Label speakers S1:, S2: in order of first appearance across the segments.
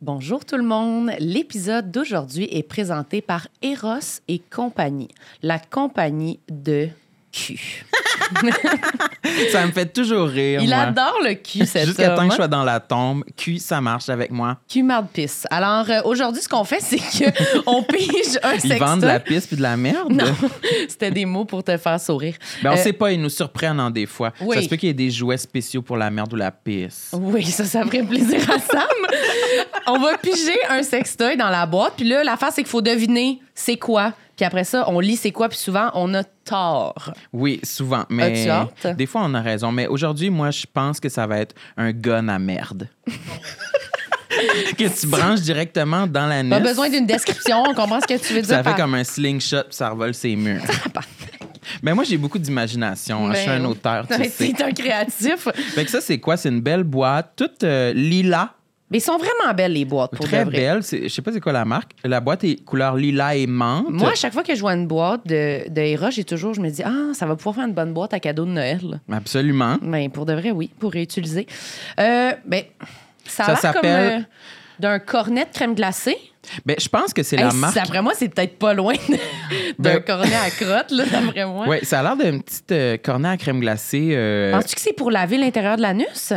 S1: Bonjour tout le monde. L'épisode d'aujourd'hui est présenté par Eros et compagnie, la compagnie de cul.
S2: ça me fait toujours rire.
S1: Il
S2: moi.
S1: adore le cul, cet
S2: Jusqu'à temps
S1: homme.
S2: que je sois dans la tombe, cul, ça marche avec moi.
S1: Cul marre de pisse. Alors euh, aujourd'hui, ce qu'on fait, c'est que on pige un
S2: Ils vendent de
S1: sextoy.
S2: la pisse puis de la merde.
S1: Non, c'était des mots pour te faire sourire.
S2: Ben, on
S1: Euh,
S2: sait pas, ils nous surprennent en des fois.
S1: Oui. Oh.
S2: Ça se peut qu'il y ait des jouets spéciaux pour la merde ou la pisse.
S1: Oui, ça, ça ferait plaisir à Sam. on va piger un sextoy dans la boîte. Puis là, l'affaire, c'est qu'il faut deviner c'est quoi. Puis après ça, on lit c'est quoi. Puis souvent, on a tort.
S2: Oui, souvent. Mais
S1: As-tu hâte?
S2: des fois, on a raison. Mais aujourd'hui, moi, je pense que ça va être un gun à merde. que tu branches directement dans la
S1: Pas
S2: nuque.
S1: besoin d'une description. On comprend ce que tu veux dire.
S2: Ça fait
S1: par-
S2: comme un slingshot, puis ça revole ses murs. Mais moi, j'ai beaucoup d'imagination. hein. Je suis
S1: Ben
S2: un
S1: oui.
S2: auteur, tu
S1: Ouais,
S2: sais.
S1: C'est un créatif.
S2: Fait que ça, c'est quoi? C'est une belle boîte, toute euh, lilas.
S1: Mais ils sont vraiment belles, les boîtes, pour
S2: Très
S1: de vrai.
S2: belle. C'est- Je sais pas c'est quoi la marque. La boîte est couleur lilas et menthe.
S1: Moi, à chaque fois que je vois une boîte de, de Hera, j'ai toujours, je me dis, ah, ça va pouvoir faire une bonne boîte à cadeau de Noël.
S2: Absolument.
S1: Mais pour de vrai, oui, pour réutiliser. Euh, ben, ça a
S2: Ça
S1: l'air comme
S2: s'appelle-
S1: euh, d'un cornet de crème glacée.
S2: Ben, je pense que c'est
S1: Hey,
S2: la
S1: si-
S2: marque.
S1: D'après moi, c'est peut-être pas loin de- d'un
S2: Ben-
S1: cornet à crotte, là, d'après moi.
S2: Ouais, ça a l'air d'une petite euh, cornet à crème glacée. euh,
S1: Penses-tu que c'est pour laver l'intérieur de l'anus?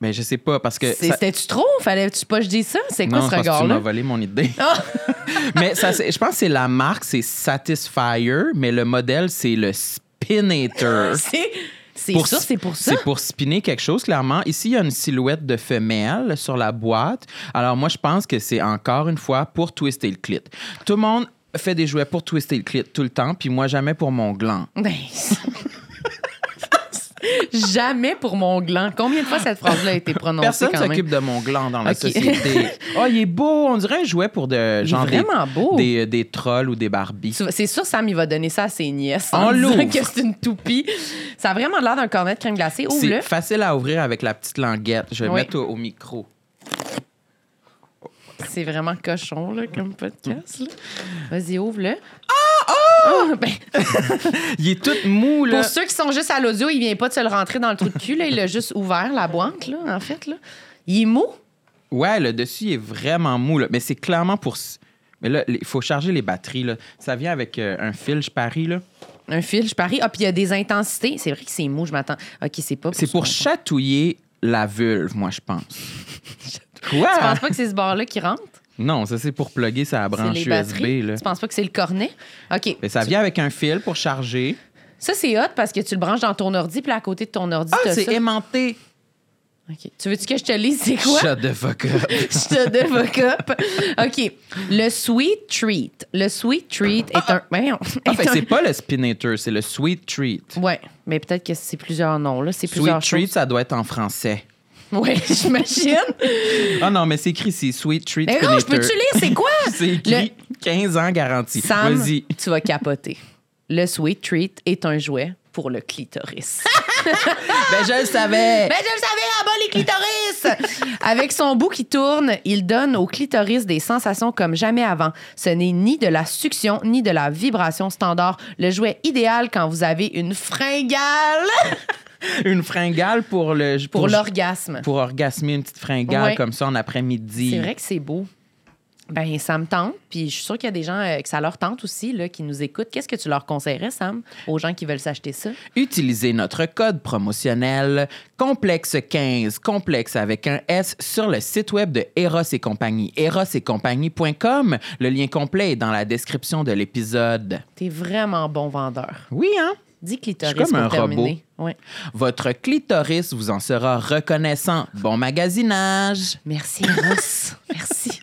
S2: Mais je sais pas parce que.
S1: C'est-
S2: ça-
S1: C'était-tu trop? Fallait-tu pas que je dise ça? C'est quoi
S2: non,
S1: ce
S2: parce que tu m'as
S1: regard-là?
S2: volé mon idée.
S1: Ah!
S2: mais ça, c'est- je pense que c'est la marque, c'est Satisfyer, mais le modèle, c'est le Spinnator.
S1: C'est c'est
S2: Pour
S1: sûr,
S2: sp-
S1: c'est pour ça.
S2: C'est pour spinner quelque chose, clairement. Ici, il y a une silhouette de femelle sur la boîte. Alors, moi, je pense que c'est encore une fois pour twister le clit. Tout le monde fait des jouets pour twister le clit tout le temps, puis moi, jamais pour mon gland.
S1: Ben, c'est- Jamais pour mon gland. Combien de fois cette phrase-là a été prononcée
S2: Personne
S1: quand même?
S2: s'occupe de mon gland dans la
S1: Ok.
S2: société. oh, il est beau. On dirait un jouet pour de,
S1: Il est
S2: genre des-
S1: vraiment beau.
S2: Des, euh, des trolls ou des Barbies.
S1: Tu vois, C'est sûr, Sam, il va donner ça à ses nièces.
S2: En
S1: disant
S2: louvre.
S1: que c'est une toupie. Ça a vraiment l'air d'un cornet de crème glacée. Ouvre-le.
S2: C'est facile à ouvrir avec la petite languette. Je vais
S1: Oui.
S2: mettre au, au micro.
S1: C'est vraiment cochon, là, comme podcast. là. Vas-y, ouvre-le.
S2: oh!
S1: Ah! Ah! Ben,
S2: Il est tout mou, là.
S1: pour ceux qui sont juste à l'audio, il vient pas de se le rentrer dans le trou de cul. Là. Il l'a juste ouvert, la boîte, là, en fait. Là. Il est mou.
S2: Ouais, le dessus est vraiment mou, là. mais c'est clairement pour. Mais là, il faut charger les batteries. Là. Ça vient avec euh, un fil, je parie. Là.
S1: Un fil, je parie. Ah, puis il y a des intensités. C'est vrai que c'est mou, je m'attends. OK, c'est pas
S2: C'est
S1: ça.
S2: pour chatouiller la vulve, moi, je pense. Quoi?
S1: Tu penses pas que c'est ce bord-là qui rentre?
S2: Non, ça, c'est pour plugger sa
S1: C'est
S2: branche
S1: les batteries.
S2: USB. Là.
S1: Tu penses pas que c'est le cornet? OK.
S2: Mais ça vient avec un fil pour charger.
S1: Ça, c'est hot parce que tu le branches dans ton ordi, puis à côté de ton ordi,
S2: Ah,
S1: t'as
S2: c'est
S1: ça.
S2: aimanté!
S1: OK. Tu veux-tu que je te lise c'est quoi?
S2: Shut the fuck up.
S1: je te dévoque up. OK. Le sweet treat. Le sweet treat est un... Voyons.
S2: Ah, fait
S1: Est
S2: que
S1: un-
S2: c'est pas le spinnator, c'est le sweet treat.
S1: Ouais, mais peut-être que c'est plusieurs noms, là. C'est
S2: Sweet
S1: plusieurs
S2: treat, ça doit être en français.
S1: choses. Ouais, j'imagine.
S2: Ah non, mais c'est écrit ici, sweet treat
S1: mais non, je peux-tu
S2: spinnator.
S1: lire? C'est quoi?
S2: C'est écrit 15 ans garantie.
S1: Sam,
S2: Vas-y.
S1: tu vas capoter. Le sweet treat est un jouet pour le clitoris.
S2: Ben, je le savais.
S1: Mais je le savais, en bas les clitoris! Eh. Avec son bout qui tourne, il donne au clitoris des sensations comme jamais avant. Ce n'est ni de la succion, ni de la vibration standard. Le jouet idéal quand vous avez une fringale
S2: Une fringale pour le
S1: Ben, pour, l'orgasme.
S2: pour orgasmer une petite fringale
S1: Ouais.
S2: comme ça en après-midi.
S1: C'est vrai que c'est beau. Ben, ça me tente. Puis je suis sûre qu'il y a des gens euh, que ça leur tente aussi, là, qui nous écoutent. Qu'est-ce que tu leur conseillerais, Sam, aux gens qui veulent s'acheter ça?
S2: Utilisez notre code promotionnel complexe 15 complexe avec un S sur le site web de Eros et compagnie. Eros et compagnie.com. Le lien complet est dans la description de l'épisode.
S1: T'es vraiment bon vendeur.
S2: Oui hein.
S1: Dis clitoris
S2: Je suis comme
S1: pour
S2: un
S1: terminer. Ouais.
S2: Votre clitoris vous en sera reconnaissant. Bon magasinage.
S1: Merci, Ross. Merci.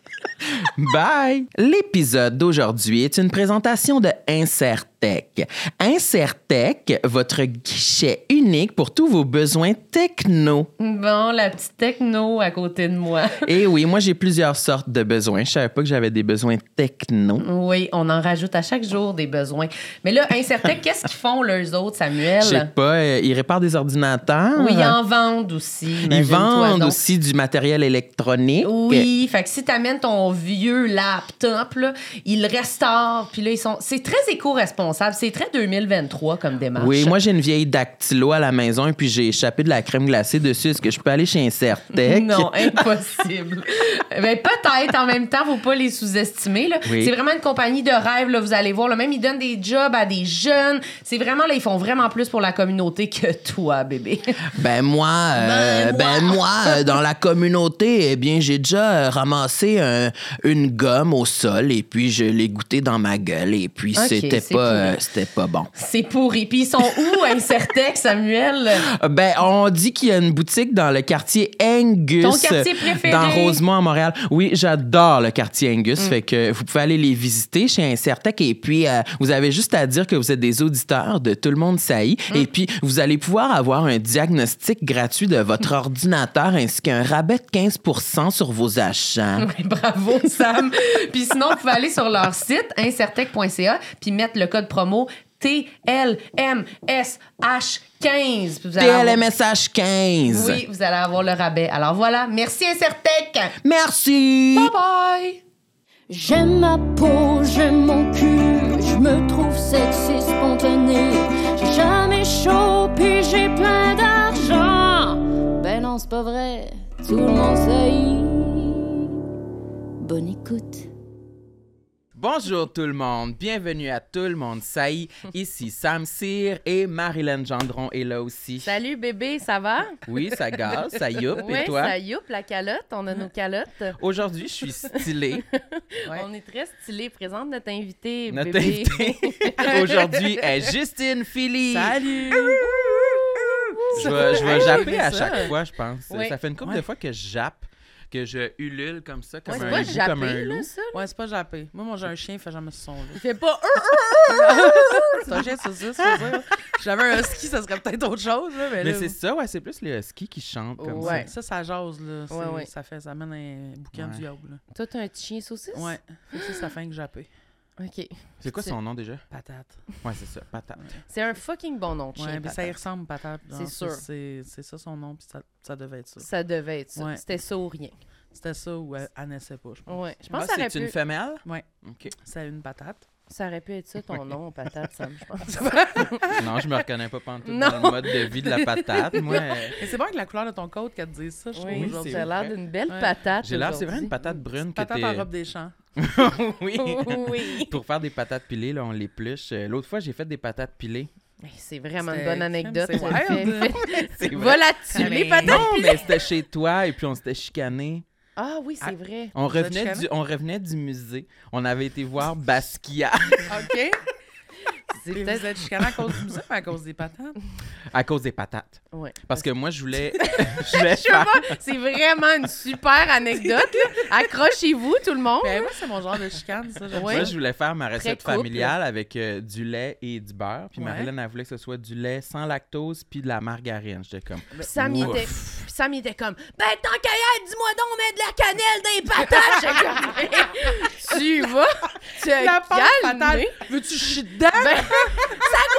S2: Bye! L'épisode d'aujourd'hui est une présentation de Insertech. Insertech, votre guichet unique pour tous vos besoins techno.
S1: Bon, la petite techno à côté de moi.
S2: Et oui, moi j'ai plusieurs sortes de besoins. Je savais pas que j'avais des besoins techno.
S1: Oui, on en rajoute à chaque jour des besoins. Mais là, Insertec, qu'est-ce qu'ils font, leurs autres,
S2: Je sais
S1: Samuel?
S2: pas, euh, ils réparent des ordinateurs.
S1: Oui, ils en vendent aussi.
S2: Ils
S1: imagine-toi
S2: vendent
S1: donc.
S2: aussi du matériel électronique.
S1: Oui, fait que si t'amènes ton vieux laptop, là, ils le restaurent, puis là, ils sont... C'est très
S3: responsable. C'est très 2023 comme démarche.
S2: Oui, moi j'ai une vieille dactylo à la maison et puis j'ai échappé de la crème glacée dessus. Est-ce que je peux aller chez Insertec?
S3: Non, impossible. ben, peut-être en même temps, faut pas les sous-estimer. là.
S2: Oui.
S3: C'est vraiment une compagnie de rêve, là, vous allez voir. Là. Même ils donnent des jobs à des jeunes. C'est vraiment, là, ils font vraiment plus pour la communauté que toi, bébé.
S2: Ben moi, euh, ben moi, euh, dans la communauté, eh bien j'ai déjà euh, ramassé un- une gomme au sol et puis je l'ai goûtée dans ma gueule et puis
S3: Ok,
S2: c'était
S3: c'est
S2: pas, euh,
S3: pourri.
S2: c'était pas bon.
S3: C'est pourri. Puis ils sont où, Insertec, Samuel?
S2: Euh, Ben, on dit qu'il y a une boutique dans le quartier Angus.
S3: Ton quartier préféré. Mm.
S2: Dans Rosemont, à Montréal. Oui, j'adore le quartier Angus. Fait que vous pouvez aller les visiter chez Insertec. Et puis, euh, vous avez juste à dire que vous êtes des auditeurs de Tout le monde saillit.
S3: Mm.
S2: Et puis, vous allez pouvoir avoir un diagnostic gratuit de votre ordinateur ainsi qu'un rabais de 15 sur vos achats.
S3: Ouais, Ben, bravo, Sam. puis sinon, vous pouvez aller sur leur site, insertec.ca, puis mettre le code promo TLMSH15. Puis vous allez avoir-
S2: TLMSH 15.
S3: Oui, vous allez avoir le rabais. Alors voilà, merci Insertec.
S2: Merci.
S3: Bye bye.
S4: J'aime ma peau, j'aime mon cul, je me trouve sexy spontané. J'ai jamais chaud, puis j'ai plein d'argent. Ben non, c'est pas vrai, tout le monde sait. Bonne écoute.
S2: Bonjour tout le monde, bienvenue à Tout le monde saillit. Ici Sam Cyr et Marilyn Gendron est là aussi.
S1: Salut bébé, ça va?
S2: Oui, ça gaz, ça youp,
S1: Oui,
S2: et toi?
S1: ça youp, la calotte, on a nos calottes.
S2: Aujourd'hui, je suis stylée. Ouais.
S1: On est très stylé. Présente notre invité,
S2: Notre
S1: bébé.
S2: invitée aujourd'hui est Justine Philly.
S5: Salut!
S2: Je vais, je vais
S1: Hey,
S2: japper
S1: ça.
S2: à chaque fois, je pense.
S1: Oui.
S2: Ça fait une couple
S5: Ouais.
S2: de fois que je jappe, que je ulule comme ça, comme
S1: Ouais, c'est
S2: un
S1: pas
S2: loup, comme un
S1: jappé,
S2: loup.
S1: là, ça?
S5: Ouais, c'est pas jappé. Moi, mon j'ai un chien, il fait jamais ce son-là.
S1: Il fait pas
S5: C'est un chien, c'est ça, c'est ça. Si j'avais un husky, ça serait peut-être autre chose, là, mais,
S2: Mais
S5: là-
S2: c'est ça, ouais, c'est plus les huskies qui chantent comme
S1: Ouais.
S5: Ça, ça jase, là. C'est-
S1: Ouais, ouais.
S5: Ça fait, ça amène un bouquin
S2: Ouais.
S5: du diable, là.
S1: Toi, t'as un petit chien saucisse?
S5: Ouais. Fait que ça, ça fait que jappé.
S1: OK.
S2: ça. C'est quoi
S1: C'est-
S2: son nom déjà?
S5: Patate.
S2: Ouais, c'est ça, patate.
S1: C'est un fucking bon nom de chien.
S5: Ouais, mais ça y
S1: papa.
S5: ressemble, patate. genre,
S1: C'est sûr.
S5: C'est c'est ça son nom, puis ça, ça devait être ça.
S1: Ça devait être ça.
S5: Ouais.
S1: C'était ça ou rien.
S5: C'était ça ou elle, elle naissait pas, je pense.
S1: Ouais. Je pense
S2: Ah,
S1: que ça aurait,
S2: c'est une
S1: pu...
S2: femelle?
S5: Ouais.
S2: OK.
S5: C'est une patate.
S1: ça aurait pu être ça ton nom, patate, Sam, je pense.
S2: Non, je me reconnais pas pantoute
S1: Non.
S2: dans le mode de vie de la patate. Moi, euh,
S5: Mais c'est bon avec la couleur de ton côte qu'elle te dise ça, je trouve.
S1: Oui,
S2: c'est
S5: aujourd'hui.
S1: ça a l'air
S2: vrai.
S1: d'une belle
S5: Ouais.
S1: patate.
S2: j'ai l'air, c'est vrai,
S1: aujourd'hui.
S2: une patate brune que
S5: Patate en robe
S2: t'es...
S5: des champs.
S2: oui.
S1: oui.
S2: Pour faire des patates pilées, là, on les pluche. Euh, L'autre fois, j'ai fait des patates pilées.
S1: Mais C'est vraiment une
S5: C'est-
S1: bonne anecdote.
S5: c'est
S1: ça le fait.
S5: wild.
S2: C'est vrai.
S1: Voilà-tu les
S5: Mais-
S1: patates?
S2: Non, mais c'était chez toi et puis on s'était chicané.
S1: Ah oui,
S5: Ah.
S1: c'est vrai.
S2: On
S5: Vous êtes
S2: revenait,
S5: chicanés?
S2: du, on revenait du musée. On avait été voir Basquiat
S5: OK.
S1: C'est
S5: Puis
S1: peut-être-
S5: Vous êtes chicané à cause du musée, mais à cause des patates.
S2: à cause des patates.
S1: Ouais.
S2: Parce que moi, je voulais, je voulais
S1: Je sais
S2: faire-
S1: pas, c'est vraiment une super anecdote. là. Accrochez-vous, tout le monde.
S5: Ben, moi, c'est mon genre de chicane, ça. j'aime
S1: Ouais.
S2: Moi, je voulais faire ma recette
S1: couple.
S2: familiale avec euh, du lait et du beurre. Puis
S5: Ouais.
S2: Marilyn, elle voulait que ce soit du lait sans lactose puis de la margarine. J'étais comme,
S1: Puis Sam, il
S2: Ouf.
S1: était, puis Sam, il était comme Ben, tant qu'à y être, dis-moi donc, mets de la cannelle dans les patates. J'étais comme, tu vas te
S5: ça. La pâte
S1: calmer.
S5: patate. Veux-tu chier dedans?
S1: Ben, ça goûtera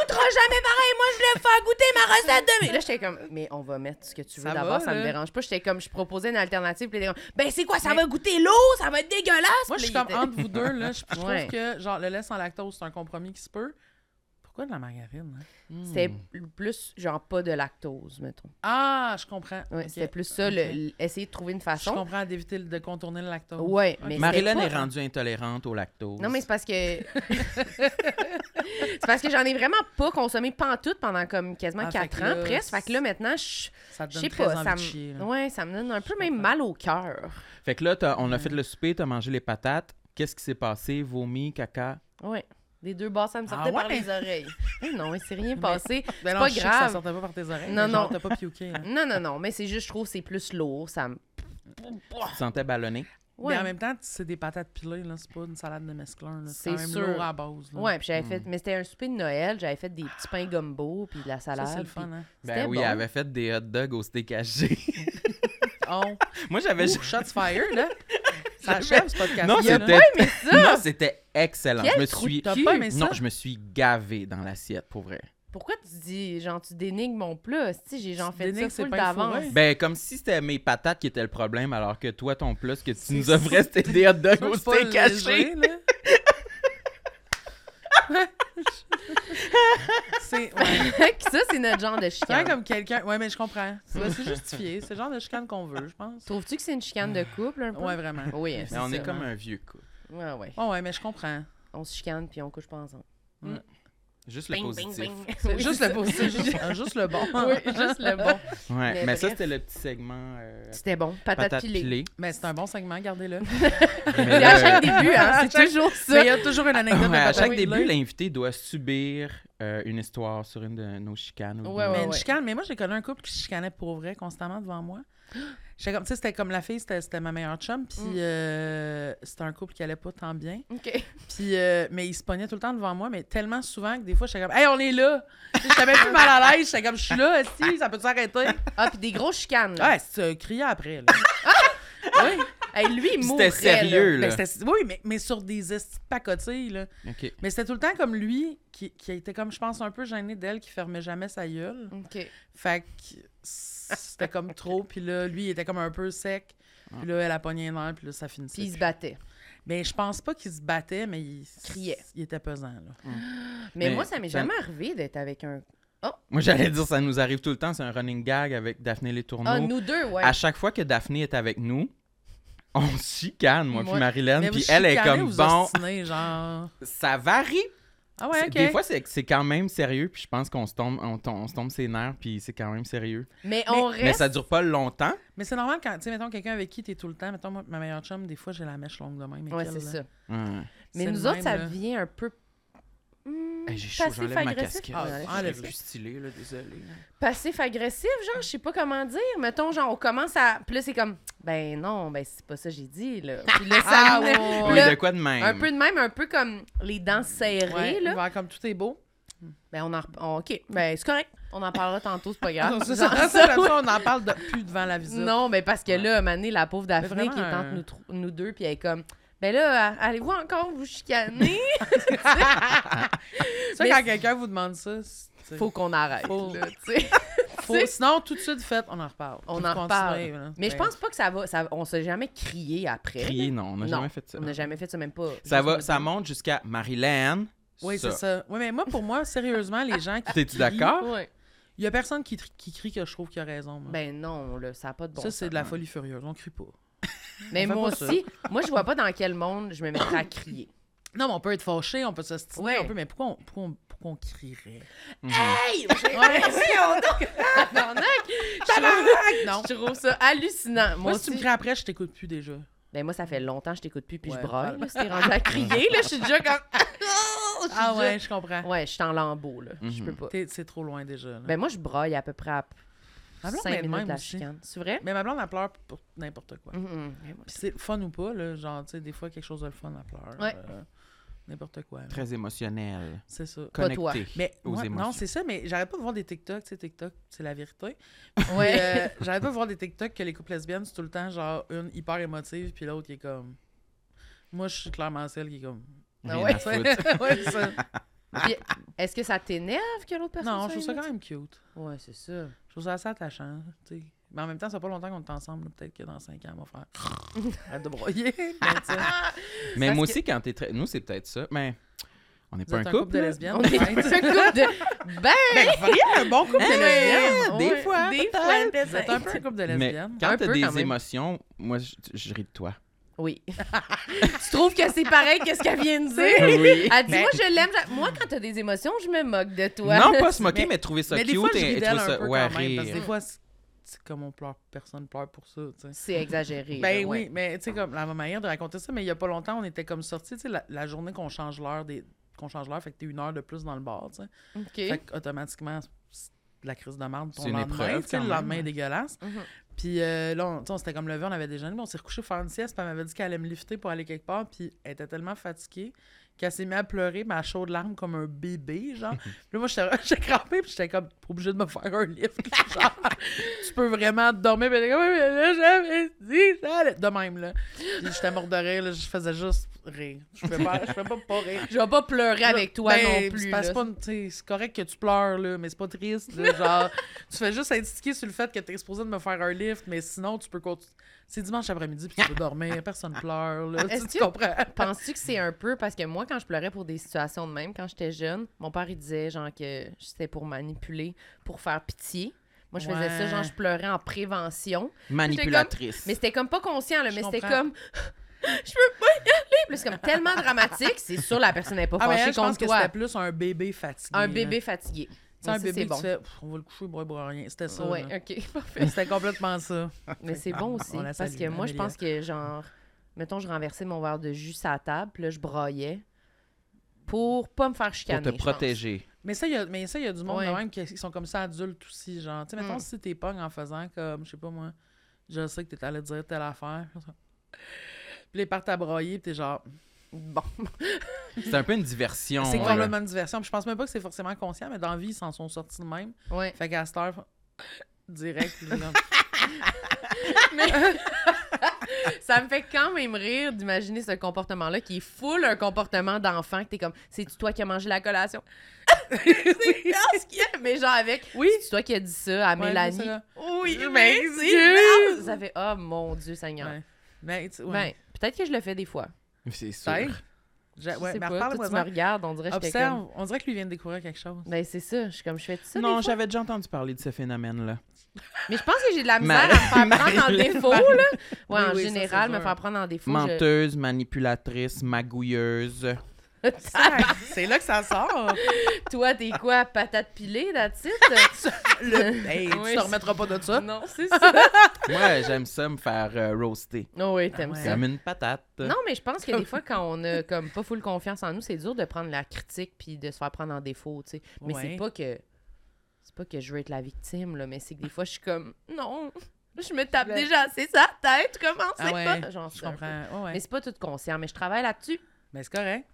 S1: jamais pareil. Moi, je voulais faire goûter ma recette de Mais Là, j'étais comme, mais on va mettre ce que tu veux
S5: Ça
S1: d'abord,
S5: va,
S1: ça me
S5: là.
S1: dérange pas. J'étais comme, je proposais une alternative. Puis il était comme, ben, c'est quoi, ça
S5: Mais-
S1: va goûter l'eau, ça va être dégueulasse.
S5: Moi, je suis
S1: Puis là, il
S5: comme
S1: était-
S5: entre vous deux, là. Je, je trouve
S1: Ouais.
S5: que, genre, le lait sans lactose, c'est un compromis qui se peut. Pourquoi de la margarine? hein?
S1: C'était
S2: Hmm.
S1: plus, genre, pas de lactose, mettons.
S5: Ah, je comprends.
S1: Ouais,
S5: Ok.
S1: C'était plus ça, le- l- essayer de trouver une
S5: Je
S1: façon.
S5: comprends d'éviter le- de contourner le lactose.
S1: Ouais, mais
S2: Marilyn
S1: c'était
S2: est
S1: pas-
S2: rendue intolérante au lactose.
S1: Non, mais c'est parce que. c'est parce que j'en ai vraiment pas consommé pantoute pendant comme quasiment
S5: Ah, fait
S1: quatre
S5: que
S1: ans
S5: là,
S1: presque. Fait que là, maintenant, je
S5: Ça te
S1: je
S5: donne
S1: sais
S5: très
S1: pas.
S5: envie
S1: Ça
S5: de chier,
S1: me...
S5: là.
S1: Ouais, ça me donne un peu même mal au cœur.
S2: Fait que là, t'as- on a fait le souper, t'as mangé les patates. Qu'est-ce qui s'est passé? Vomi, caca?
S1: Ouais. Les deux basses, ça me
S5: Ah
S1: sortait par
S5: ouais?
S1: les oreilles. Eh non, il s'est rien passé.
S5: Ben
S1: c'est
S5: non,
S1: pas
S5: je sais que Ça
S1: grave.
S5: sortait pas par tes oreilles.
S1: Non,
S5: mais genre,
S1: non.
S5: T'as pas piouqué, là.
S1: Non, non, non, mais c'est juste, je trouve, c'est plus lourd. Ça me.
S2: Tu te sentais ballonné?
S1: Ouais.
S5: Mais en même temps, c'est des patates pilées, là. C'est pas une salade de mesclun, là.
S1: C'est
S5: C'est quand même
S1: sûr.
S5: lourd à la base, là.
S1: Ouais, puis j'avais
S5: hmm.
S1: fait. Mais c'était un souper de Noël, j'avais fait des petits pains gumbo, puis de la
S5: Ça,
S1: salade.
S5: c'est le
S1: puis-
S5: fun, hein.
S2: Ben
S1: C'était
S2: oui,
S1: bon.
S2: elle avait fait des hot dogs au steak haché.
S5: Oh,
S2: Moi, j'avais...
S5: ouh, shots fired, là. Ça achève ce podcast.
S2: Non,
S5: là.
S2: c'était... Non, c'était excellent.
S1: Quel
S2: je me
S1: trou de
S2: suis...
S5: T'as pas aimé ça?
S2: Non, je me suis gavé dans l'assiette, pour vrai.
S1: Pourquoi tu dis, genre, tu dénigres mon plat? Si j'ai genre
S5: Tu
S1: fait ça
S5: dénigres, c'est
S1: full
S5: pas une
S1: d'avance.
S5: fourrure.
S2: Ben, comme si c'était mes patates qui étaient le problème, alors que toi, ton plus que tu
S5: C'est
S2: nous offrais, c'était des hot dogs
S5: Moi,
S2: au
S5: je suis pas
S2: steak haché.
S5: léger, là. C'est ouais.
S1: ça, c'est notre genre de
S5: C'est vrai
S1: chicane.
S5: comme quelqu'un. Ouais, mais je comprends. C'est ouais, c'est justifié. C'est le genre de chicane qu'on veut, je pense.
S1: Trouves-tu que c'est une chicane de couple, un peu?
S5: Ouais, vraiment.
S1: Oui,
S2: Mais
S1: c'est
S2: on
S1: ça,
S2: est comme
S1: hein.
S2: un vieux couple.
S1: Ouais, ouais.
S5: Oh, ouais, mais je comprends.
S1: On se chicane, puis on couche pas ensemble.
S2: Juste le positif.
S1: Oui,
S5: juste
S1: c'est
S5: le positif, juste, ah, juste le bon.
S1: ça. Oui, juste le bon.
S2: Ouais,
S1: Mais
S2: mais, ça,
S1: bref.
S2: c'était le petit segment euh,
S1: C'était bon. Patate,
S2: patate
S1: pilée.
S2: pilée.
S5: Mais c'est un bon segment, gardez-le.
S2: Mais
S1: C'est
S2: là,
S1: à chaque début, hein,
S5: À
S1: c'est
S5: chaque-
S1: toujours
S5: Mais
S1: ça.
S5: il y a toujours une anecdote
S2: ouais,
S5: de
S2: à
S5: papa.
S2: chaque
S5: Oui,
S2: début,
S5: là.
S2: l'invité doit subir euh, une histoire sur une de nos chicanes. ou de
S1: Ouais,
S2: nos-
S5: Mais
S1: ouais,
S5: une
S1: ouais.
S5: chicane. Mais moi, j'ai connu un couple qui se chicanait pour vrai constamment devant moi. J'étais comme, tu sais, c'était comme la fille, c'était c'était ma meilleure chum, puis
S1: Mm.
S5: euh, c'était un couple qui allait pas tant bien.
S1: OK.
S5: Puis, euh, mais il se pognait tout le temps devant moi, mais tellement souvent que des fois, j'étais comme, hey, on est là! J'étais même plus mal à l'aise, j'étais comme, je suis là, si, ça peut s'arrêter?
S1: Ah, puis des grosses chicanes. là.
S5: Ouais, c'est euh, crié après, là. oui,
S1: Hey, lui, il
S2: Puis
S1: mourrait.
S2: C'était sérieux,
S5: mais
S2: là.
S5: Ben, c'était- oui mais, mais sur des estis de pacotilles, là.
S2: OK.
S5: Mais c'était tout le temps comme lui, qui, qui était comme, je pense, un peu gêné d'elle, qui fermait jamais sa gueule.
S1: là. OK.
S5: Fait que c'était comme trop, puis là, lui, il était comme un peu sec. Puis là, elle a pogné un air, puis là, ça finissait.
S1: Puis il se
S5: plus.
S1: battait.
S5: Mais je pense pas qu'il se battait, mais il
S1: Criait.
S5: Il était pesant, là.
S1: Mais,
S2: Mais
S1: moi, ça m'est
S2: ça-
S1: jamais arrivé d'être avec un.
S2: Moi, j'allais dire, ça nous arrive tout le temps. C'est un running gag avec Daphné Les Tourneaux.
S1: Ah, nous deux, ouais.
S2: À chaque fois que Daphné est avec nous, on se chicane, moi
S1: Ouais.
S2: puis Marilyn.
S5: Mais vous
S2: Ah, Puis elle est
S5: chicanez ou
S2: comme,
S5: vous
S2: bon,
S5: ostinez, genre.
S2: ça varie.
S5: Ah ouais,
S2: C'est-
S5: ok.
S2: Des fois, c'est c'est quand même sérieux. Puis je pense qu'on se tombe, on, tom- on se tombe ses nerfs, puis c'est quand même sérieux.
S1: Mais on
S2: Mais
S1: reste.
S2: ça dure pas longtemps.
S5: Mais c'est normal quand, tu sais, mettons quelqu'un avec qui t'es tout le temps, mettons moi, ma meilleure chum, des fois j'ai la mèche longue de même. mais
S1: Ouais,
S5: qu'elle,
S1: c'est
S5: là,
S1: ça.
S2: Ouais.
S1: Mais
S5: c'est
S1: nous
S5: le
S1: autres,
S5: même,
S1: ça
S5: là.
S1: devient un peu. hmm,
S2: Hey, J'ai chaud, j'enlève ma
S1: passif-agressif.
S2: casquette.
S5: Ah,
S1: Ouais,
S5: enlève-la.
S2: Je suis plus stylé, là, désolé.
S1: Passif-agressif, genre, je sais pas comment dire. Mettons, genre, on commence à. Puis là, c'est comme, ben non, ben c'est pas ça que j'ai dit, là. Puis là, ça
S5: Ah,
S1: nous-
S5: ouais.
S1: là,
S2: On est de quoi de même?
S1: Un peu de même, un peu comme les dents serrées,
S5: Ouais,
S1: là.
S5: vers comme tout est beau.
S1: Ben, on en. rep- on- OK, ben c'est correct. On en parlera tantôt, c'est pas grave.
S5: Non, c'est
S1: Ah, Genre, ça,
S5: ça, ça, comme
S1: ouais.
S5: ça, on en parle de- plus devant la visite.
S1: Non, mais parce que là, Mané, la pauvre Daphné
S5: vraiment
S1: qui est entre
S5: un-
S1: nous, tro- nous deux, puis elle est comme, ben là, allez-vous encore vous chicaner?
S5: ça,
S1: mais
S5: quand
S1: c'est-
S5: quelqu'un vous demande ça, c'est-
S1: Faut qu'on arrête,
S5: Faut-
S1: là, tu sais.
S5: faut- sinon tout de suite fait, on en reparle.
S1: On
S5: Vous
S1: en reparle.
S5: continuez, là.
S1: Mais je
S5: Ben,
S1: pense pas que ça va. Ça, on s'est jamais crié après.
S2: Crier, non, on n'a
S1: Non,
S2: jamais fait ça.
S1: On n'a jamais fait ça, même pas.
S2: Ça,
S1: Juste
S2: va,
S1: notre-
S2: ça monte jusqu'à Marilyn.
S5: Oui, c'est ça. Oui, mais moi, pour moi, sérieusement, les gens qui.
S2: T'es-tu
S5: crient-
S2: d'accord?
S1: Ouais.
S5: Il y a personne qui, tri- qui crie que je trouve qu'il a raison. moi.
S1: Ben non, là, ça n'a pas de bon
S5: ça,
S1: sens.
S5: c'est de la folie furieuse. On crie pas.
S1: Mais
S5: on fait
S1: moi
S5: pas ça.
S1: aussi, moi, je vois pas dans quel monde je me mettrais à crier.
S5: Non, mais on peut être fâché, on peut se
S1: Ouais.
S5: on peut, mais pourquoi on, pourquoi on, pourquoi on crierait?
S1: Hey! J'ai l'impression, donc! Tabarnak! Je trouve- Je trouve ça hallucinant. Moi,
S5: Moi, si
S1: aussi.
S5: tu me cries après, je t'écoute plus déjà.
S1: Ben moi, ça fait longtemps que je t'écoute plus, puis
S5: Ouais,
S1: je braille. là, Si t'es rendu à crier, là, je suis déjà comme... Oh, Je suis
S5: Ah
S1: déjà-
S5: ouais, je comprends.
S1: Ouais, je suis en lambeau, là. Je
S2: Mhm.
S1: peux pas.
S5: T'es- C'est trop loin déjà. là.
S1: Ben moi, je braille à peu près à
S5: Ma blonde,
S1: 5
S5: elle est de
S1: minutes de
S5: même
S1: la
S5: aussi.
S1: chicane. C'est vrai?
S5: Mais ma blonde, elle pleure pour n'importe quoi.
S1: Mhm. Ben, moi,
S5: Puis c'est fun ou pas, là, genre, tu sais, des fois, quelque chose de le fun, elle pleure.
S1: Ouais.
S5: euh, n'importe quoi. là.
S2: Très émotionnel.
S5: C'est ça.
S1: Pas toi.
S2: Connecté
S5: Mais
S2: aux
S5: moi,
S2: émotions.
S5: non, c'est ça, mais j'arrête pas de voir des TikTok, tu sais, TikTok, c'est la vérité.
S1: Ouais.
S5: Ouais. Euh, j'arrête pas de voir des TikTok que les couples lesbiennes, c'est tout le temps, genre, une hyper émotive, puis l'autre qui est comme. Moi, je suis clairement celle qui est comme.
S2: Rien
S1: Ah ouais.
S2: à foutre.
S5: ouais, ça.
S1: Puis, Est-ce que ça t'énerve que l'autre personne
S5: Non, je
S1: soit
S5: trouve ça quand
S1: émotive?
S5: même cute.
S1: Ouais, c'est ça.
S5: Je trouve ça assez attachant, tu sais. Mais en même temps, ça fait pas longtemps qu'on est ensemble. là. Peut-être que dans 5 ans, on va faire. Arrête de broyer. mais tu sais,
S1: Ah!
S2: Mais
S5: parce
S2: moi
S5: que-
S2: aussi, quand t'es très. Nous, c'est peut-être ça. Mais on n'est
S5: Vous
S2: pas un
S5: êtes
S2: couple.
S5: de
S2: là.
S5: lesbiennes.
S1: On est un
S5: peut-être.
S1: couple de... Ben!
S5: un bon couple de lesbiennes.
S2: des
S1: Hein? ouais,
S2: fois,
S1: Des
S2: peut-être.
S1: fois,
S5: Vous êtes un peu un couple de
S2: Mais
S5: lesbiennes.
S2: quand
S1: Un
S2: t'as
S1: peu, quand
S2: des
S1: même.
S2: émotions, moi, je, je ris de toi.
S1: Oui. tu trouves que c'est pareil que ce qu'elle vient de dire?
S2: Oui.
S1: Elle dit,
S5: Ben,
S1: moi, je l'aime. j'a- Moi, quand t'as des émotions, je me moque de toi.
S2: Non, pas se moquer, mais,
S5: Mais-
S2: trouver ça
S5: mais des
S2: cute
S5: fois, je
S2: et,
S5: ris
S2: et
S5: d'elle
S2: trouver
S5: un
S2: ça.
S5: peu
S2: ouais,
S5: quand même, parce que des
S2: rire.
S5: fois, c'est c'est comme on pleure, personne pleure pour ça, tu sais.
S1: C'est exagéré.
S5: Ben
S1: là,
S5: oui,
S1: ouais.
S5: mais tu sais, comme la manière de raconter ça, mais il y a pas longtemps, on était comme sortis, tu sais, la, la journée qu'on change l'heure des qu'on change l'heure, fait que t'es une heure de plus dans le bar, tu sais.
S1: OK.
S5: Fait qu'automatiquement, c'est de la crise de marde ton
S2: C'est une
S5: lendemain,
S2: épreuve,
S5: tu sais,
S2: quand
S5: le
S2: même. Mm-hmm.
S5: lendemain est dégueulasse.
S1: Mhm.
S5: Puis euh, là, on, tu sais, on s'était comme levé, on avait déjeuné, mais on s'est recouché pour faire une sieste, puis elle m'avait dit qu'elle allait me lifter pour aller quelque part, puis elle était tellement fatiguée qu'elle s'est mise à pleurer, mais à chaudes larmes, comme un bébé, genre. puis là, moi, j'étais j'étais crampée, puis j'étais comme, pas obligée de me faire un lift, genre. tu peux vraiment te dormir, puis elle était comme, Oui, mais là, j'avais dit, ça allait- De même, là. Puis j'étais morte de rire, là, je faisais juste rire. Je pouvais pas, je pouvais pas, pas rire.
S1: Je vais pas pleurer avec toi
S5: Ben,
S1: non
S5: c'est
S1: plus.
S5: parce
S1: là.
S5: pas une- tu sais, c'est correct que tu pleures, là, mais c'est pas triste. là, genre, tu fais juste indiquer sur le fait que t'es exposé de me faire un lift, mais sinon, tu peux continuer. C'est dimanche après-midi, puis tu peux dormir, personne pleure. Là, tu,
S1: Est-ce
S5: tu
S1: que-
S5: comprends?
S1: Penses-tu que c'est un peu parce que moi, quand je pleurais pour des situations de même, quand j'étais jeune, mon père, il disait, genre, que c'était pour manipuler, pour faire pitié. Moi, je faisais ça,
S5: Ouais.
S1: genre, je pleurais en prévention.
S2: Manipulatrice.
S1: Mais c'était comme pas conscient, là,
S5: Je
S1: mais c'était
S5: comprends.
S1: comme. Je veux pas y aller! Puis là, c'est comme tellement dramatique, c'est sûr la personne n'est pas
S5: Ah, mais
S1: fâchée
S5: elle, je pense
S1: contre
S5: que
S1: toi.
S5: c'était plus un bébé fatigué.
S1: Un
S5: là.
S1: bébé fatigué.
S5: Tu sais, un
S1: Mais ça,
S5: bébé,
S1: c'est
S5: tu
S1: bon.
S5: fais, Pff, on va le coucher, boire, boire rien. C'était ça.
S1: Ouais,
S5: là.
S1: ok, parfait.
S5: C'était complètement ça.
S1: Mais c'est bon aussi.
S5: On la
S1: Parce
S5: salue,
S1: que moi, je
S5: Amélia.
S1: pense que, genre, mettons, je renversais mon verre de jus à la table, puis là, je broyais pour pas me faire
S2: pour
S1: chicaner.
S2: te
S1: je pense.
S2: protéger.
S5: Mais ça, il y a, mais ça, il y a du monde
S1: Ouais.
S5: de même qui qui sont comme ça adultes aussi, genre. Tu sais, mettons,
S1: Mm.
S5: si t'es pognes en faisant comme, je sais pas moi, je sais que t'es allé dire telle affaire. Puis les partent à broyer, puis t'es genre.
S1: Bon.
S2: C'est un peu une diversion. euh,
S5: C'est
S2: là.
S5: complètement une diversion. Puis je pense même pas que c'est forcément conscient, mais dans la vie, ils s'en sont sortis de même.
S1: Ouais.
S5: Fait qu'à cette heure, direct, ils disent,
S1: Ça me fait quand même rire d'imaginer ce comportement-là qui est full un comportement d'enfant que t'es comme, c'est-tu toi qui as mangé la collation? c'est parce que- Mais genre avec,
S5: Oui.
S1: c'est toi qui as dit ça à
S5: Ouais, c'est
S1: Mélanie.
S5: ça.
S1: Oui,
S5: Euh,
S1: mais
S5: ben,
S1: c'est
S5: Dieu!
S1: Vous avez, oh mon Dieu Seigneur.
S5: Ouais. Mais tu- ouais.
S1: Ben, peut-être que je le fais des fois.
S2: C'est sûr.
S5: Peut-être. Je-
S1: Je
S5: ouais,
S1: sais pas, toi,
S5: mais
S1: tu me
S5: reparle-moi-en.
S1: regardes, on dirait que j'étais comme...
S5: Observe, on dirait que lui vient de découvrir quelque chose.
S1: Ben, c'est ça, je suis comme, je fais tout ça
S2: non,
S1: des fois.
S2: j'avais déjà entendu parler de ce phénomène-là.
S1: Mais je pense que j'ai de la misère
S2: Mar-
S1: à me faire prendre en
S2: Marilyn.
S1: défaut, là. Ouais,
S5: Oui,
S1: en
S5: oui, ça,
S1: général,
S5: c'est
S1: me
S5: dur.
S1: faire prendre en défaut. je-
S2: Menteuse, manipulatrice, magouilleuse.
S5: c'est là que ça sort.
S1: Toi, t'es quoi, patate pilée, la titre?
S5: Le- Hey,
S1: Oui,
S5: tu te
S1: c'est-
S5: remettras pas de ça.
S1: non, c'est ça.
S2: Moi, j'aime ça me faire euh, roaster.
S1: Non, oui, t'aimes
S5: Ah ouais.
S1: ça.
S2: Comme une patate.
S1: Non, mais je pense que des fois, quand on a comme pas full confiance en nous, c'est dur de prendre la critique puis de se faire prendre en défaut, tu sais. Mais c'est
S5: Ouais.
S1: pas que... C'est pas que je veux être la victime, là, mais c'est que des fois, je suis comme, non, je me tape déjà assez sa tête, comment c'est
S5: Ah ouais,
S1: pas? Genre,
S5: Je
S1: c'est un peu-
S5: comprends. Ouais, ouais.
S1: Mais c'est pas tout conscient, mais je travaille là-dessus.
S5: Mais c'est correct.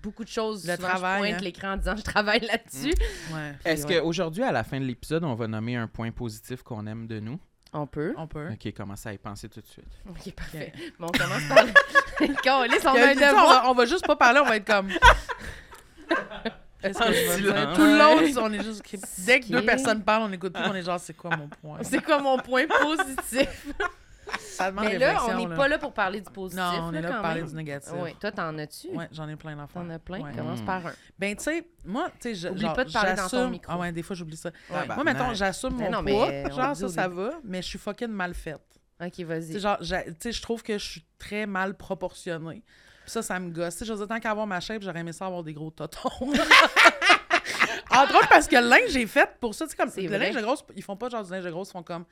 S1: beaucoup de choses.
S5: Le
S1: souvent,
S5: travail,
S1: je pointe
S5: hein.
S1: l'écran en disant je travaille là-dessus.
S5: Ouais.
S2: Est-ce
S1: Ouais.
S2: qu'aujourd'hui, à la fin de l'épisode, on va nommer un point positif qu'on aime de nous?
S5: Mm.
S1: On peut.
S5: On peut.
S2: OK, commencez à y penser tout de suite.
S1: Ok, parfait. Bon, on commence par. Câlisse, on
S5: Il y a
S1: a un
S5: une idée, on,
S1: devoir.
S5: va, on va juste pas parler, on va être comme. Qu'est-ce que je veux dire?
S2: silence.
S5: Tout le long, on est juste. Dès que
S1: Ok.
S5: deux personnes parlent, on écoute plus, on est genre, c'est quoi mon point?
S1: C'est quoi mon point positif?
S5: Ça demande
S1: Mais là, on
S5: réflexion,
S1: n'est pas là pour parler du positif.
S5: Non, on est là
S1: quand
S5: pour parler
S1: même.
S5: du négatif.
S1: Ouais. Toi, t'en as-tu?
S5: Ouais, j'en ai plein d'enfants.
S1: T'en as plein?
S5: Ouais.
S1: Commence
S2: Mm.
S1: par un.
S5: Ben, tu sais, moi, tu sais, je-
S1: Oublie
S5: genre,
S1: pas de parler dans ton
S5: j'assume-
S1: micro.
S5: Ah ouais, des fois, j'oublie ça.
S2: bah,
S1: Ouais.
S5: Moi, mettons, j'assume
S1: Mais
S5: mon
S1: non, mais
S5: poids.
S1: on le
S5: Genre,
S1: dit
S5: ça,
S1: au
S5: ça
S1: début.
S5: va, mais je suis fucking mal faite.
S1: Ok,
S5: Tu sais,
S1: vas-y.
S5: genre, j'a- tu sais, je trouve que je suis très mal proportionnée. Puis ça, ça me gosse. Tu sais, je veux dire, tant qu'avoir ma shape, j'aurais aimé ça avoir des gros totons. Entre autres, parce que le linge, j'ai fait pour ça. Tu sais, comme
S1: C'est
S5: le
S1: vrai.
S5: linge de grosse, ils font pas genre du linge de grosse, ils font comme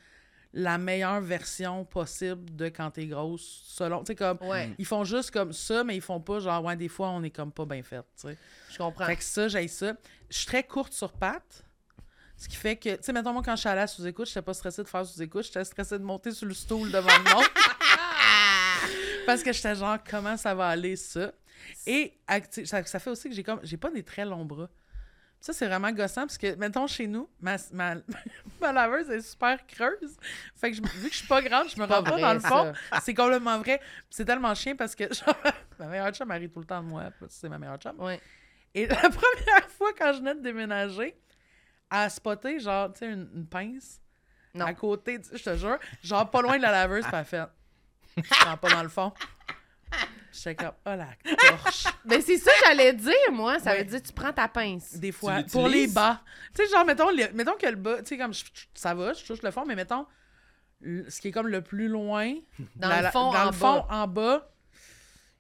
S5: la meilleure version possible de quand t'es grosse, selon. Tu sais, comme.
S1: Ouais,
S5: Ils font juste comme ça, mais ils font pas genre, ouais, des fois, on est comme pas bien fait, tu sais.
S1: je comprends.
S5: Fait que ça, j'ai ça. Je suis très courte sur pattes. Ce qui fait que, tu sais, mettons, moi, quand je suis allée à sous-écoute, j'étais pas stressée de faire sous-écoute, j'étais stressée de monter sur le stool devant le monde. Parce que j'étais genre, comment ça va aller, ça? Et à- tu sais, ça, ça fait aussi que j'ai comme, j'ai pas des très longs bras. Ça, c'est vraiment gossant parce que, mettons, chez nous, ma, ma, ma laveuse est super creuse. Fait que je- vu que je suis pas grande, je me
S1: pas
S5: rends pas
S1: vrai,
S5: dans le fond.
S1: ça.
S5: C'est complètement vrai. Puis C'est tellement chien parce que, genre, ma meilleure chum marie tout le temps de moi. parce que C'est ma meilleure chum.
S1: Ouais.
S5: Et la première fois, quand je venais de déménager, à spotter, genre, tu sais, une, une pince
S1: Non.
S5: à côté, du- je te jure, genre pas loin de la laveuse, pas faite. Je prends pas dans le fond. J'étais comme, oh la torche.
S1: Mais Ben, c'est ça que j'allais dire, moi. Ça
S5: Ouais.
S1: veut dire tu prends ta pince.
S5: Des fois,
S2: l'utilises?
S5: pour les bas. Tu sais, genre, mettons, le- mettons que le bas, tu sais, comme, je- je- ça va, je touche le fond, mais mettons, le- ce qui est comme le plus loin,
S1: Dans
S5: la-
S1: le fond,
S5: dans
S1: en
S5: le fond,
S1: bas.
S5: en bas,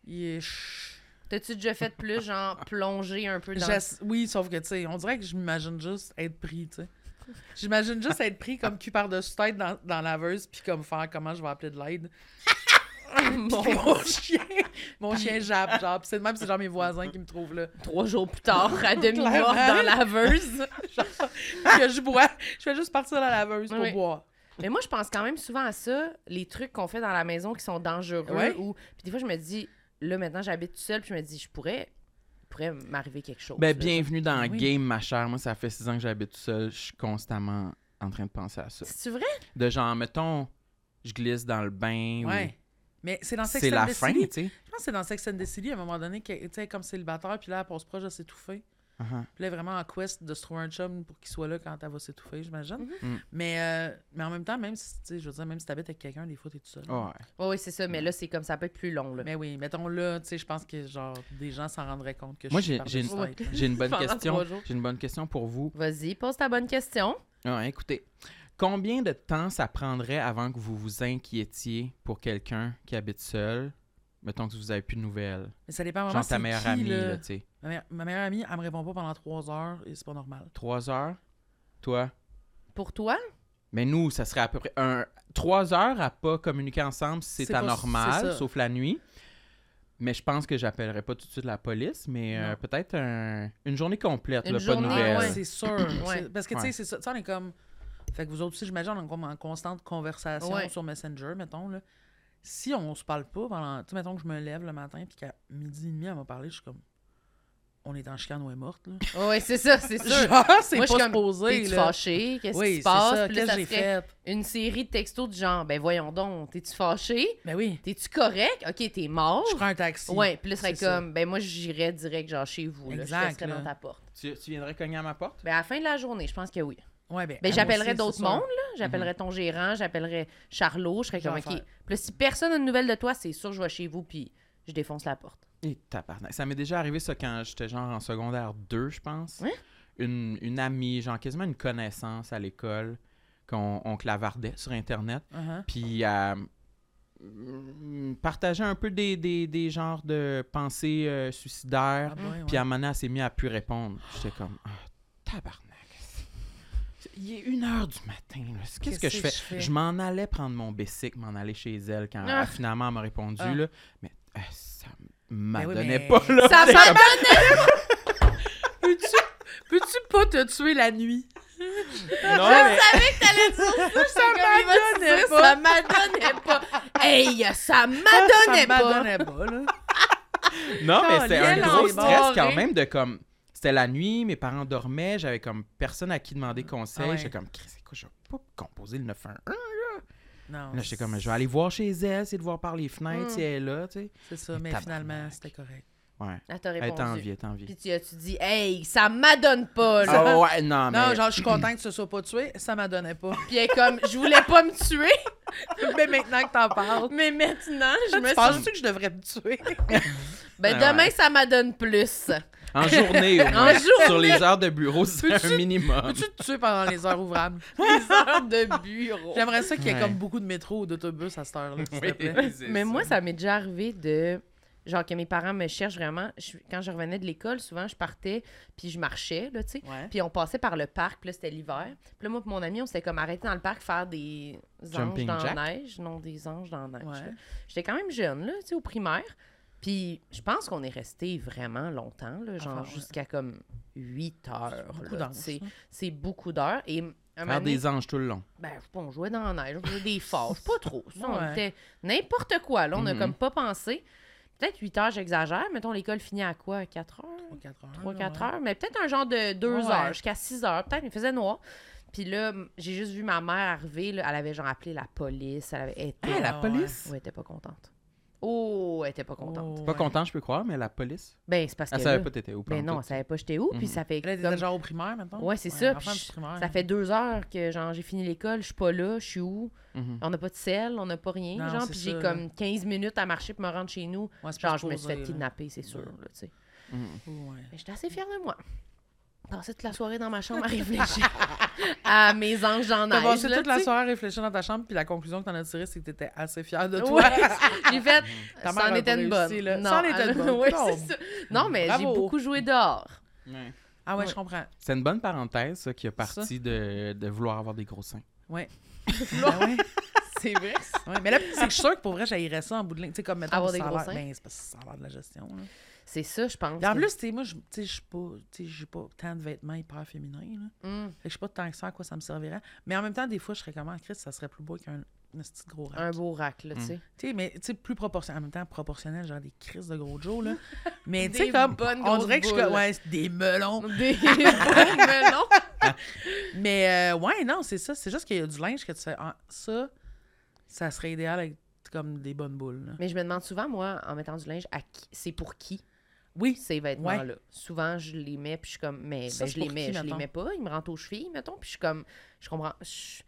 S5: il est ch-
S1: T'as-tu déjà fait plus, genre, plonger un peu dans le
S5: J'ass- Oui, sauf que, tu sais, on dirait que je m'imagine juste être pris, tu sais. J'imagine juste être pris comme cul par-dessus tête dans, dans la laveuse, puis comme faire comment je vais appeler de l'aide. Puis que mon chien, mon chien jappe, genre. Puis c'est de même, c'est genre mes voisins qui me trouvent là.
S1: Trois jours plus tard, à demi-mort
S5: Clairement.
S1: dans la laveuse.
S5: que je bois. Je fais juste partir à la laveuse pour
S1: Oui.
S5: boire.
S1: Mais moi, je pense quand même souvent à ça, les trucs qu'on fait dans la maison qui sont dangereux.
S5: Ouais.
S1: Ou... Puis des fois, je me dis, là, maintenant, j'habite tout seul, puis je me dis, je pourrais, il pourrait m'arriver quelque chose.
S2: Ben,
S1: là.
S2: bienvenue dans la
S5: Oui.
S2: game, ma chère. Moi, ça fait six ans que j'habite tout seul. Je suis constamment en train de penser à ça.
S1: C'est-tu vrai?
S2: De genre, mettons, je glisse dans le bain. ou-
S5: Ouais. Mais c'est dans Sex
S2: C'est
S5: and
S2: la
S5: the
S2: fin,
S5: City.
S2: tu sais.
S5: Je pense que c'est dans Sex and the City, à un moment donné, que, tu sais, comme célibataire, puis là, elle passe proche de s'étouffer.
S2: Uh-huh.
S5: Puis là, vraiment en quest de se trouver un chum pour qu'il soit là quand elle va s'étouffer, j'imagine.
S2: Mhm. Mm.
S5: mais, euh, mais en même temps, même si, tu sais, je veux dire, même si t'habites avec quelqu'un, des fois, t'es tout seul.
S2: Ouais.
S1: Oui, oui, c'est ça. Mais là, c'est comme ça peut être plus long. Là.
S5: Mais oui, mettons là, tu sais, je pense que genre des gens s'en rendraient compte que
S2: Moi,
S5: je suis
S2: j'ai-
S5: par-dessus
S2: j'ai une,
S5: tête, là.
S2: j'ai une bonne
S5: Pendant
S2: question.
S5: trois jours.
S2: J'ai une bonne question pour vous.
S1: Vas-y, pose ta bonne question.
S2: Ouais, Ah, écoutez, combien de temps ça prendrait avant que vous vous inquiétiez pour quelqu'un qui habite seul? Mettons que vous n'avez plus de nouvelles.
S5: Mais ça dépend vraiment
S2: Genre ta
S5: c'est
S2: meilleure
S5: qui,
S2: amie,
S5: là.
S2: là, tu sais.
S5: Ma, meilleure, ma meilleure amie, elle me répond pas pendant trois heures et c'est pas normal.
S2: Trois heures? Toi?
S1: Pour toi,
S2: Mais nous, ça serait à peu près un... trois heures à pas communiquer ensemble, c'est
S5: C'est pas- c'est
S2: anormal,
S5: ça.
S2: sauf la nuit. Mais je pense que j'appellerai pas tout de suite la police, mais euh,
S5: Non.
S2: peut-être un- une journée complète,
S1: Une
S2: là,
S1: journée,
S2: pas de
S5: Ah,
S2: nouvelles.
S1: ouais.
S5: C'est sûr. C'est- Parce que tu
S2: Ouais.
S5: sais, c'est ça. Tu sais, on est comme. Fait que vous autres aussi, j'imagine, on est comme en constante conversation
S1: Ouais.
S5: sur Messenger, mettons. Là. Si on se parle pas pendant. Tu sais, mettons que je me lève le matin puis qu'à midi et demi, elle m'a parlé, je suis comme. On est en chicane ou elle est morte, là.
S1: oui, c'est ça, c'est sûr.
S5: Genre, c'est
S1: Moi, je suis
S5: pas
S1: comme,
S5: supposé,
S1: T'es-tu
S5: là.
S1: fâché? Qu'est-ce
S5: Oui,
S1: qui
S5: c'est
S1: se passe?
S5: ça.
S1: Puis là,
S5: Qu'est-ce que
S1: ça
S5: j'ai
S1: serait
S5: fait?
S1: une série de textos du genre, ben voyons donc, t'es-tu fâché?
S5: Ben oui.
S1: T'es-tu correct? Ok, t'es mort.
S5: Je prends un taxi.
S1: Ouais, puis là, ce serait
S5: C'est ça.
S1: comme, ben moi, j'irais direct, genre chez vous. Là.
S5: Exact,
S1: je serais
S5: là.
S1: dans ta porte.
S2: Tu, tu viendrais cogner à ma porte?
S1: Ben à la fin de la journée, je pense que oui.
S5: Ouais, ben,
S1: Ben
S5: elle
S1: j'appellerais
S5: aussi,
S1: d'autres
S5: c'est sûr.
S1: mondes, là. J'appellerais ton gérant, j'appellerais Charlot, je serais comme, ok.
S5: L'enfer.
S1: Puis là, si personne n'a de nouvelles de toi, c'est sûr, je vais chez vous, puis je défonce la porte.
S2: Et tabarnak. Ça m'est déjà arrivé ça quand j'étais genre en secondaire 2, je pense.
S1: Hein?
S2: Une, une amie, genre quasiment une connaissance à l'école, qu'on on clavardait sur Internet.
S5: Uh-huh.
S2: Puis euh, mm, partageait un peu des, des, des genres de pensées euh, suicidaires.
S5: Ah, ben, ouais,
S2: Puis à un moment donné, elle s'est mise à plus répondre. J'étais comme, ah, tabarnak. Il est une heure du matin. là. Qu'est-ce que je fais? Je m'en allais prendre mon bicycle, m'en aller chez elle quand
S1: Ah.
S2: elle, finalement elle m'a répondu.
S5: Ah.
S2: Là. Mais euh, ça m'a
S5: Ben oui,
S2: donné
S5: mais-
S2: pas. Là.
S1: Ça
S2: C'est
S1: m'a
S2: comme-
S5: Peux-tu, peux-tu pas te tuer la nuit?
S2: Non, mais-
S1: T'allais dire ça, ça
S5: m'adonnait
S1: m'adonnait pas.
S5: pas.
S1: Ça m'adonnait pas. Hey, ça m'adonnait
S5: Ça
S1: pas.
S5: m'adonnait pas, là.
S2: Non, mais c'était un
S5: Caroline,
S2: gros
S5: on est
S2: stress quand
S1: barré.
S2: même de comme. C'était la nuit, mes parents dormaient, j'avais comme personne à qui demander conseil.
S5: Ouais.
S2: J'étais comme, Chris, c'est quoi, je vais pas composer le 911.
S5: Non.
S2: Là, j'étais comme, je vais aller voir chez elle, essayer de voir par les fenêtres
S1: Mm.
S2: si elle est là, tu sais.
S5: C'est ça, mais
S2: Tabarnak.
S5: finalement, c'était correct.
S2: Ouais.
S1: Elle t'a
S2: Elle est en vie,
S1: répondu.
S2: elle est en vie.
S1: Puis tu as-tu dit, hey, ça m'adonne pas, là.
S2: Ah ouais, non, mais.
S5: Non, genre, je suis content que tu ne sois pas tué, ça m'adonnait pas.
S2: Oh.
S1: Puis elle est comme, je voulais pas me tuer,
S5: mais maintenant que t'en parles,
S1: mais maintenant, je me
S5: tu
S1: suis...
S5: penses-tu que je devrais me tuer?
S1: Ben,
S2: Ah ouais.
S1: demain, ça m'adonne plus.
S2: En journée, au moins.
S1: En journée.
S2: Sur les heures de bureau, c'est
S5: Peux-tu-
S2: un
S1: Ah.
S2: minimum.
S5: Peux-tu te tuer pendant les heures ouvrables?
S1: Les heures de bureau.
S5: J'aimerais ça qu'il y ait
S2: Ouais.
S5: comme beaucoup de métro ou d'autobus à cette heure-là, s'il te plaît.
S1: Mais moi, ça m'est déjà arrivé de. Genre que mes parents me cherchent vraiment. Je- quand je revenais de l'école, souvent, je partais, puis je marchais, là, tu sais.
S5: Ouais.
S1: Puis on passait par le parc, puis là, c'était l'hiver. Puis là, moi et mon ami, on s'était comme arrêté dans le parc faire des
S2: Jumping
S1: anges dans
S2: jack?
S1: la neige. Non, des anges dans la neige.
S5: Ouais.
S1: là. J'étais quand même jeune, là, tu sais, au primaire. Puis je pense qu'on est resté vraiment longtemps, là, genre
S5: Enfin, ouais.
S1: jusqu'à comme 8 heures.
S5: beaucoup
S1: là,
S5: d'anges, hein.
S1: tu sais.
S5: ça.
S1: C'est beaucoup d'heures. Et un moment
S2: Faire
S1: donné,
S2: des anges tout le long.
S1: ben, je sais pas, on jouait dans la neige, on jouait des phases, pas trop. Ça, on
S5: Ouais.
S1: était n'importe quoi. Là, on a
S2: Mhm.
S1: comme pas pensé. Peut-être 8 heures, j'exagère. Mettons, l'école finit à quoi? 4 heures?
S5: 4 heures.
S1: 3-4
S5: là, ouais.
S1: heures? Mais peut-être un genre de 2
S5: Ouais.
S1: heures jusqu'à 6 heures. Peut-être, il faisait noir. Puis là, m- j'ai juste vu ma mère arriver. là, elle avait genre appelé la police. Elle, avait... elle était...
S2: Ah, la
S5: ouais.
S2: police?
S1: euh, Ouais, elle était pas contente. Oh, elle était pas contente.
S5: Oh,
S2: Pas
S5: ouais.
S2: content, je peux croire, mais la police.
S1: Ben, c'est parce que.
S2: Elle savait
S1: là-
S2: pas t'étais où.
S1: Ben non,
S2: pantoute.
S1: elle savait pas j'étais où. Puis
S2: Mhm.
S1: ça fait.
S5: Là, t'es
S1: comme-
S5: déjà au primaire, maintenant?
S1: Ouais, c'est ça.
S5: enfant
S1: Puis
S5: du
S1: je-
S5: primaire.
S1: Ça fait deux heures que genre j'ai fini l'école, je suis pas là, je suis où?
S2: Mhm.
S1: On n'a pas de sel, on n'a pas rien,
S5: Non,
S1: genre,
S5: c'est
S1: puis j'ai
S5: ça,
S1: comme 15 minutes à marcher pour me rendre chez nous.
S5: Ouais, c'est
S1: Genre,
S5: plus
S1: je me suis fait
S5: posé, là.
S1: kidnapper, c'est sûr, là, tu sais.
S2: Mhm.
S5: Ouais.
S1: Mais j'étais assez fière de moi. Passé toute la soirée dans ma chambre à réfléchir à mes anges en
S5: T'as
S1: neige,
S5: passé
S1: là,
S5: toute la
S1: tu sais.
S5: soirée à réfléchir dans ta chambre, puis la conclusion que t'en as tirée, c'est que t'étais assez fière de toi.
S1: Ouais, j'ai fait,
S5: Ta mère
S1: ça en
S5: a
S1: était
S5: pas
S1: une
S5: réussi,
S1: bonne.
S5: là. Ça en était une
S1: elle-
S5: bonne.
S1: ouais,
S5: Non.
S1: c'est ça. Non, mais j'ai
S5: Bravo.
S1: beaucoup joué dehors.
S2: Ouais.
S5: Ah ouais,
S1: Ouais.
S5: je comprends.
S2: C'est une bonne parenthèse, ça, qui a
S5: Ça.
S2: parti de, de vouloir avoir des gros seins.
S5: Ouais. Ben ouais.
S1: C'est vrai.
S5: Ouais, mais là, c'est que je suis sûre que pour vrai, j'haïrais ça en bout de ligne. Tu sais, comme mettons,
S1: Avoir
S5: le
S1: des gros
S5: salaire.
S1: seins?
S5: Ben, c'est parce que ça a l'air de la gestion. Là.
S1: C'est ça, je pense.
S5: Puis en
S1: que-
S5: plus, tu sais, moi, je tu sais, je suis pas, tu sais, j'ai pas tant de vêtements hyper féminins. Là.
S1: Mm.
S5: Fait que je sais pas tant que ça à quoi ça me servirait. Mais en même temps, des fois, je serais comme, ah, Christ, ça serait plus beau qu'un un petit gros
S1: un
S5: rack.
S1: beau rack, là, tu sais.
S5: Tu sais, mais tu sais, plus proportionnel. En même temps, proportionnel, genre des crises de gros Joe, là. Mais tu
S1: Des
S5: sais, comme,
S1: bonnes
S5: on
S1: grosses
S5: dirait que je suis
S1: boules.
S5: comme, ouais, c'est des melons.
S1: Des beaux melons.
S5: Mais euh, ouais, non, c'est ça. C'est juste qu'il y a du linge que tu fais, ah, ça, ça serait idéal avec comme des bonnes boules. là.
S1: Mais je me demande souvent, moi, en mettant du linge, à qui- c'est pour qui?
S5: Oui.
S1: ces vêtements-là. Souvent, je les mets, puis je suis comme, mais
S5: Ça,
S1: ben,
S5: c'est
S1: je les
S5: pour
S1: mets,
S5: qui,
S1: je les
S5: mettons?
S1: mets pas, ils me rentrent aux chevilles, mettons, puis je suis comme, je comprends, je-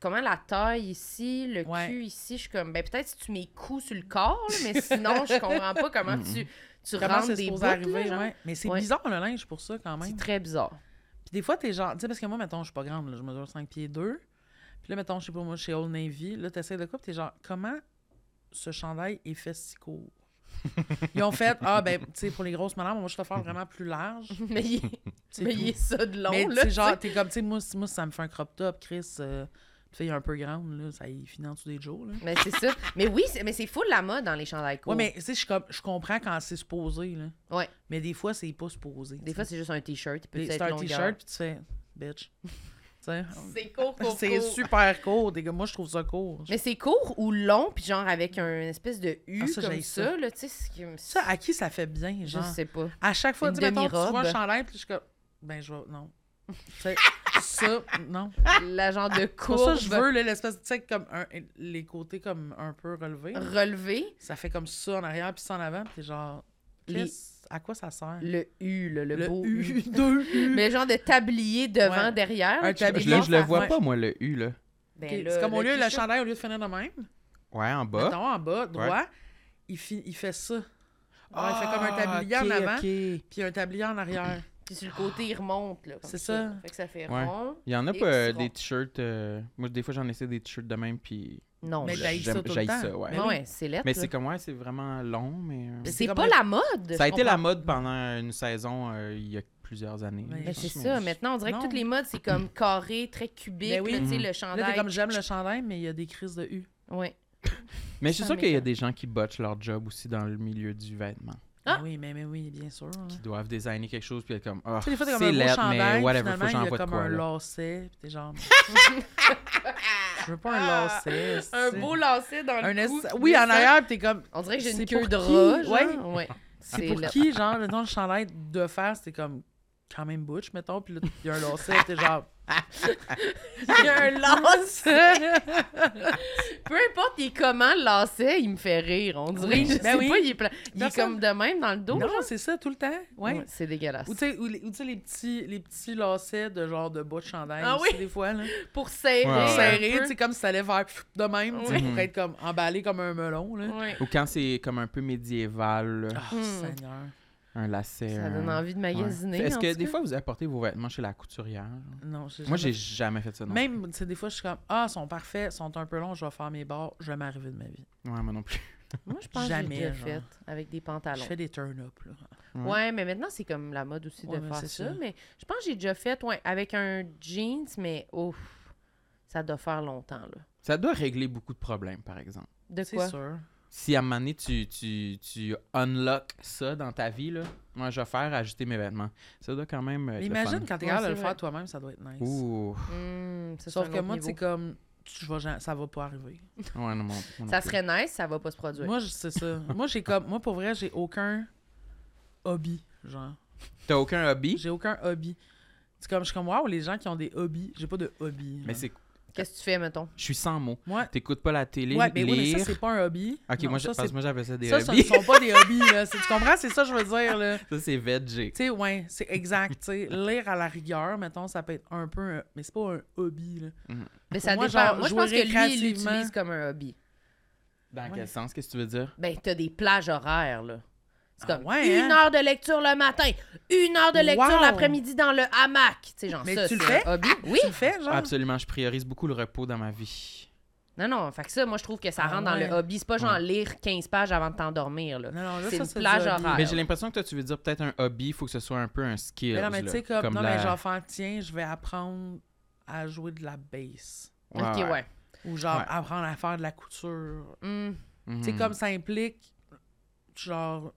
S1: comment la taille ici, le
S5: Ouais.
S1: cul ici, je suis comme, ben peut-être si tu mets coups sur le corps, là, mais sinon, je comprends pas comment tu, tu
S5: Comment
S1: rentres
S5: c'est
S1: des bouts,
S5: supposé
S1: là,
S5: arriver,
S1: genre.
S5: ouais. Mais c'est
S1: Ouais.
S5: bizarre le linge pour ça quand même.
S1: C'est très bizarre.
S5: Puis des fois, t'es genre, tu sais, parce que moi, mettons, je suis pas grande, là, je mesure 5 pieds 2. Puis là, mettons, je sais pas, moi, chez Old Navy, là, t'essayes de quoi, puis t'es genre, comment ce chandail est fait si court? Ils ont fait, ah, ben, tu sais, pour les grosses madames, on va juste le faire vraiment plus large.
S1: mais il est,
S5: C'est
S1: Mhm. mais
S5: tout.
S1: il est ça de long,
S5: Mais
S1: là.
S5: c'est genre,
S1: tu sais.
S5: t'es comme, tu sais, moi, si- moi, ça me fait un crop top, Chris, euh, une fille un peu grande, là, ça y finit en dessous des jours, là.
S1: Mais c'est ça. Mais oui, c'est- mais c'est fou la mode dans les chandails courts.
S5: Ouais, mais tu sais, je suis comme- je comprends quand c'est supposé, là.
S1: Ouais.
S5: Mais des fois, c'est pas supposé.
S1: Des fois, c'est juste un t-shirt. Il peut
S5: c'est
S1: être
S5: un
S1: longueur.
S5: t-shirt, puis tu fais, bitch. Tu sais,
S1: C'est court, court,
S5: c'est
S1: court.
S5: super court. des gars. Moi, je trouve ça court.
S1: Mais c'est court ou long, puis genre avec un espèce de U
S5: Ah, ça,
S1: comme
S5: j'haïs
S1: ça,
S5: ça.
S1: là, tu sais, c'est comme-
S5: Ça, à qui ça fait bien,
S1: je
S5: genre?
S1: sais pas.
S5: À chaque fois,
S1: Une
S5: tu sais, mettons, tu vois
S1: demi-robe.
S5: un chandail, puis je suis comme, ben, je vais, non. Tu sais, ça, non.
S1: La genre de
S5: C'est Ah! pour
S1: courbe
S5: ça que je veux, là, l'espèce, tu sais, comme un- les côtés comme un peu relevés.
S1: relevée,
S5: Ça fait comme ça en arrière, puis ça en avant, puis t'es genre,
S1: Les-
S5: qu'est-ce- à quoi ça sert?
S1: le U, là, le, beau
S5: U,
S1: U.
S5: deux U.
S1: Mais le genre de tablier devant,
S5: Ouais.
S1: derrière.
S5: Un
S1: là, tu peux
S2: Je,
S5: tablier.
S2: le-
S1: voir
S2: je le
S1: ça.
S2: vois
S5: ouais.
S2: pas, moi, le U, là.
S1: Ben
S5: Ok,
S1: là,
S5: c'est comme au lieu, le
S1: t-shirt,
S5: chandail, au lieu de finir de même,
S2: Ouais, en bas.
S5: mettons, en bas, droit, il, fi- il fait ça. Genre, il fait comme un tablier
S2: Ah,
S5: en
S2: ok,
S5: avant,
S2: ok.
S5: puis un tablier en arrière.
S1: Puis sur le côté, il remonte, là. comme
S5: C'est ça.
S1: Fait que ça fait
S2: Ouais.
S1: rond.
S2: Il y en a
S1: Et
S2: pas euh,
S1: c'est rond.
S2: des t-shirts. euh, Moi, des fois, j'en essaie des t-shirts de même, puis.
S1: Non,
S5: Mais
S1: là.
S5: j'haïs ça
S2: j'aime-
S5: tout le
S2: j'haïs
S5: temps.
S2: ça, ouais.
S5: Mais
S1: Ouais,
S5: oui.
S1: Ah ouais, c'est lettre.
S2: Mais c'est comme, ouais, c'est vraiment long, mais. euh,
S5: Mais
S1: C'est
S5: comme
S1: pas
S5: un-
S1: la mode.
S2: Ça a
S1: je
S2: été la
S1: comprends.
S2: mode pendant une saison euh, il y a plusieurs années.
S5: Mais
S2: je
S1: Mais
S2: pense,
S1: c'est ça. Maintenant, on dirait que
S5: Non.
S1: toutes les modes, c'est comme carré, très cubique.
S5: Ben oui.
S1: là, tu sais,
S2: Mhm.
S1: le
S5: Là, t'es
S1: chandail.
S5: comme, j'aime le chandail, mais il y a des crises de U.
S1: Ouais.
S2: Mais je suis
S1: Ça
S2: sûr qu'il y a
S1: m'étonne.
S2: des gens qui botchent leur job aussi dans le milieu du vêtement.
S1: Ah!
S5: Oui, mais, mais oui, bien sûr. hein.
S2: Ils doivent designer quelque chose puis être comme Ah,
S5: Tu sais, des fois, t'as comme
S2: c'est
S5: un beau
S2: lettre, mais
S5: chandail,
S2: whatever, faut que
S5: finalement, il y a
S2: j'envoie de
S5: comme
S2: quoi.
S5: un
S2: là.
S5: lacet, puis t'es genre... je veux pas un lacet.
S1: Un
S5: c'est-
S1: beau lacet dans
S5: Un
S1: le cou.
S5: es-
S1: qui
S5: Oui, en
S1: descend.
S5: arrière, puis t'es comme...
S1: On dirait que j'ai
S5: C'est
S1: une queue
S5: pour
S1: de
S5: qui?
S1: rat, genre.
S5: Ouais.
S1: Ouais.
S5: C'est pour
S1: lettre.
S5: qui, genre, mettons, le chandail de fer, c'est comme quand même butch, mettons, puis là, il y a un lacet, t'es genre...
S1: Il y a un lacet. Peu importe il est comment le lacet, il me fait rire. On dirait.
S5: Oui,
S1: Je
S5: ben
S1: sais
S5: oui.
S1: pas, il est, plein- il est
S5: Personne-
S1: comme de même dans le dos.
S5: Non,
S1: genre.
S5: c'est ça, tout le temps, ouais.
S1: Ouais, C'est dégueulasse.
S5: Ou tu sais, ou les, ou tu sais, les petits, les petits lacets de genre de bas de chandail
S1: Ah
S5: aussi,
S1: oui.
S5: des fois, là.
S1: Pour serrer.
S2: Ouais, ouais.
S5: Serré,
S1: un peu.
S5: tu sais, comme si t'allais vers pff, de même, tu sais,
S1: Ouais.
S5: pour être comme emballé comme un melon, là.
S1: Ouais.
S2: Ou quand c'est comme un peu médiéval, là,
S5: Oh,
S1: Hmm.
S5: Seigneur.
S2: un lacet.
S1: Ça
S2: un-
S1: donne envie de
S2: euh, Ouais.
S1: magasiner.
S2: Est-ce
S1: en
S2: que
S1: tout
S2: des
S1: cas.
S2: fois vous apportez vos vêtements chez la couturière genre?
S5: Non, j'ai
S2: Moi, j'ai
S5: jamais
S2: jamais fait ça. Non.
S5: Même, tu sais, des fois, je suis comme, ah, ils sont parfaits, ils sont un peu longs, je vais faire mes bords, jamais arrivé de ma vie.
S2: Ouais, moi non plus.
S1: Moi, je pense que j'ai
S5: Jamais,
S1: déjà
S5: genre.
S1: fait avec des
S5: Je
S1: pantalons.
S5: fais des turn-up, là.
S2: Ouais.
S1: Ouais, mais maintenant, c'est comme la mode aussi
S5: Ouais,
S1: de
S5: mais
S1: faire ça.
S5: c'est ça.
S1: Mais je pense que j'ai déjà fait ouais, avec un jeans, mais ouf, ça doit faire longtemps. là.
S2: Ça doit régler beaucoup de problèmes, par exemple.
S1: De
S5: C'est
S1: quoi?
S5: sûr.
S2: Si à un moment donné, tu, tu, tu unlock ça dans ta vie, là, moi, je vais faire ajuster mes vêtements. Ça doit quand même être
S5: Mais
S2: Ben, le
S5: imagine
S2: fun.
S5: quand t'es
S1: Ouais,
S5: capable de
S1: c'est
S5: le
S1: vrai.
S5: faire toi-même, ça doit être nice.
S2: Ouh.
S1: Hmm, ça, c'est
S5: Sauf
S1: un
S5: que
S1: autre
S5: moi,
S1: niveau.
S5: c'est comme, tu- je vais jamais- ça va pas arriver.
S2: Ouais, non, moi- moi non
S1: Ça
S2: plus.
S1: serait nice, ça va pas se produire.
S5: Moi, je- c'est ça. moi, j'ai comme, moi, pour vrai, j'ai aucun hobby, genre.
S2: T'as aucun hobby?
S5: J'ai aucun hobby. C'est comme, je suis comme, waouh, les gens qui ont des hobbies, j'ai pas de hobby.
S2: Mais
S5: genre.
S2: c'est.
S1: Qu'est-ce que tu fais, mettons?
S2: Je suis sans mots.
S5: Moi,
S2: T'écoutes pas la télé,
S5: ouais, mais, oui,
S2: lire.
S5: mais ça, c'est pas un hobby.
S2: ok,
S5: Non,
S2: moi,
S5: ça,
S2: je
S5: c'est-
S2: pense, moi, j'avais ça des
S5: ça, ce ne
S2: hobbies.
S5: sont pas des hobbies, là. C'est- Tu comprends? C'est ça que je veux dire, là.
S2: ça, c'est veggie.
S5: Tu sais, ouais, c'est exact. tu sais, lire à la rigueur, mettons, ça peut être un peu. un- Mais c'est pas un hobby, là.
S1: Mais ça
S5: moi,
S1: dépend.
S5: genre,
S1: moi, je
S5: jouer
S1: pense que lui, il
S5: récréativement.
S1: l'utilise comme un hobby.
S2: Dans
S5: Ouais.
S2: quel sens? Qu'est-ce que tu veux dire?
S1: Ben, t'as des plages horaires, là. C'est
S5: Ah
S1: comme
S5: ouais,
S1: une
S5: hein?
S1: heure de lecture le matin, une heure de lecture
S5: Wow!
S1: l'après-midi dans le hamac. Tu sais, genre
S5: Mais
S1: ça,
S5: tu le
S1: c'est un
S5: fais?
S1: hobby. Oui.
S5: Tu le fais, genre?
S2: Absolument, je priorise beaucoup le repos dans ma vie.
S1: Non, non, fait que ça, moi, je trouve que ça
S5: Ah
S1: rentre dans
S5: ouais.
S1: le hobby. C'est pas genre lire 15 pages avant de t'endormir, là.
S5: Non, non, là,
S1: C'est
S5: ça,
S1: une
S5: c'est du
S1: plage
S5: hobby.
S1: horaire.
S2: Mais j'ai l'impression que toi, tu veux dire peut-être un hobby, il faut que ce soit un peu un skill.
S5: Mais non, mais tu sais, comme, non,
S2: la-
S5: mais genre, faire, tiens, je vais apprendre à jouer de la bass.
S2: Ouais,
S1: ok,
S2: ouais.
S1: ouais.
S5: Ou genre,
S2: Ouais.
S5: apprendre à faire de la couture.
S1: Hmm.
S2: Mhm.
S5: Tu sais, comme ça implique, genre,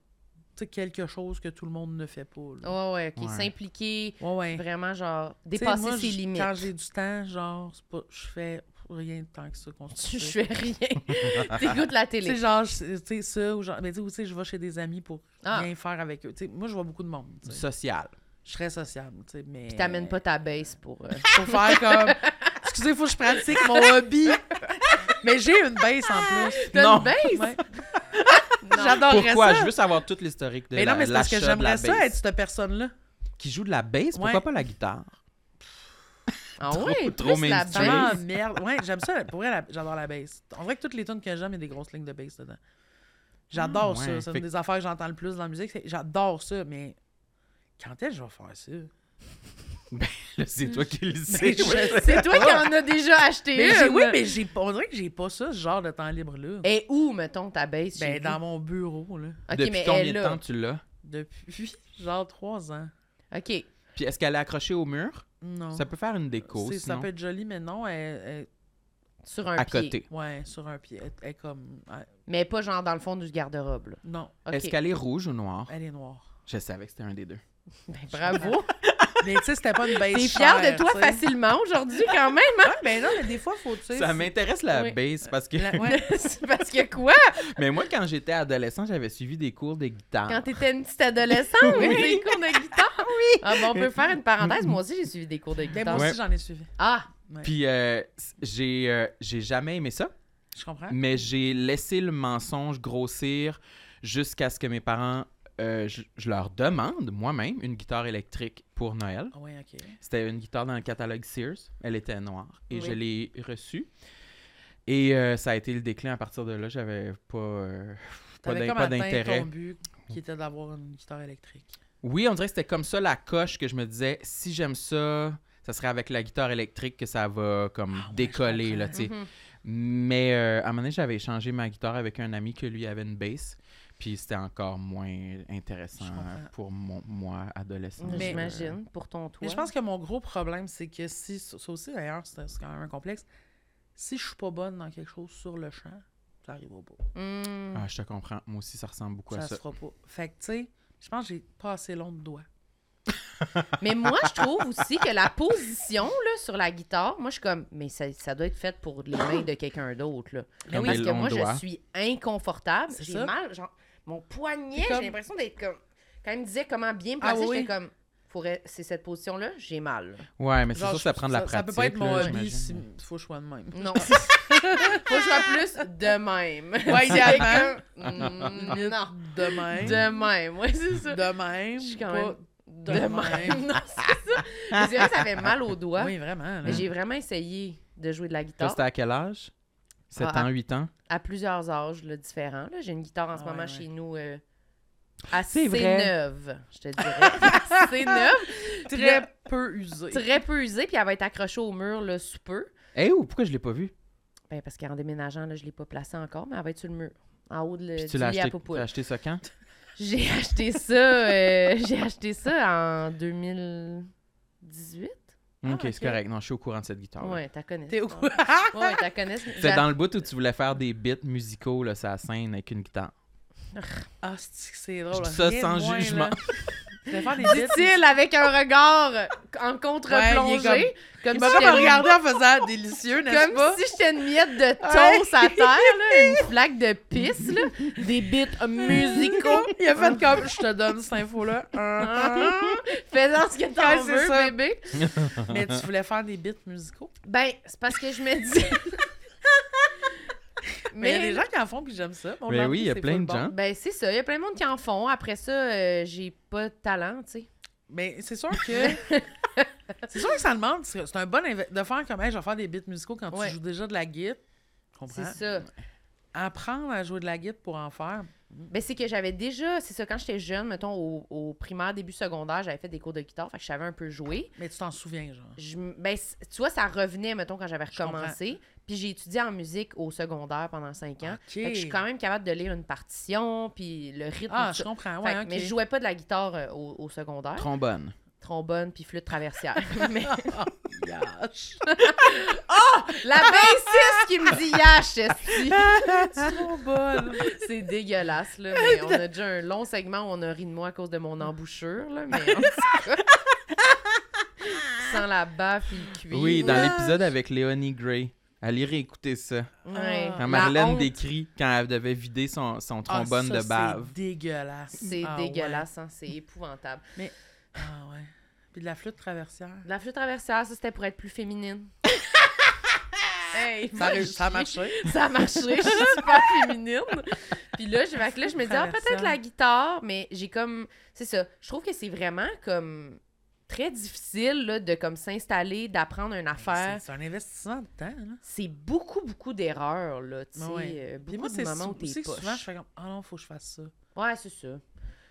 S5: tu sais, quelque chose que tout le monde ne fait pas, là.
S1: Ouais, ouais, ok.
S2: Ouais.
S1: S'impliquer,
S5: Ouais, ouais.
S1: vraiment, genre,
S5: Tu sais,
S1: dépasser
S5: moi,
S1: ses
S5: je-
S1: limites.
S5: Quand j'ai du temps, genre, c'est pas- je fais rien de tant que ça qu'on se
S1: Tu
S5: fait.
S1: je fais rien. T'écoutes la
S5: Tu sais,
S1: télé.
S5: genre, je- tu sais, ça, ou genre, mais tu sais, ou tu sais, je vais chez des amis pour
S1: Ah.
S5: rien faire avec eux. Tu sais, moi, je vois beaucoup de monde. tu
S2: Du
S5: sais.
S2: social.
S5: Je serais sociable, tu sais, mais.
S1: Puis t'amènes pas ta base pour. euh,
S5: Faut faire comme. Excusez, faut que je pratique mon hobby. mais j'ai une baisse en plus.
S1: T'as
S2: Non.
S1: une base?
S5: Ouais. J'adorerais
S2: Pourquoi?
S5: Ah, ça.
S2: Je veux savoir tout l'historique de
S5: Mais
S2: la
S5: non, mais c'est parce que
S2: l'achat de la
S5: j'aimerais ça
S2: bass.
S5: être cette personne-là.
S2: Qui joue de la bass, pourquoi
S5: Ouais.
S2: pas la guitare?
S1: Ah
S2: Trop-
S1: ouais,
S2: trop
S1: plus la
S2: mainstream.
S1: base.
S5: Ah, merde. Ouais, j'aime ça. Pour vrai, la- j'adore la bass. On dirait que toutes les tunes que j'aime, il y a des grosses lignes de bass dedans. J'adore
S2: Ah, ouais.
S5: ça. C'est
S2: Fait
S5: une des affaires que j'entends le plus dans la musique. c'est- J'adore ça, mais quand est-ce que je vais faire ça?
S2: Là, C'est toi qui le sais.
S5: Mais je-
S2: ouais.
S1: C'est toi qui en as déjà acheté
S5: Mais
S1: une.
S5: j'ai- oui, mais j'ai pas- on dirait que j'ai pas ça, ce genre de temps libre-là.
S1: Et où, mettons, ta base? chez
S5: Ben,
S1: vous?
S5: dans mon bureau, là.
S1: OK,
S2: Depuis
S1: mais
S2: combien
S1: elle
S2: de
S1: là.
S2: temps tu l'as?
S5: Depuis genre trois ans.
S1: OK.
S2: Puis est-ce qu'elle est accrochée au mur?
S5: Non.
S2: Ça peut faire une déco,
S5: C'est- Ça
S2: sinon,
S5: peut être joli, mais non, elle,
S1: Sur un
S2: à
S1: pied.
S2: côté.
S5: elle- ouais, sur un pied. Elle, elle est comme. elle-
S1: Mais pas genre dans le fond du garde-robe. là.
S5: non,
S1: OK.
S2: Est-ce qu'elle est rouge ou noire?
S5: elle est noire.
S2: Je savais que c'était un des deux.
S1: Ben, bravo.
S5: Mais tu sais, c'était pas une base.
S1: T'es fière de
S5: chère,
S1: toi
S5: tu sais.
S1: facilement aujourd'hui quand même. hein?
S5: Mais non, mais des fois, faut, tu sais.
S2: Ça
S5: c'est-
S2: m'intéresse la
S1: Oui.
S2: bass parce que.
S5: la- ouais.
S1: C'est parce que quoi?
S2: Mais moi, quand j'étais adolescent, j'avais suivi des cours de guitare.
S1: Quand t'étais une petite adolescente, des cours de guitare. Oui. Ah ben, on peut faire une
S2: Mm-hmm.
S1: parenthèse. Moi aussi, j'ai suivi des cours de
S5: Mais
S1: guitare.
S5: Ben, moi
S2: Ouais.
S5: aussi, j'en ai suivi.
S1: Ah,
S2: Puis euh, j'ai euh, j'ai jamais aimé ça,
S5: Je comprends.
S2: mais j'ai laissé le mensonge grossir jusqu'à ce que mes parents, euh, je, je leur demande moi-même une guitare électrique pour Noël.
S5: Ah ouais, OK.
S2: C'était une guitare dans le catalogue Sears. Elle était noire et
S1: Oui.
S2: je l'ai reçue. Et euh, ça a été le déclin à partir de là. J'avais pas, euh, pas
S5: T'avais
S2: d'in-
S5: comme
S2: pas
S5: atteint
S2: d'intérêt.
S5: ton but qui était d'avoir une guitare électrique.
S2: Oui, on dirait que c'était comme ça la coche que je me disais si j'aime ça, ça serait avec la guitare électrique que ça va comme
S5: Ah ouais, je
S2: décoller là, tu
S5: comprends.
S2: sais.
S5: Mm-hmm.
S1: Mm-hmm.
S2: Mais euh, à un moment donné, j'avais échangé ma guitare avec un ami que lui avait une bass, puis c'était encore moins intéressant
S5: Je comprends.
S2: pour mon, moi adolescent. euh,
S5: Mais-
S1: j'imagine, pour ton toit.
S5: Mais je pense que mon gros problème, c'est que si. Ça aussi, d'ailleurs, c'est c'est quand même un complexe. Si je suis pas bonne dans quelque chose sur le champ, ça arrive au bout.
S1: Hmm.
S2: Ah, je te comprends. Moi aussi, ça ressemble beaucoup à
S5: ça
S2: ça.
S5: se fera pas. Fait que, tu sais, je pense que j'ai pas assez long de doigts.
S1: Mais moi, je trouve aussi que la position là, sur la guitare, moi, je suis comme, mais ça, ça doit être fait pour les mains de quelqu'un d'autre. là.
S2: Comme
S1: Parce
S2: des
S1: que
S2: longs
S1: moi,
S2: doigts.
S1: je suis inconfortable.
S5: C'est
S1: J'ai
S5: ça.
S1: mal. Genre, mon poignet,
S5: C'est comme-
S1: j'ai l'impression d'être comme. Quand il me disait comment bien me
S5: Ah
S1: placer,
S5: oui.
S1: j'étais comme, faudrait... c'est cette position-là, j'ai mal.
S2: Ouais, mais c'est
S5: Genre,
S2: sûr que ça
S5: je-
S2: prend de la
S5: Ça
S2: pratique.
S5: peut pas être mon
S2: là,
S5: hobby si
S2: j'imagine.
S5: faut que je sois de même.
S1: Non. Faut que je sois plus de même.
S5: Ouais, idéalement.
S1: Mm, non.
S5: Ah. De même.
S1: De même, ouais, c'est ça.
S5: De même.
S1: Je suis quand
S5: pas-
S1: même de,
S5: de
S1: même.
S5: même.
S1: non, c'est ça. Mais c'est vrai que ça fait mal aux doigts.
S5: Oui, vraiment. là.
S1: Mais j'ai vraiment essayé de jouer de la
S2: Toi,
S1: guitare
S2: c'était à quel âge 7
S1: Ah,
S2: ans, 8 ans
S1: à plusieurs âges là, différents. là. J'ai une guitare en ce
S5: Ah
S1: moment
S5: ouais,
S1: chez nous euh, assez
S2: C'est vrai.
S1: neuve, je te dirais. assez neuve,
S5: Très peu usé.
S1: très peu usée, puis elle va être accrochée au mur là, sous peu.
S2: Eh ou pourquoi je l'ai pas vu
S1: Ben, parce qu'en déménageant, là, je ne l'ai pas placée encore, mais elle va être sur le mur. En haut de, le-
S5: Euh,
S2: Puis
S1: du
S2: tu l'as
S1: lit à
S2: acheté,
S1: popoule.
S2: t'as acheté ça quand
S1: J'ai acheté ça. euh, j'ai acheté ça en 2018.
S2: Ok,
S5: Ah, ok.
S2: c'est correct. Non, je suis au courant de cette guitare.
S1: Ouais, t'as connais.
S5: T'es au
S1: Ouais, ouais, t'as connais.
S2: C'est dans le bout où tu voulais faire des beats musicaux là, sur la scène avec une guitare.
S5: Ah, c'est c'est drôle. hein?
S2: Je dis ça
S5: Rien
S2: sans
S5: de moins,
S2: jugement.
S5: là. Je vais faire des bits.
S1: Dit-il avec un regard en contre-plongée.
S5: Ouais, il est
S1: comme si
S5: Il m'a comme
S1: j'étais une-
S5: regardé en faisant délicieux, n'est-ce
S1: Comme
S5: pas?
S1: si j'étais une miette de
S5: Ouais.
S1: thon sur la terre, là, une flaque de pisse, là, des beats musicaux,
S5: Il a fait comme, je te donne cette info-là. Hein, hein.
S1: faisant ce que
S5: Ouais,
S1: t'en
S5: c'est
S1: veux,
S5: ça.
S1: bébé.
S5: Mais tu voulais faire des bits musicaux?
S1: Ben, c'est parce que je me dis...
S5: Mais il y a
S1: Mais,
S5: des gens hein? qui en font, puis j'aime ça. Mon
S2: Mais
S5: mari,
S2: oui, il y a
S5: c'est
S2: plein
S5: full
S2: de
S5: bon.
S2: gens.
S1: ben c'est ça, il y a plein de monde qui en font. Après ça, euh, j'ai pas de talent, tu sais.
S5: Mais Ben, c'est sûr que... c'est sûr que ça demande... C'est c'est un bon... inve- De faire comme, hey, je vais faire des bits musicaux quand
S1: Ouais.
S5: tu joues déjà de la guitare. Je
S1: C'est
S5: comprends?
S1: ça.
S5: Apprendre à jouer de la guitare pour en faire.
S1: Ben, c'est que j'avais déjà, c'est ça, quand j'étais jeune, mettons, au, au primaire, début secondaire, j'avais fait des cours de guitare, fait que je savais un peu jouer.
S5: Mais tu t'en souviens, genre.
S1: je m- ben, c- tu vois, ça revenait, mettons, quand j'avais
S5: comprends.
S1: recommencé. Puis j'ai étudié en musique au secondaire pendant cinq ans. Hein?
S5: OK.
S1: Fait que je suis quand même capable de lire une partition, puis le rythme.
S5: Ah,
S1: tout
S5: je
S1: ça.
S5: comprends,
S1: Fait
S5: ouais,
S1: que-
S5: ok.
S1: Mais je jouais pas de la guitare euh, au, au secondaire.
S2: Trombone.
S1: Trombone, puis flûte traversière. mais
S5: Yash.
S1: la bassiste qui me dit yash, esti.
S5: Trop bonne.
S1: c'est dégueulasse, là. Mais on a déjà un long segment où on a ri de moi à cause de mon embouchure, là. Mais en tout cas- Sans la baffe, puis le cuir.
S2: Oui, dans
S5: Ouais.
S2: l'épisode avec Léonie Gray. Allez réécouter ça.
S1: Ouais.
S5: Ah.
S2: Quand
S1: La
S2: Marlène
S1: honte.
S2: décrit quand elle devait vider son, son
S5: Ah,
S2: trombone
S5: ça,
S2: de bave.
S5: C'est dégueulasse.
S1: C'est
S5: Ah, ouais.
S1: dégueulasse, hein, c'est épouvantable.
S5: Ah ouais. Puis de la flûte traversière.
S1: La flûte traversière, ça, c'était pour être plus féminine. Hey,
S5: Ça,
S1: moi,
S5: a réussi-
S1: je-
S5: ça a marché.
S1: ça a marché, je suis super féminine. Puis là, je, fait que là, je me dis, ah, peut-être
S5: Traversant.
S1: la guitare, mais j'ai comme. C'est ça. Je trouve que c'est vraiment comme très difficile là, de comme s'installer, d'apprendre une affaire.
S5: Ben, C'est c'est un investissement de temps. Là.
S1: C'est beaucoup, beaucoup d'erreurs, là, tu sais.
S5: Ben ouais.
S1: euh,
S5: Puis
S1: Beaucoup
S5: moi,
S1: de
S5: c'est
S1: moments où
S5: sou-
S1: t'es
S5: c'est
S1: poche.
S5: souvent, je fais comme, ah non, faut que je fasse ça.
S1: Ouais, c'est ça.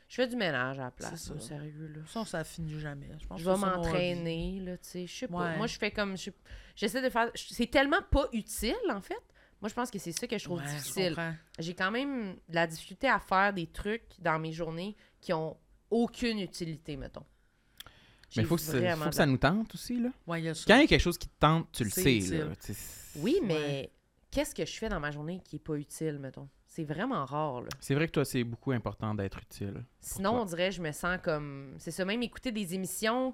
S1: Je fais du ménage à la place,
S5: C'est ça.
S1: là, sérieux, là.
S5: Ça, ça finit jamais. Je, pense
S1: Je
S5: que
S1: vais
S5: c'est ça mon
S1: m'entraîner, là, tu sais. Je sais pas.
S5: Ouais.
S1: Moi, je fais comme. je- J'essaie de faire. je- C'est tellement pas utile, en fait. Moi, je pense que c'est ça que je trouve
S5: Ouais, je
S1: difficile.
S5: comprends.
S1: j'ai quand même de la difficulté à faire des trucs dans mes journées qui ont aucune utilité, mettons.
S2: Mais
S1: J'ai
S2: il faut, que ça-
S1: vraiment
S2: faut que
S1: de
S2: ça nous tente aussi. Là.
S5: Ouais, il y a ça.
S2: Quand il y a quelque chose qui te tente, tu le
S5: C'est
S2: sais.
S5: utile.
S2: Là. Tu sais,
S1: la- Oui, mais qu'est-ce que je fais dans ma journée qui est pas utile, mettons? C'est vraiment rare, là.
S2: C'est vrai que toi, c'est beaucoup important d'être utile.
S1: Sinon,
S2: toi.
S1: on dirait, je me sens comme... C'est ça, même écouter des émissions...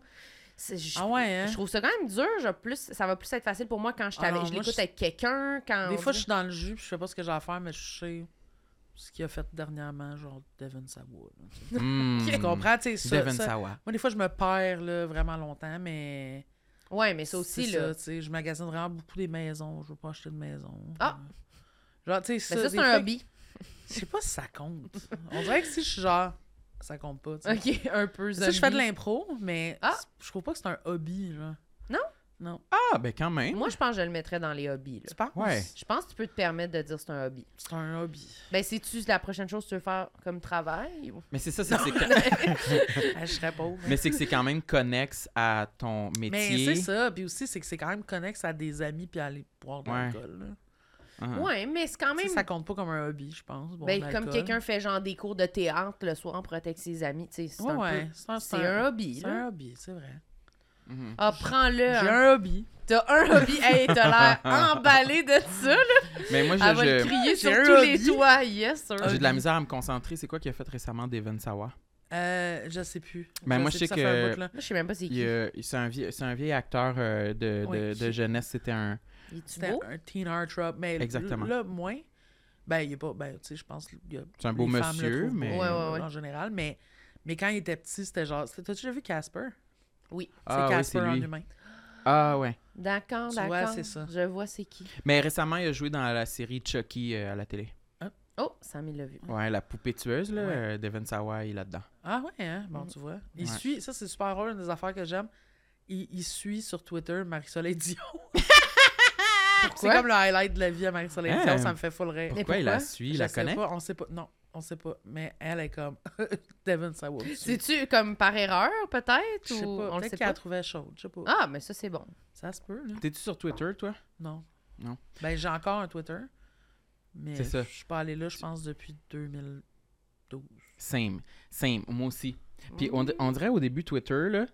S1: c'est- Je,
S5: Ah ouais, hein?
S1: je trouve ça quand même dur. je- plus, ça va plus être facile pour moi quand je,
S5: Ah
S1: t'avais-
S5: non,
S1: je
S5: moi,
S1: l'écoute
S5: je-
S1: avec quelqu'un. Quand
S5: Des
S1: on
S5: fois,
S1: dirait-
S5: je suis dans le jus, puis je sais pas ce que j'ai à faire, mais je sais ce qu'il a fait dernièrement, genre Devin Sawa. là, tu sais.
S2: Hmm.
S5: Tu comprends? Tu sais, ça-
S2: Devin
S5: ça-
S2: Sawa.
S5: Moi, des fois, je me perds là, vraiment longtemps, mais.
S1: Ouais, mais ça aussi,
S5: c'est
S1: là...
S5: ça, tu sais, je magasine vraiment beaucoup des maisons. Je veux pas acheter de maison.
S1: Ah!
S5: Genre, tu sais,
S1: ben ça,
S5: des
S1: c'est un
S5: fois-
S1: hobby.
S5: Je sais pas si ça compte. On dirait que si je suis genre, ça compte pas. tu sais.
S1: OK, un peu
S5: Ça, je fais de
S1: zombie.
S5: l'impro, mais
S1: Ah!
S5: c'est- je trouve pas que c'est un hobby. Genre.
S1: Non?
S5: Non.
S2: Ah, ben quand même.
S1: Moi, je pense que je le mettrais dans les hobbies, là.
S5: Tu penses?
S2: Ouais.
S1: Je pense que tu peux te permettre de dire que c'est un hobby.
S5: C'est un hobby.
S1: Ben, c'est-tu la prochaine chose que tu veux faire comme travail? ou-
S2: Mais c'est ça, c'est que c'est quand...
S5: Ah, je serais pauvre.
S2: mais c'est que c'est quand même connexe à ton
S5: Mais
S2: métier.
S5: c'est ça. Puis aussi, c'est que c'est quand même connexe à des amis puis à aller boire de
S2: Ouais.
S5: l'alcool. là.
S2: Ah.
S1: Ouais, mais c'est quand
S5: Tu
S1: même.
S5: sais, Ça compte pas comme un hobby, je pense. boire
S1: ben,
S5: de
S1: comme
S5: l'alcool.
S1: quelqu'un fait genre des cours de théâtre le soir en protège ses amis, tu sais, c'est
S5: Ouais,
S1: un
S5: ouais. Ah,
S1: peu-
S5: C'est un,
S1: C'est un hobby,
S5: c'est
S1: là.
S5: un hobby, c'est vrai.
S2: Mhm.
S1: Ah, prends-le.
S5: J'ai
S1: hein.
S5: un hobby.
S1: T'as un hobby. Hey, t'as l'air emballé de ça, là.
S2: Mais moi, je-
S1: Elle va le
S2: je-
S1: crier sur
S5: J'ai un
S1: tous les
S5: hobby. Ah,
S1: toits. Yes, sir.
S2: j'ai de la misère à me concentrer. C'est quoi qu'il a fait récemment, Devin Sawa?
S5: Euh, je sais plus.
S2: Ben, moi, je sais
S5: plus, ça fait un
S2: que-
S5: bout, là.
S1: Moi, je sais même pas c'est
S2: Il,
S1: qui.
S2: euh, il- c'est, un vieil, c'est un vieil acteur euh, de, de-
S5: Oui.
S2: de jeunesse. C'était un.
S1: Il est-tu
S5: C'était
S1: beau?
S5: un teen art trap. Mais l-
S2: Exactement.
S5: là, moins. Ben, il est pas. Ben, tu sais, je pense. il y a-
S2: C'est un beau
S5: les femmes le
S2: monsieur,
S5: trouvent beau,
S2: mais-
S1: Ouais, ouais, ouais.
S5: En général, mais. Mais quand il était petit, c'était genre. c'était- T'as-tu déjà vu Casper?
S1: Oui.
S2: Ah,
S5: c'est
S2: oui,
S5: Casper
S2: c'est
S5: en
S2: lui.
S5: humain.
S2: Ah, ouais.
S1: D'accord,
S5: Tu vois,
S1: d'accord.
S5: c'est ça.
S1: Je vois c'est qui.
S2: Mais récemment, il a joué dans la série Chucky euh, à la télé.
S1: Oh, Sammy l'a vu.
S2: Ouais, la poupée tueuse, là.
S5: Ouais.
S2: euh, Devin Sawa, il est là-dedans.
S5: Ah ouais, hein? Bon,
S1: Mm.
S5: tu vois. Il
S2: Ouais.
S5: suit. Ça, c'est super drôle, une des affaires que j'aime. Il, il suit sur Twitter Marie-Soleil Dion. c'est
S1: Pourquoi?
S5: comme le highlight de la vie à Marie-Soleil
S2: Hein?
S5: Dion, ça me fait full rire.
S2: Pourquoi,
S1: pourquoi?
S2: il la suit, il
S5: Je
S2: la
S5: sais
S2: connaît?
S5: pas, on sait pas. Non, on sait pas. Mais elle est comme Devin Sawa. me suit.
S1: C'est-tu comme par erreur, peut-être?
S5: Je sais
S1: Ou
S5: pas.
S1: on le
S5: Peut-être
S1: sait
S5: qu'elle
S1: pas?
S5: la trouvait chaude. Je sais pas.
S1: Ah, mais ça, c'est bon.
S5: Ça se peut, là.
S2: T'es-tu sur Twitter, toi?
S5: Non.
S2: Non.
S5: Ben, j'ai encore un Twitter. Mais
S2: C'est ça.
S5: je suis pas allée là, je pense, depuis 2012.
S2: Same. Same. Moi aussi. Puis on, on dirait au début Twitter, là,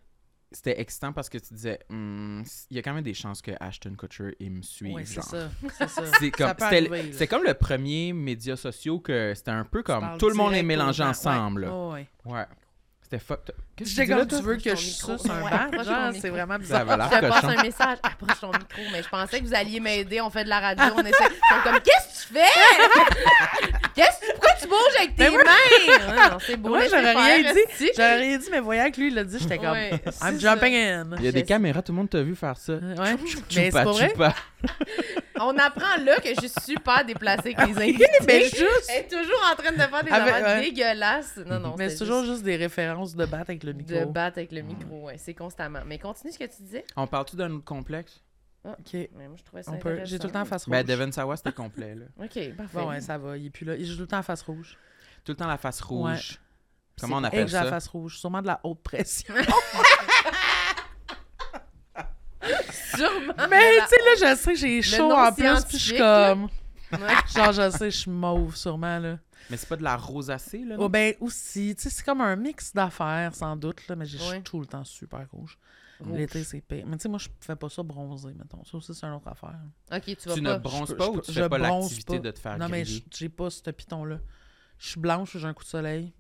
S2: c'était excitant parce que tu disais, Hmm, il y a quand même des chances que Ashton Kutcher il me suive.
S5: Ouais, c'est
S2: genre.
S5: ça. C'est ça.
S2: C'est comme,
S5: Ça peut
S2: c'était-
S5: arriver, là.
S2: c'était comme le premier média social que c'était un peu comme
S5: parles
S2: tout le monde est
S5: direct
S2: mélangé
S5: aux gens.
S2: ensemble. là.
S5: Ouais, ouais.
S2: Ouais. C'était fucked up. Qu'est-ce que
S5: J'étais
S2: tu dis là,
S5: comme,
S2: toi?
S5: tu veux que
S1: Ton
S5: je
S1: micro.
S5: suce un
S1: Ouais,
S5: verre,
S1: approche ton
S5: genre,
S1: micro.
S5: c'est vraiment
S2: Ça
S5: bizarre.
S2: avait
S1: Je
S2: l'air
S1: te passe
S2: cochon.
S1: un message. Approche ton micro, mais je pensais que vous alliez m'aider. On fait de la radio, on essaie. Ils sont comme, qu'est-ce que tu fais? Qu'est-ce que- Pourquoi tu bouges avec tes
S5: Mais moi-
S1: mains? Ouais, non, c'est beau.
S5: Moi,
S1: laissez
S5: j'aurais
S1: faire,
S5: rien dit.
S1: esti.
S5: J'aurais rien dit, mais voyant que lui, il l'a dit, j'étais comme,
S1: Ouais, c'est
S5: I'm
S1: ça.
S5: jumping in.
S2: Il y a des
S1: Je-
S2: caméras, tout le monde t'a vu faire ça.
S5: Ouais. Mais c'est
S2: Choupa,
S5: pas vrai.
S2: choupa.
S1: On apprend là que je suis super déplacée avec les invités.
S5: Mais juste.
S1: Elle est toujours en train de faire des
S5: Avec-
S1: affaires
S5: Ah, ben, ouais.
S1: dégueulasses. Non, non,
S5: Mais
S1: c'était
S5: c'est toujours juste des références de battre avec le
S1: juste
S5: micro. Mm.
S1: de battre avec le micro. Ouais, c'est constamment. Mais continue ce que tu disais.
S2: On parle-tu d'un autre complexe?
S5: OK.
S1: Mais moi, je trouvais ça
S5: On peut. J'ai tout le temps
S1: intéressant.
S5: face rouge.
S2: Ben, Devin Sawa, c'était complet. Là.
S1: OK, parfait.
S5: Bon, ouais, ça va. Il est plus là. Il joue tout le temps face rouge.
S2: Tout le temps la face rouge.
S5: Ouais.
S2: Comment on
S5: C'est-
S2: appelle
S5: Et que j'ai la
S2: ça?
S5: face rouge. Sûrement de la haute pression.
S1: Sûrement.
S5: Mais tu sais, là, je sais que j'ai chaud
S1: nom
S5: en plus, puis je suis
S1: scientifique, là.
S5: comme. Genre, je sais, je suis mauve sûrement, là.
S2: Mais c'est pas de la rosacée, là? non?
S5: Oh, ben aussi, tu sais, c'est comme un mix d'affaires, sans doute, là, mais je suis
S1: Ouais.
S5: tout le temps super rouge.
S1: Rouge.
S5: L'été, c'est pire. Mais tu sais, moi, je fais pas ça bronzer, mettons. Ça aussi, c'est une autre affaire.
S1: OK, tu vas
S2: tu ne
S1: pas.
S2: bronzes
S5: Je peux-
S2: pas
S5: je
S2: ou
S5: peux-
S2: tu
S5: je
S2: fais pas
S5: bronze
S2: l'activité
S5: pas.
S2: de te faire
S5: non, mais
S2: griller?
S5: j- j'ai pas ce piton-là. Je suis blanche, j'ai un coup de soleil.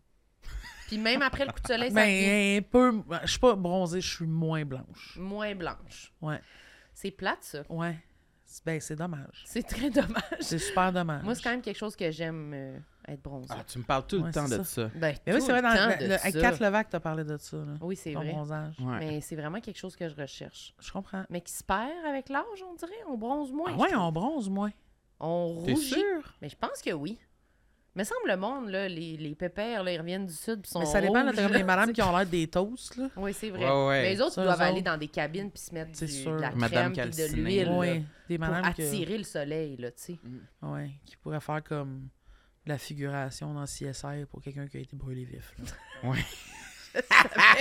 S1: Puis même après le coup de soleil, ça devient
S5: Ben, un peu. Je suis pas bronzée, je suis moins blanche.
S1: moins blanche.
S5: Ouais.
S1: C'est plate, ça.
S5: Ouais. C'est- Ben, c'est dommage.
S1: C'est très dommage.
S5: C'est super dommage.
S1: Moi, c'est quand même quelque chose que j'aime euh, être bronzé.
S2: Ah, tu me parles tout le
S5: Ouais,
S2: temps
S5: c'est
S2: de ça.
S1: Ben,
S5: Mais oui,
S1: tout
S5: c'est vrai,
S1: le
S5: dans,
S1: temps
S5: dans-
S1: de
S5: le-
S1: ça.
S5: avec Kat Levac, t'as parlé de ça, là.
S1: Oui, c'est
S5: ton
S1: vrai.
S5: bronzage.
S2: Ouais.
S1: Mais c'est vraiment quelque chose que je recherche.
S5: Je comprends.
S1: Mais qui se perd avec l'âge, on dirait. On bronze moins.
S5: ah
S1: je
S5: ouais,
S1: trouve.
S5: on bronze, moi.
S1: on
S2: T'es
S1: rougit.
S2: sûr?
S1: Mais je pense que oui. Mais semble le monde, là, les, les pépères, là, ils reviennent du sud puis sont
S5: Mais ça dépend, là,
S1: rouges,
S5: t'as comme
S1: là,
S5: les madames qui ont l'air des toasts, là.
S1: Oui, c'est vrai.
S2: Ouais, ouais.
S1: Mais les autres,
S5: Ça,
S1: ils doivent
S5: eux
S1: aller
S5: autres.
S1: dans des cabines puis se mettre
S5: C'est
S1: du-
S5: sûr.
S1: de la crème
S2: Madame
S1: puis de
S2: Calciné,
S1: l'huile
S2: là.
S1: là,
S5: Oui, des
S1: pour
S5: madames que,
S1: attirer le soleil, là, tu sais.
S5: ouais, qui pourraient faire comme de la figuration dans CSI pour quelqu'un qui a été brûlé vif. là.
S2: Ouais.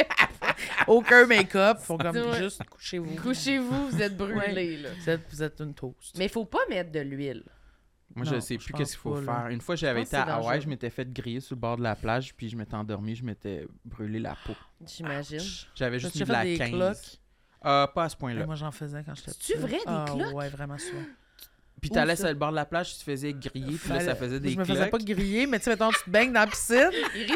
S5: Aucun make-up, faut comme
S1: Ouais.
S5: juste couchez-vous.
S1: Couchez-vous, vous êtes brûlés, là.
S5: Vous êtes, vous êtes une toast.
S1: Mais il faut pas mettre de l'huile.
S2: Moi, je
S5: Non,
S2: sais
S5: je
S2: plus
S5: pense
S2: qu'est-ce qu'il faut
S5: pas, là.
S2: faire. Une fois, j'avais
S1: pense
S2: été
S1: que
S2: à
S1: c'est
S2: Hawaï,
S1: dangereux.
S2: je m'étais fait griller sur le bord de la plage, puis je m'étais endormi, je m'étais brûlé la peau.
S1: J'imagine.
S5: Ah,
S2: J'avais juste
S5: T'as-tu
S2: mis de
S5: fait
S2: la
S5: des
S2: 15.
S5: cloques?
S2: Euh, pas à ce point-là.
S5: Ouais, Moi, j'en faisais quand j'étais
S1: C'est-tu vrai, des
S5: Ah,
S1: cloques?
S5: Ouais, vraiment souvent.
S2: Puis
S5: Où
S2: t'allais
S5: ça?
S2: sur le bord de la plage, tu te faisais griller, puis là, ça faisait des
S5: Je me faisais pas
S2: cloques.
S5: griller, mais tu sais, mettons, tu te baignes dans la piscine.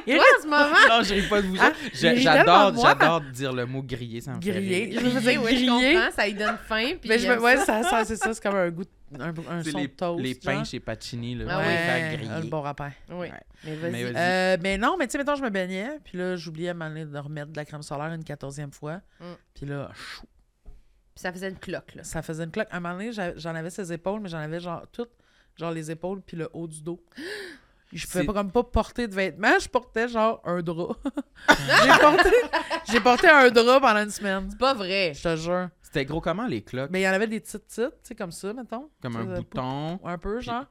S1: Irrite-toi en ce moment!
S2: Non, je ris pas de vous
S5: Ah,
S2: autres. Je-
S5: il rit tellement
S2: J'adore,
S5: de moi.
S2: j'adore dire le mot griller, ça me fait
S5: Griller.
S2: rire.
S5: Je me faisais
S1: ouais, je
S5: griller.
S1: comprends, ça lui donne faim. Puis
S5: Mais je
S1: il
S5: me...
S1: aime
S5: Ouais,
S1: ça.
S5: ça, ça, c'est ça, c'est comme un goût, de- un, un
S2: C'est
S5: son
S2: les,
S5: de toast.
S2: les pains
S5: genre.
S2: chez Pacini, là,
S1: Ah
S2: pour les
S1: ouais,
S2: faire
S5: ah, le
S2: griller.
S5: bon rapport.
S1: Oui.
S2: Ouais.
S1: Mais vas-y.
S2: Mais vas-y.
S5: Euh, mais non, mais tu sais, mettons, je me baignais, puis là, j'oubliais à un moment donné, de remettre de la crème solaire une quatorzième fois.
S1: Mm.
S5: Puis là, chou,
S1: Puis ça faisait une cloque, là.
S5: ça faisait une cloque. À un moment donné, j'a- j'en avais ses épaules, mais j'en avais genre toutes, genre les épaules, puis le haut du dos. Je pouvais
S2: C'est-
S5: pas comme pas porter de vêtements, je portais genre un drap. j'ai porté, j'ai porté un drap pendant une semaine.
S1: C'est pas vrai.
S5: Je te jure.
S2: C'était gros comment, les cloques?
S5: Mais il y en avait des petites petites, tu sais, comme ça, mettons.
S2: Comme
S5: Tu
S2: un
S5: sais,
S2: bouton,
S5: Un peu,
S2: Puis-
S5: genre.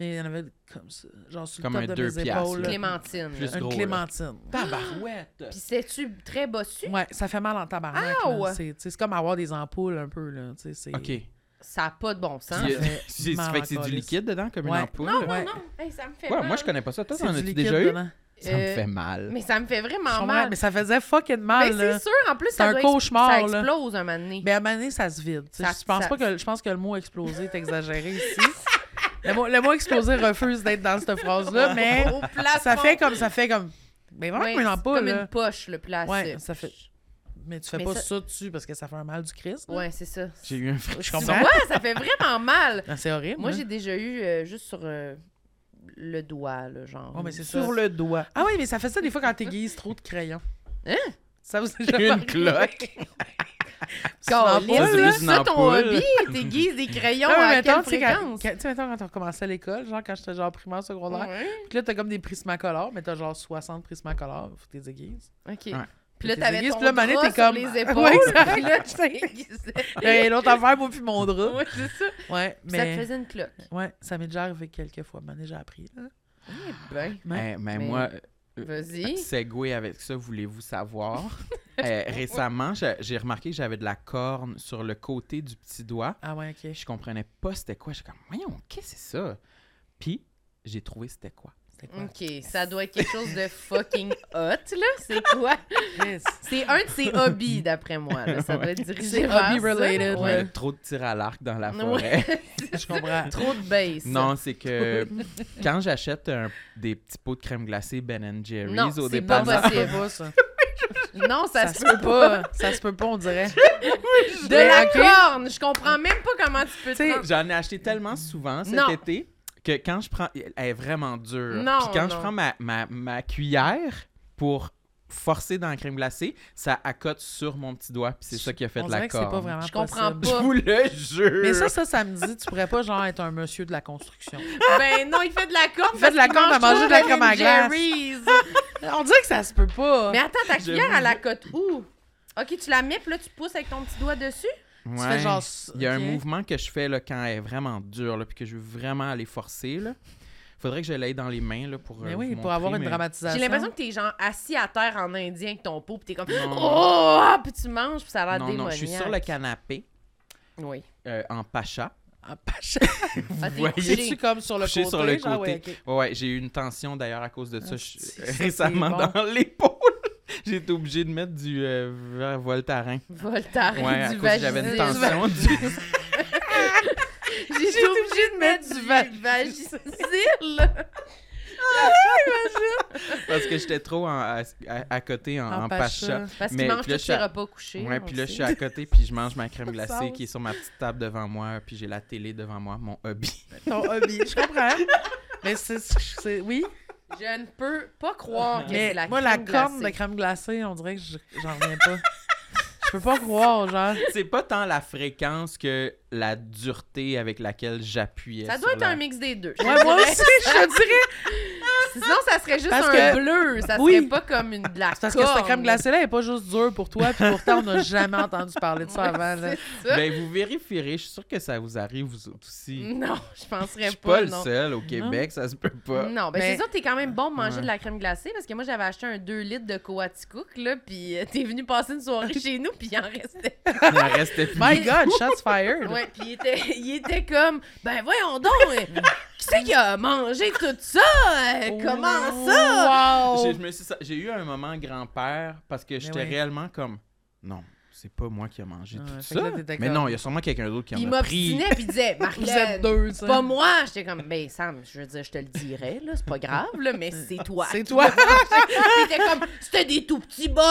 S5: Mais il y en avait comme ça, genre sur
S2: Comme
S5: le
S2: un
S5: top de
S2: deux
S5: mes
S2: piastres,
S5: épaules.
S2: là.
S1: Clémentine.
S2: Plus
S1: là.
S5: Une
S2: gros, là.
S5: clémentine.
S2: Tabarouette!
S1: Puis c'est-tu très bossu?
S5: Ouais, ça fait mal en tabarnak.
S1: Ah
S5: là.
S1: ouais.
S5: C'est, tu sais, c'est comme avoir des ampoules un peu. Là. Tu sais, c'est...
S2: OK.
S1: Ça a pas de bon sens.
S2: Puis, euh,
S5: fait
S2: c'est- ça fait que c'est du
S5: malacolis.
S2: liquide dedans, comme
S5: Ouais.
S2: une ampoule?
S1: Non, non,
S5: Ouais.
S1: non. Hey, ça me fait
S2: Ouais,
S1: mal.
S2: moi, je connais pas ça. Toi,
S5: C'est
S2: t'en
S5: du
S2: as-tu
S5: liquide
S2: déjà eu?
S5: dedans.
S2: Ça me
S1: Euh,
S2: fait mal.
S1: Mais ça me fait
S5: Je
S1: vraiment
S5: comprends,
S1: mal.
S5: Mais ça faisait fucking
S1: Mais
S5: mal. là.
S1: c'est sûr, en plus,
S5: C'est
S1: ça
S5: un
S1: doit ex-
S5: cauchemar,
S1: Ça
S5: là.
S1: explose un moment donné.
S5: Mais à un moment donné, ça se vide. tu sais.
S1: Ça-
S5: je, pense
S1: ça-
S5: pas que, je pense que le mot explosé est exagéré ici. Le mot, le mot explosé refuse d'être dans cette phrase-là, mais
S1: Au plafond.
S5: ça fait comme. Ça fait comme mais vraiment
S1: Ouais,
S5: comme une
S1: c'est
S5: ampoule.
S1: comme
S5: là.
S1: une poche, le plastique.
S5: Ouais, ça fait. Mais tu fais
S1: Mais
S5: pas
S1: ça-
S5: ça... dessus parce que ça fait un mal du Christ. là.
S1: Ouais, c'est ça.
S2: J'ai eu un fr-
S1: Tu
S5: Je comprends.
S1: vois, ça fait vraiment mal.
S5: Ah, c'est horrible.
S1: Moi,
S5: hein.
S1: j'ai déjà eu euh, juste sur euh, le doigt, là, genre.
S5: Oh, mais c'est ça.
S2: sur le doigt.
S5: Ah oui, mais ça fait ça des fois quand t'aiguises trop de crayons.
S1: Hein?
S5: Ça vous est jamais
S2: Une cloque.
S5: Caliste,
S1: Caliste,
S2: là.
S1: c'est ça ton
S2: Une ampoule.
S1: hobby? T'aiguises des crayons
S5: Non, mais
S1: à
S5: mettons,
S1: quelle
S5: tu sais, quand,
S1: fréquence?
S5: quand- tu sais, mettons, quand on commençait à l'école, genre quand j'étais genre primaire, secondaire,
S1: Ouais.
S5: puis là, t'as comme des prismacolores, mais t'as genre 60 prismacolores, faut que t'es aiguises.
S1: OK.
S2: Ouais.
S1: Puis là,
S5: T'es
S1: t'avais
S5: aiguise,
S1: ton
S5: puis là,
S1: bras
S5: Mané,
S1: sur
S5: t'es comme-
S1: les épaules.
S5: Ouais, exact.
S1: puis là, tu t'aiguisais.
S5: Et l'autre affaire, moi, puis mon drap.
S1: Ouais, c'est ça.
S5: Ouais,
S1: Puis Ça te
S5: mais.
S1: faisait une cloque.
S5: Ouais, ça m'est déjà arrivé quelques fois. Mané, j'ai appris, là.
S1: Eh ben,
S2: Eh, mais
S1: Mais-
S2: moi, ben,
S1: vas-y.
S2: Segway avec ça, voulez-vous savoir? Euh, récemment, j'a- j'ai remarqué que j'avais de la corne sur le côté du petit doigt.
S5: Ah ouais, ok.
S2: Je comprenais pas c'était quoi. J'étais comme, voyons, qu'est-ce que c'est ça? Puis, j'ai trouvé c'était quoi.
S5: C'était quoi?
S1: OK, ça doit être quelque chose de fucking hot, là. C'est quoi?
S5: Yes.
S1: C'est un de ses hobbies, d'après moi. là. Ça doit être dirigé
S5: C'est
S1: vers
S5: hobby
S1: ça.
S5: related,
S1: Ouais.
S2: Ouais, Trop de tir à l'arc dans la
S1: Ouais.
S2: forêt.
S5: Je comprends.
S1: Trop de base.
S2: Non, euh, c'est que quand j'achète un- des petits pots de crème glacée Ben Jerry's
S1: Non,
S2: au
S1: c'est
S5: Non,
S2: départ,
S1: pas
S5: ça se peut
S1: possible.
S5: pas, ça.
S1: Non, ça,
S5: Ça
S1: se
S5: se
S1: fait
S5: peut pas. Ça se peut pas, on dirait.
S1: de la
S5: Ok.
S1: corne. Je comprends même pas comment tu peux
S5: T'sais,
S1: te rendre-
S2: j'en ai acheté tellement souvent cet
S1: Non.
S2: été que quand je prends. Elle est vraiment dure.
S1: Non,
S2: Puis quand
S1: non.
S2: je prends ma, ma, ma cuillère pour forcer dans la crème glacée, ça accote sur mon petit doigt. Puis c'est ça qui a fait
S5: on
S2: de la
S5: dirait que c'est pas
S2: corne.
S5: vraiment
S1: Je comprends
S5: possible.
S2: Je
S1: pas.
S2: vous le jure.
S5: Mais ça, ça, ça me dit, tu pourrais pas genre être un monsieur de la construction.
S1: Ben non, il fait de la corne.
S5: Il fait de la
S1: parce qu'il
S5: corne à manger
S1: trop
S5: de la
S1: Ben
S5: crème à glace.
S1: Jerry's.
S5: On dirait que ça se peut pas.
S1: Mais attends, ta
S2: Je
S1: cuillère,
S2: vous-
S1: elle la cote où? OK, tu la mets, puis là, tu pousses avec ton petit doigt dessus?
S5: tu
S2: Ouais.
S5: fais genre. s-
S2: Il y a
S5: ok.
S2: un mouvement que je fais là, quand elle est vraiment dure, là, puis que je veux vraiment aller forcer. Là. Faudrait que je l'aille dans les mains là, pour. euh,
S5: Mais
S2: vous
S5: oui, pour
S2: montrer,
S5: avoir une
S2: mais-
S5: dramatisation.
S1: J'ai l'impression que t'es genre assis à terre en indien avec ton pot, puis t'es comme
S2: Non.
S1: Oh! ah, Puis tu manges, puis ça a l'air
S2: Non,
S1: démoniaque.
S2: non, je suis sur le canapé
S1: Oui.
S2: euh, en pacha.
S5: Ah, pas cher.
S1: Ah, t'es
S2: voyez,
S1: couché.
S5: tu comme sur le
S2: couché
S5: côté.
S2: sur le
S5: genre, ouais,
S2: côté. Ouais, ouais, j'ai eu une tension d'ailleurs à cause de
S1: Ah,
S2: ça je-
S5: c'est- ça, c'est
S2: récemment
S5: bon.
S2: dans l'épaule. J'ai été obligé de mettre du euh, ver- Voltaren.
S1: Voltaren
S2: Ouais, à
S1: du
S2: cause que j'avais une
S1: vaginisme.
S2: tension. du-
S1: J'ai été obligée de mettre du vag- vagisil.
S2: parce que j'étais trop en- à, à- à côté en,
S5: En
S2: en
S5: pacha.
S2: pacha.
S1: Parce
S2: Mais
S1: qu'il mange
S2: puis là,
S1: tous
S2: je suis
S1: ses
S2: à-
S1: repas couchés.
S2: Ouais,
S1: on
S2: puis là,
S1: sait.
S2: je suis à côté, puis je mange ma crème
S5: Ça
S2: glacée
S5: sens.
S2: qui est sur ma petite table devant moi, puis j'ai la télé devant moi, mon hobby.
S5: ok. Ton hobby. Je comprends. Mais c'est- c'est. Oui.
S1: Je ne peux pas croire que
S5: Mais
S1: c'est la
S5: moi, la
S1: crème
S5: corne de
S1: glacée.
S5: crème glacée, on dirait que je- j'en reviens pas. Je peux pas croire, genre.
S2: C'est pas tant la fréquence que la dureté avec laquelle j'appuyais.
S1: Ça
S2: sur
S1: doit être
S2: la-
S1: un mix des deux.
S5: Ouais, moi aussi, je te dirais.
S1: Sinon, ça serait juste
S5: Parce
S1: un
S5: que-
S1: bleu. Ça
S5: Oui.
S1: serait pas comme une, de la
S5: C'est parce que cette
S1: corne.
S5: crème glacée-là est pas juste dure pour toi, puis pourtant, on n'a jamais entendu parler de ça
S1: Ouais,
S5: avant. là.
S1: c'est ça.
S2: Ben, vous vérifierez. Je suis sûr que ça vous arrive, vous autres aussi.
S1: Non, je penserais
S2: Je suis
S1: pas,
S2: pas le
S1: non.
S2: seul au Québec, ça se peut pas.
S1: Non, ben
S5: Mais-
S1: c'est sûr, t'es quand même bon de manger
S2: Ouais.
S1: de la crème glacée parce que moi j'avais acheté un 2 litres de Coaticook, là, puis euh, t'es venu passer une soirée chez nous, puis il en restait.
S2: Il en restait plus.
S5: My God, shots fired!
S1: Ouais, puis il était, il était comme, ben voyons donc, euh, qui c'est qui a mangé tout ça? Euh,
S5: Oh,
S1: Comment ça?
S5: ça?
S2: J'ai- je me suis sa- J'ai eu un moment grand-père parce que j'étais
S5: ouais.
S2: réellement comme non, c'est pas moi qui a mangé
S5: Ouais,
S2: tout
S5: fait que là,
S2: ça.
S5: t'étais
S2: Mais
S5: comme-
S2: non, il y a sûrement quelqu'un d'autre qui
S1: Puis il
S2: en a pris.
S1: m'obstinait, puis il disait,
S5: Vous êtes
S1: Marlène,
S5: deux, ça.
S1: pas moi. J'étais comme, ben Sam, je veux dire, je te le dirais, là, c'est pas grave, là, mais c'est toi.
S5: C'est toi.
S1: Puis il était comme, c'était des tout petits bols.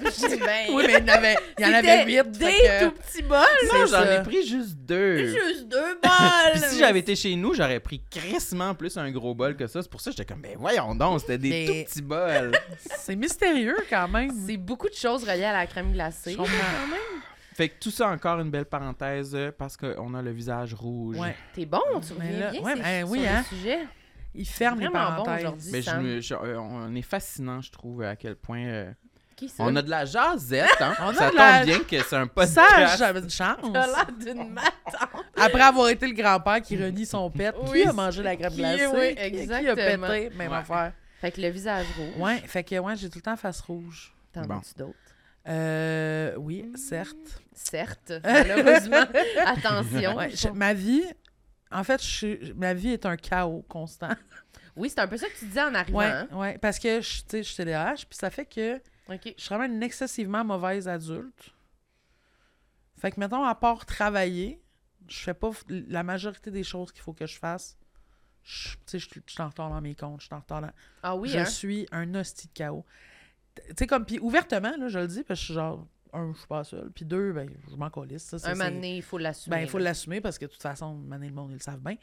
S1: Puis je dis, ben,
S5: oui, mais il y en avait, il y en avait
S1: c'était
S5: huit.
S1: Des
S5: fait que-
S1: tout petits bols.
S2: Non,
S5: C'est
S2: j'en
S5: ça.
S2: ai pris juste deux.
S1: Juste deux
S2: Puis
S1: balles.
S2: si j'avais été chez nous, j'aurais pris crissement plus un gros bol que ça. C'est pour ça que j'étais comme, ben voyons donc, c'était des
S5: Mais-
S2: tout petits bols.
S5: C'est mystérieux quand même.
S1: C'est beaucoup de choses reliées à la crème glacée.
S5: Je comprends.
S1: quand même.
S2: fait que tout ça, encore une belle parenthèse euh, parce qu'on a le visage rouge.
S5: Ouais.
S1: T'es bon, tu
S5: Mais
S1: reviens
S5: là-
S1: bien
S5: ouais,
S1: c'est-
S5: ben
S1: sur
S5: oui,
S1: le
S5: hein.
S1: sujet.
S5: Il ferme les
S1: Vraiment bon
S5: parenthèses.
S1: aujourd'hui.
S2: Mais je
S1: Sam.
S2: me- je- euh, on est fascinant, je trouve, à quel point. euh,
S1: Qui ça?
S2: on a de la jasette, hein.
S5: On a
S2: ça
S5: de
S2: tombe
S5: la-
S2: bien que c'est un
S5: Sage,
S2: podcast.
S5: j'avais une
S1: T'as
S5: chance.
S1: l'air d'une matante.
S5: Après avoir été le grand-père qui renie son pet,
S1: Oui,
S5: qui a mangé la crème
S1: qui-
S5: glacée?
S1: oui,
S5: Qui-
S1: exactement.
S5: Qui a pété? Même
S2: Ouais.
S5: affaire.
S1: Fait que le visage rouge.
S5: Ouais, fait que ouais, j'ai tout le temps face rouge.
S1: T'en
S2: Bon.
S1: as-tu d'autres?
S5: Euh,
S1: Mm.
S5: oui, certes.
S1: Certes, malheureusement. Attention.
S5: Ouais, je- ma vie, en fait, je suis- ma vie est un chaos constant.
S1: Oui, c'est un peu ça que tu disais en arrivant.
S5: Ouais,
S1: hein?
S5: ouais, parce que je, tu sais, je suis TDAH, puis ça fait que
S1: OK.
S5: je suis vraiment une excessivement mauvaise adulte. Fait que, mettons, à part travailler, je fais pas f- la majorité des choses qu'il faut que je fasse. Je- Tu sais, je suis je suis en retard dans mes comptes, je suis en retard dans...
S1: Ah oui,
S5: je
S1: hein?
S5: suis un hostie de chaos. T- Tu sais, comme, puis ouvertement, là, je le dis, parce que je suis genre, un, je suis pas seule, puis deux, ben, je m'en colisse. ça, ça,
S1: Un
S5: c'est-
S1: moment donné, il faut l'assumer.
S5: ben, il faut
S1: là.
S5: l'assumer parce que de toute façon, Mané le monde, ils le savent bien.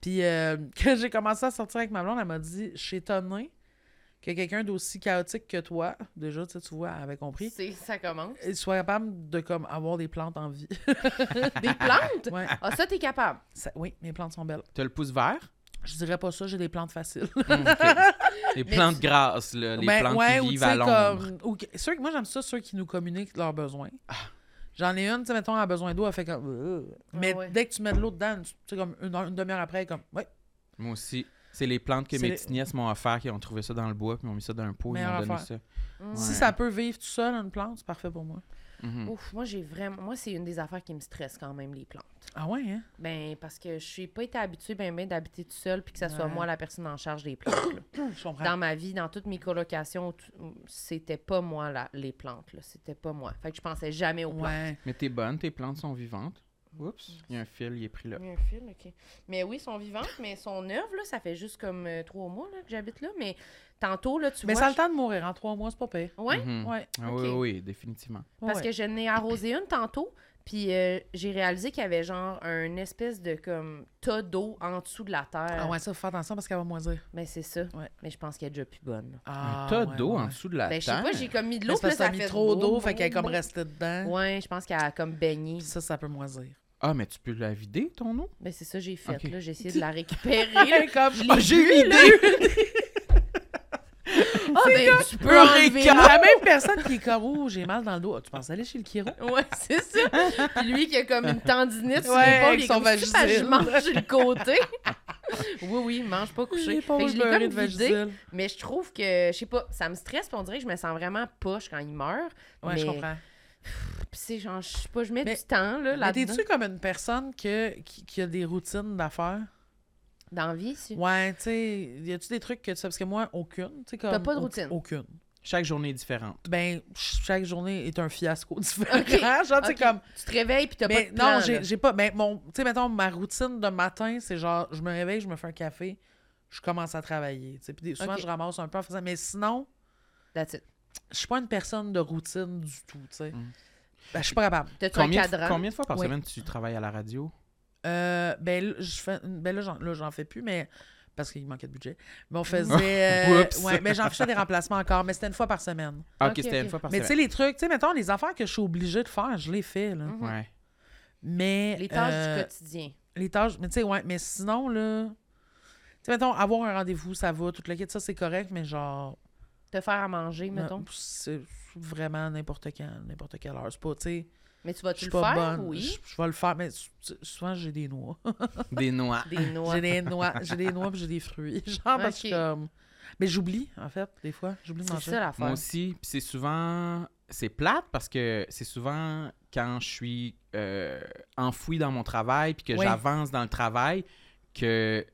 S5: Puis euh, quand j'ai commencé à sortir avec ma blonde, elle m'a dit Je suis étonnée que quelqu'un d'aussi chaotique que toi, déjà, tu sais, tu vois, elle avait compris,
S1: C'est- Ça commence.
S5: il soit capable de comme avoir des plantes en vie.
S1: Des plantes?
S5: Ouais.
S1: Ah, ça, t'es capable.
S5: Ça- oui, mes plantes sont belles.
S2: T'as le pouce vert?
S5: Je dirais pas ça, j'ai des plantes faciles.
S2: Hum, Ok. Les
S1: Mais
S2: plantes grasses, là, les
S5: Ben,
S2: plantes
S5: ouais,
S2: qui
S5: ou,
S2: vivent
S5: tu sais,
S2: à l'ombre. Ah.
S5: comme- ou que- ceux que- moi, j'aime ça, ceux qui nous communiquent leurs besoins. J'en ai une, tu sais, mettons, elle a besoin d'eau, elle fait comme. Euh.
S2: Ah
S5: Mais
S1: ouais.
S5: dès que tu mets de l'eau dedans, tu sais, comme une, heure- une demi-heure après, elle est comme. Ouais,
S2: Moi aussi. C'est les plantes que
S5: C'est
S2: mes
S5: les-
S2: petites nièces m'ont offert, qui ont trouvé ça dans le bois, puis m'ont mis ça dans un pot, ils m'ont
S5: Meilleure
S2: donné
S5: affaire.
S2: ça.
S1: Mm.
S5: Si ça peut vivre tout seul, une plante, c'est parfait pour moi.
S2: Mhm.
S1: Ouf, moi, j'ai vraiment. Moi, c'est une des affaires qui me stresse quand même, les plantes.
S5: Ah ouais, hein?
S1: Ben, parce que je suis pas été habituée, ben, ben, d'habiter tout seul, puis que ça soit
S5: Ouais.
S1: moi la personne en charge des plantes. là.
S5: Je comprends.
S1: dans ma vie, dans toutes mes colocations, tu- c'était pas moi, la- les plantes. là. C'était pas moi. Fait que je pensais jamais aux plantes.
S5: Ouais.
S2: Mais t'es bonne, tes plantes sont vivantes. Oups, il y a un fil, il est pris là.
S1: Il y a un fil, ok. Mais oui, sont vivantes, mais sont neuves, là. Ça fait juste comme euh, trois mois là, que j'habite là. Mais tantôt, là, tu
S5: Mais
S1: vois.
S5: ça a le
S1: je-
S5: temps de mourir en trois mois, c'est pas pire.
S1: Ouais,
S2: Mhm.
S5: Ouais.
S2: Ah
S1: ok.
S2: Oui, oui, définitivement.
S1: Parce que je n'ai arrosé une tantôt, puis euh, j'ai réalisé qu'il y avait genre un espèce de comme tas d'eau en dessous de la terre.
S5: Ah ouais, ça, faut faire attention parce qu'elle va moisir.
S1: Mais c'est ça.
S5: Ouais.
S1: Mais je pense qu'elle est déjà plus bonne.
S5: Ah,
S2: un tas
S5: ouais,
S2: d'eau hein.
S5: ouais,
S2: en
S5: ouais.
S2: dessous de la
S1: Ben, je sais
S2: terre.
S1: pas, j'ai comme mis de
S5: Mais
S1: l'eau,
S5: c'est
S1: puis là,
S5: parce que
S1: ça
S5: t'as mis
S1: fait
S5: trop d'eau,
S1: boum,
S5: fait qu'elle est
S1: boum,
S5: comme
S1: boum.
S5: restée dedans.
S1: Ouais, je pense qu'elle a comme baigné.
S5: Puis Ça, ça peut moisir.
S2: Ah, mais tu peux la vider, ton eau?
S1: Mais c'est ça que j'ai fait,
S2: Ok.
S1: là. J'ai essayé de la récupérer. là.
S5: comme
S1: Je l'ai
S2: Ah, j'ai une idée!
S1: Ah,
S5: Oh
S1: ben, tu peux enlever
S5: Eureka! La même personne qui est comme, oh, j'ai mal dans le dos. Ah, Tu penses aller chez le chiro?
S1: Ouais, c'est ça. Puis lui qui a comme une tendinite sur l'épaule,
S5: Ouais, avec
S1: il est
S5: son
S1: comme
S5: Vagisil.
S1: Ah, je mange sur le côté. oui, oui, mange pas couché. Fait que je l'ai
S5: beurrée
S1: comme vidé,
S5: Vagisil.
S1: mais je trouve que, je sais pas, ça me stresse, puis on dirait que je me sens vraiment poche quand il meurt.
S5: Ouais,
S1: mais,
S5: je comprends.
S1: Puis c'est genre, je sais pas, je mets
S5: Mais-
S1: du temps, là,
S5: Mais
S1: là-dedans.
S5: t'es-tu comme une personne que, qui, qui a des routines d'affaires?
S1: Dans la vie, si.
S5: Ouais, tu sais, y a-tu des trucs que tu sais? Parce que moi, aucune. tu sais,
S1: T'as
S5: comme-
S1: pas de
S5: au-
S1: routine.
S5: Aucune.
S2: Chaque journée est différente.
S5: ben ch- chaque journée est un fiasco différent.
S1: Ok,
S5: Genre, tu sais,
S1: ok.
S5: comme.
S1: Tu te réveilles, puis t'as pas
S5: Mais
S1: de plan,
S5: non,
S1: là.
S5: j'ai j'ai pas. Mais mon. Tu sais, mettons, ma routine de matin, c'est genre, je me réveille, je me fais un café, je commence à travailler. tu sais. Puis des- souvent,
S1: Ok.
S5: je ramasse un peu en faisant. Mais sinon,
S1: That's it.
S5: je suis pas une personne de routine du tout, tu sais.
S2: Mm.
S5: Ben, je suis pas capable.
S1: T'as-tu un
S2: Combien,
S1: cadran?
S2: combien de fois par
S5: Ouais.
S2: semaine tu travailles à la radio?
S5: Euh, ben, là, je fais- ben là, j'en- là, j'en fais plus, mais parce qu'il manquait de budget.
S1: Mm.
S5: Mais on faisait. euh,
S2: Oups.
S5: ouais, mais j'en faisais des remplacements encore, mais c'était une fois par semaine.
S2: Ah, ok,
S1: Ok,
S2: c'était
S1: ok.
S2: une fois par
S5: Mais tu sais,
S2: semaine.
S5: les trucs, tu sais, mettons, les affaires que je suis obligée de faire, je les fais, là.
S2: Ouais.
S5: Mais.
S1: Mm. Les tâches
S5: euh,
S1: du quotidien.
S5: Les tâches, mais tu sais, ouais, mais sinon, là. Tu sais, mettons, avoir un rendez-vous, ça va, tout le kit, ça, c'est correct, mais genre.
S1: Te faire à manger, mettons.
S5: non, C'est vraiment n'importe quand, n'importe quelle heure. C'est pas, tu sais,
S1: Mais tu
S5: je
S1: vas-tu
S5: suis
S1: le
S5: pas
S1: faire?
S5: bonne.
S1: Oui.
S5: Je je vais le faire, mais sou- sou- souvent, j'ai des noix.
S2: Des noix.
S1: Des noix.
S5: J'ai des noix, j'ai des noix puis j'ai des fruits. Genre, parce que
S1: Ok.
S5: comme. Mais j'oublie, en fait, des fois. J'oublie de
S1: C'est ça
S5: manger.
S2: Moi
S1: l'affaire.
S2: aussi, puis c'est souvent... C'est plate parce que c'est souvent quand je suis euh, enfouie dans mon travail puis que
S5: Ouais.
S2: j'avance dans le travail que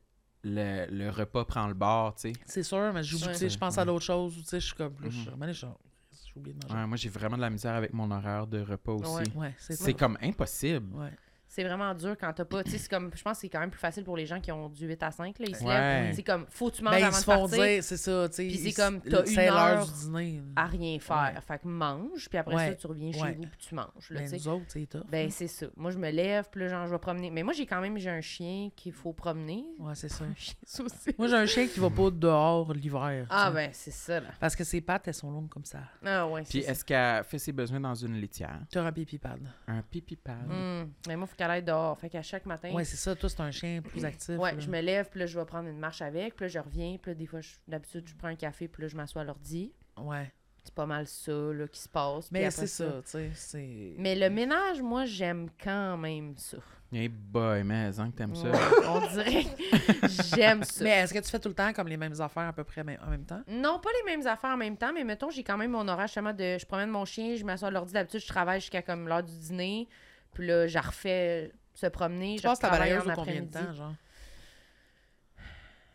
S2: le, le repas prend le bord, tu sais.
S5: C'est sûr, mais j'oublie,
S1: Ouais.
S5: tu sais, je pense à d'autres choses, ou tu sais, je suis comme. là, Je suis
S2: Mhm.
S5: vraiment genre, j'ai oublié de manger.
S2: Ouais, moi, j'ai vraiment de la misère avec mon horaire de repas aussi.
S1: Ouais.
S5: Ouais, c'est
S2: C'est
S5: ça.
S2: comme impossible.
S5: Ouais.
S1: C'est vraiment dur quand t'as pas. Tu sais, c'est comme. Je pense que c'est quand même plus facile pour les gens qui ont du 8 à 5. Là. Ils se
S2: Ouais.
S1: lèvent. C'est comme, faut que tu manges
S5: Ben, ils
S1: avant
S5: se
S1: de
S5: font
S1: partir
S5: dire, c'est ça, tu sais.
S1: Puis c'est
S5: ils-
S1: comme, t'as une
S5: C'est l'heure
S1: heure
S5: du dîner. là.
S1: à rien faire. Fait que mange, puis après
S5: Ouais.
S1: ça, tu reviens chez
S5: Ouais.
S1: vous, puis tu manges. Là,
S5: Mais
S1: tu sais.
S5: nous autres, c'est tough.
S1: Ben, c'est ça. Moi, je me lève, puis là, genre, je vais promener. Mais moi, j'ai quand même, j'ai un chien qu'il faut promener.
S5: Ouais, c'est ça.
S1: Un chien aussi.
S5: Moi, j'ai un chien qui va pas dehors l'hiver.
S1: Ah,
S5: tu sais,
S1: ben, c'est ça, là.
S5: Parce que ses pattes, elles sont longues comme ça.
S1: Ah, ouais, c'est
S2: Puis
S1: ça.
S2: est-ce qu'elle fait ses besoins dans une litière?
S5: Tu as un pipi pad.
S2: Un pipi pad?
S1: Hum. Mais moi, faut qu'elle aille dehors. Fait qu'à chaque matin,
S5: Ouais, c'est ça. Toi, c'est un chien plus actif.
S1: Ouais,
S5: là.
S1: je me lève, puis là, je vais prendre une marche avec, puis là, je reviens, puis là, des fois, je- d'habitude, je prends un café, puis là, je m'assois à l'ordi.
S5: Ouais.
S1: C'est pas mal ça, là, qui se passe. puis
S5: Mais
S1: après
S5: c'est ça, tu sais. c'est-
S1: Mais le ménage, moi, j'aime quand même ça.
S2: Hey boy, mais hein, que t'aimes ça.
S1: Ouais, on dirait que j'aime ça.
S5: Mais est-ce que tu fais tout le temps comme les mêmes affaires à peu près mais en même temps?
S1: Non, pas les mêmes affaires en même temps, mais mettons, j'ai quand même mon horaire justement de je promène mon chien, je m'assois à l'ordi. D'habitude, je travaille jusqu'à comme l'heure du dîner, puis là, je refais se promener.
S5: Tu
S1: je
S5: passes ta
S1: travaille
S5: balayeuse
S1: en
S5: au combien de temps,
S1: après-midi.
S5: genre?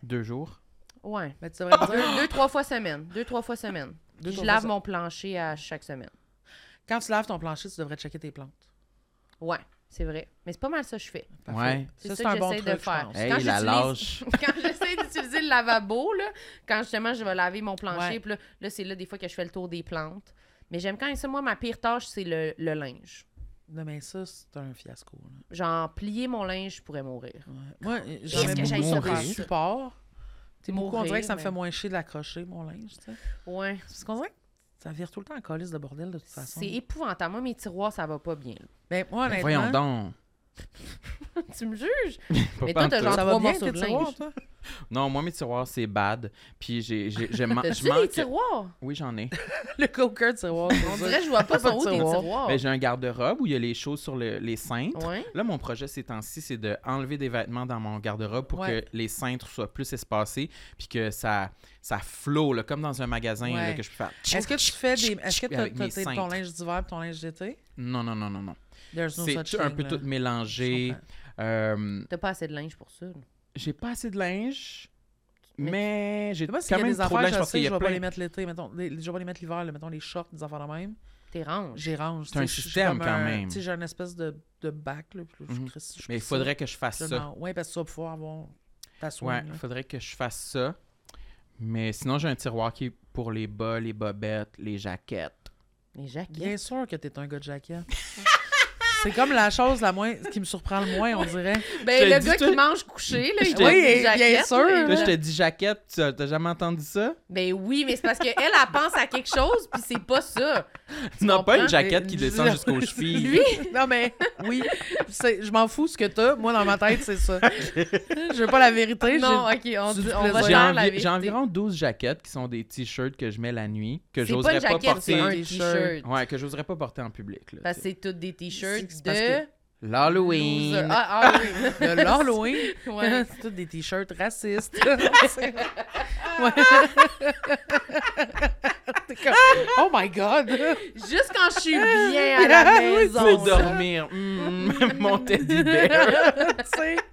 S2: Deux jours.
S1: Ouais.
S5: Ben, tu devrais me dire.
S1: Deux, deux, trois fois semaine. Deux, trois fois semaine.
S5: Deux,
S1: Puis je
S5: trois
S1: lave
S5: fois-
S1: mon plancher à chaque semaine.
S5: Quand tu laves ton plancher, tu devrais checker tes plantes.
S1: Ouais, c'est vrai. Mais c'est pas mal ça que je fais.
S5: Parfait.
S2: Ouais.
S5: Ça,
S1: C'est
S5: c'est
S1: ça
S5: un
S1: que
S5: bon
S1: j'essaie
S5: truc,
S1: de faire.
S5: je pense.
S1: Quand
S2: Hey, la
S1: j'utilise-
S2: lâche.
S1: quand j'essaie d'utiliser le lavabo, là, quand justement je vais laver mon
S5: Ouais.
S1: plancher, puis là, là, c'est là des fois que je fais le tour des plantes. Mais j'aime quand même ça. Moi, ma pire tâche, c'est le, le linge.
S5: Non, mais ça, c'est un fiasco. là.
S1: Genre, plier mon linge, je pourrais mourir.
S5: Ouais. Moi, j'en mets
S1: que j'aille
S5: beaucoup
S1: sur
S5: des
S1: ça?
S5: supports. T'es beaucoup, on
S1: Mourir, ben.
S5: dirait que ça me
S1: mais-
S5: fait moins chier de l'accrocher, mon linge, tu sais.
S1: Ouais.
S5: Parce qu'on dirait que ça vire tout le temps en colisse de bordel, de toute façon.
S1: C'est épouvantable. Moi, mes tiroirs, ça va pas bien. là.
S5: Ben, moi, honnêtement,
S2: Voyons donc.
S1: tu me juges?
S2: Pas
S1: Mais toi, t'as
S2: pantoute.
S1: genre-
S5: ça
S1: Trois
S5: va bien,
S1: morceaux
S5: tes
S1: de
S5: tiroirs,
S1: linge.
S5: toi?
S2: Non, moi, mes tiroirs, c'est bad. Puis j'ai, j'ai, je man- Ah, je
S1: T'as-tu des
S2: manque...
S1: tiroirs?
S2: Oui, j'en ai.
S5: Le coker tiroir,
S1: On dirait que je vois pas
S5: Pas
S1: son
S5: de
S1: haut des
S5: tiroir.
S1: tiroirs.
S2: Ben, j'ai un garde-robe où il y a les choses sur le- les cintres.
S1: Ouais.
S2: Là, mon projet ces temps-ci, c'est de enlever des vêtements dans mon garde-robe pour
S5: Ouais.
S2: que les cintres soient plus espacés puis que ça, ça flow, là, comme dans un magasin là,
S5: Ouais.
S2: que je peux faire.
S5: Est-ce que tu fais des. Est-ce que t'as-
S2: Avec
S5: t'as
S2: mes
S5: t'as ton
S2: cintres.
S5: linge d'hiver et ton linge d'été?
S2: Non, non, non, non, non.
S5: There's no
S2: C'est
S5: such
S2: un
S5: thing,
S2: peu
S5: là.
S2: tout mélangé. Euh,
S1: T'as pas assez de linge pour ça. là.
S2: j'ai pas assez de linge, mais j'ai
S5: Je sais pas s'il
S2: quand
S5: y a
S2: même
S5: des
S2: trop de
S5: affaires,
S2: linge
S5: je
S2: parce
S5: sais,
S2: qu'il y
S5: je
S2: a
S5: vais pas les
S2: plein.
S5: mettre l'été, mettons, les- je vais pas les mettre l'hiver, là, mettons les shorts, des affaires de même.
S1: T'es range.
S5: J'ai range.
S2: C'est un
S5: tu sais, je- je suis
S2: système,
S5: comme
S2: quand
S5: un-
S2: même.
S5: Tu sais, j'ai une espèce de, de bac, là, puis là, je
S2: Mhm.
S5: crisse- je
S2: Mais il
S5: crisse
S2: faudrait que je fasse
S5: ça.
S2: ça.
S5: dans- Ouais, parce que tu vas pouvoir avoir ta soin.
S2: Ouais, il faudrait que je fasse ça. Mais sinon, j'ai un tiroir qui est pour les bas, les bobettes, les jaquettes.
S1: Les jaquettes.
S5: Bien sûr que t'es un gars de jaquette. C'est comme la chose la moins qui me surprend le moins, on dirait.
S2: Je
S1: Ben,
S2: te
S1: le
S2: dis,
S1: gars
S2: toi-
S1: qui mange couché, là, il
S2: Je
S1: porte
S2: te-
S1: des
S5: Oui, bien
S1: jaquettes,
S5: sûr.
S1: là,
S2: Là, je te dis jaquette, tu as- t'as jamais entendu ça?
S1: Ben oui, mais c'est parce qu'elle, elle pense à quelque chose, puis c'est pas ça.
S2: Tu n'as pas
S1: comprends?
S2: une jaquette qui
S5: Une
S2: descend
S5: ja-
S2: jusqu'aux chevilles.
S5: Euh, Lui? Non, mais oui. c'est- Je m'en fous ce que t'as. Moi, dans ma tête, c'est ça. Je veux pas la vérité. j'ai-
S1: Ah, Non, OK, on,
S5: du
S1: dit- on va
S5: plaisir.
S2: J'ai,
S1: faire
S2: envi-
S1: la vérité.
S2: j'ai environ 12 jaquettes qui sont des t-shirts que je mets la nuit, que
S1: C'est pas
S2: j'oserais
S1: une
S2: pas,
S1: jaquette, c'est
S2: porter.
S1: un
S5: Des
S1: t-shirt.
S2: Ouais, que j'oserais pas porter en public. là,
S1: Parce que
S2: tu sais.
S1: c'est tous des t-shirts
S5: C'est parce
S1: de...
S2: L'Halloween.
S1: loser. Ah, ah oui.
S5: De l'Halloween.
S1: Ouais.
S5: c'est tous des t-shirts racistes. C'est- ouais. T'es comme, oh my God!
S1: Juste quand je suis bien à la
S5: Oui,
S1: maison.
S2: Pour
S1: là.
S2: dormir. Mm, mon teddy bear.
S5: Tu sais.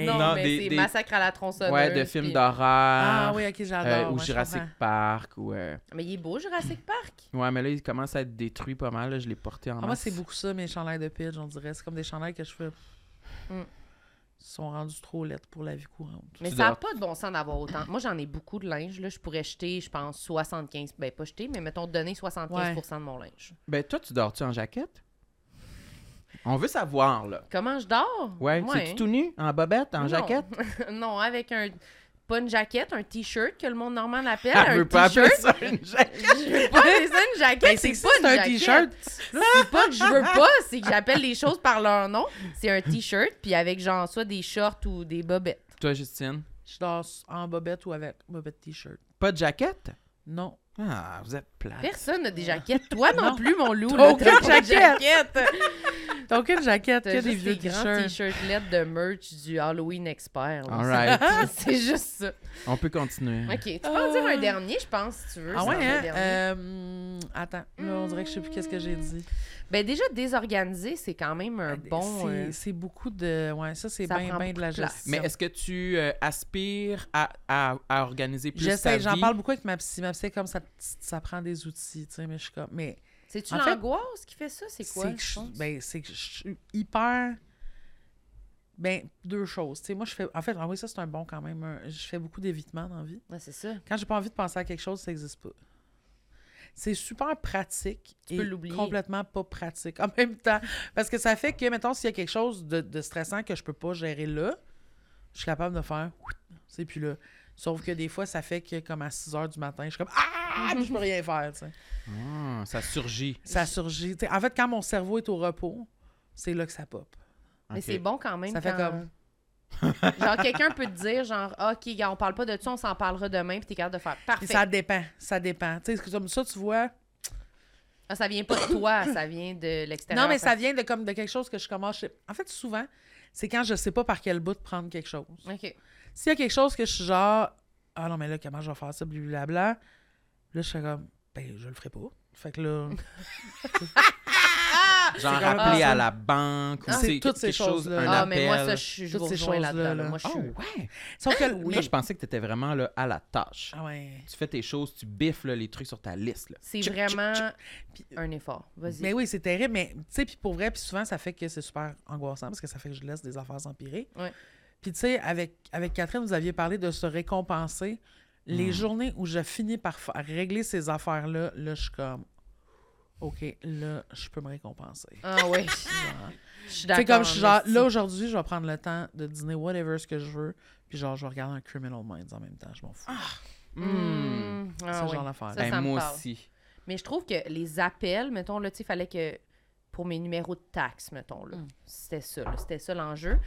S1: Non,
S2: Non,
S1: mais
S2: des-
S1: c'est
S2: des-
S1: Massacre à la tronçonneuse.
S2: Ouais, de films
S1: puis-
S2: d'horreur.
S5: Ah oui, ok, j'adore.
S2: euh, ou
S5: ouais, je
S2: Jurassic
S5: comprends.
S2: Park. Ou, euh,
S1: Mais il est beau, Jurassic Park.
S2: Ouais, mais là, il commence à être détruit pas mal. là, Je l'ai porté en
S5: Ah,
S2: masse.
S5: moi, c'est beaucoup ça, mes chandails de pitch, on dirait. C'est comme des chandails que je fais.
S1: Mm.
S5: Ils sont rendus trop laides pour la vie courante.
S1: Mais
S2: Tu
S1: ça n'a
S2: dors.
S1: pas de bon sens d'avoir autant. Moi, j'en ai beaucoup de linge. Là. Je pourrais jeter, je pense, 75... Ben, pas jeter, mais mettons, donner 75 de mon linge.
S2: Ben, toi, tu dors-tu en jaquette? On veut savoir, là.
S1: Comment je dors?
S2: Ouais,
S1: c'est
S2: c'est tout nu, en bobette, en jaquette?
S1: non, avec un pas une jaquette, un t-shirt que le monde normal appelle.
S2: Elle
S1: un
S2: veut pas appeler
S1: t-shirt.
S2: ça une jaquette.
S1: Je veux pas appeler ça une
S5: Ben,
S1: jaquette.
S5: c'est
S1: c'est
S5: ça,
S1: pas une
S5: c'est un
S1: jaquette.
S5: t-shirt.
S1: C'est pas que je veux pas, c'est que j'appelle les choses par leur nom. C'est un t-shirt, puis avec genre soit des shorts ou des bobettes.
S2: Toi, Justine,
S5: Je dors en bobette ou avec bobette t-shirt.
S2: pas de jaquette?
S5: Non.
S2: Ah, vous êtes plate.
S1: Personne n'a des jaquettes. Toi non,
S5: Non.
S1: plus, mon loup.
S5: T'as
S1: là, t'as
S5: aucune
S1: pas de
S5: jaquette.
S1: jaquette.
S5: T'as aucune jaquette, que
S1: T'as
S5: des
S1: juste
S5: vieux
S1: des grands
S5: t-shirts.
S1: t-shirts LED de merch du Halloween Expert. là.
S2: All right.
S1: C'est juste ça.
S2: On peut continuer.
S1: OK. Tu peux en dire un dernier, je pense, si tu veux.
S5: Euh. Ah
S1: si
S5: ouais,
S1: t'en as un
S5: hein?
S1: dernier.
S5: Euh, attends, là, on dirait que je sais plus qu'est-ce que j'ai dit.
S1: Ben déjà, désorganisé, c'est quand même un bon...
S5: Ben,
S1: euh,
S5: C'est- C'est beaucoup de... Ouais, ça, c'est
S1: ça
S5: bien,
S1: prend
S5: bien de la
S1: beaucoup de place.
S5: gestion.
S2: Mais est-ce que tu euh, aspires à, à- à organiser plus ta
S5: J'essaie,
S2: vie?
S5: j'en parle beaucoup avec ma psy. Ma psy, est comme ça, ça prend des outils, tu sais, mais je suis comme... Mais
S1: C'est-tu
S5: En fait,
S1: l'angoisse qui fait ça? C'est quoi,
S5: c'est que
S1: je
S5: je,
S1: pense?
S5: ben, c'est que je suis hyper ben deux choses tu sais moi je fais en fait ah oui ça c'est un bon quand même un- je fais beaucoup d'évitement dans la vie
S1: Ouais, c'est ça.
S5: quand j'ai pas envie de penser à quelque chose ça existe pas c'est super pratique
S1: Tu
S5: et
S1: peux l'oublier.
S5: complètement pas pratique en même temps parce que ça fait que mettons s'il y a quelque chose de, de stressant que je peux pas gérer là je suis capable de faire c'est plus là sauf que des fois ça fait que comme à 6 heures du matin je suis comme ah puis je peux rien faire tu sais
S2: Ah, ça surgit.
S5: ça surgit. T'sais, en fait, quand mon cerveau est au repos, c'est là que ça pop.
S1: Mais
S2: Ok.
S1: c'est bon quand même.
S5: Ça fait
S1: quand-
S5: comme.
S1: Genre, quelqu'un peut te dire, genre, Ah, OK, gars, on parle pas de ça, on s'en parlera demain, puis t'es capable de faire. Parfait.
S5: Puis
S1: Ah, Ça...
S5: ça dépend. Ça dépend. Tu sais, comme ça, tu vois.
S1: Ah, vient pas de toi, ça vient de l'extérieur.
S5: Non, mais ça
S1: Parce-
S5: vient de, comme, de quelque chose que je commence. je sais- En fait, souvent, c'est quand je sais pas par quel bout de prendre quelque chose.
S1: OK.
S5: S'il y a quelque chose que je suis genre. Ah non, mais là, comment je vais faire ça, blablabla. Là, je suis comme. Ben, je le ferai pas. Fait que là.
S2: Genre
S5: C'est comme-
S2: appeler
S5: Ah,
S2: à la banque ou
S5: Ah,
S2: c'est
S5: toutes ces
S2: quelque chose,
S5: choses-là.
S2: un
S1: Ah,
S2: appel.
S1: mais moi, ça, je suis je
S5: Toutes
S1: vous
S5: ces
S1: rejoins
S5: choses-là,
S1: là-dedans. là.
S5: là.
S1: Moi, je
S2: Oh,
S1: suis.
S2: ouais.
S5: Sauf que. oui.
S2: Moi, je pensais que tu étais vraiment là, à la tâche.
S5: Ah ouais.
S2: Tu fais tes choses, tu biffes là, les trucs sur ta liste. là.
S1: C'est
S5: Tchou, tchou,
S1: vraiment euh,
S5: Puis-
S1: un effort. Vas-y.
S5: Mais oui, c'est terrible, mais tu sais, puis pour vrai, puis souvent, ça fait que c'est super angoissant parce que ça fait que je laisse des affaires s'empirer.
S1: Ouais.
S5: Puis tu sais, avec, avec Catherine, vous aviez parlé de se récompenser. Les journées où je finis par fa- régler ces affaires-là, là, je suis comme, OK, là, je peux me récompenser.
S1: Ah ouais. Je suis
S5: C'est
S1: d'accord.
S5: comme, je suis genre,
S1: merci.
S5: là, aujourd'hui, je vais prendre le temps de dîner whatever ce que je veux, puis genre, je vais regarder un Criminal Minds en même temps, je m'en fous.
S1: Hmm. Ah
S5: ce
S1: ouais.
S5: genre d'affaire.
S1: Ça,
S2: Ben,
S1: ça me
S2: moi
S1: parle.
S2: aussi.
S1: Mais je trouve que les appels, mettons, là, tu sais, fallait que. Pour mes numéros de taxes, mettons,
S5: Hmm.
S1: là. C'était ça, là, C'était ça l'enjeu.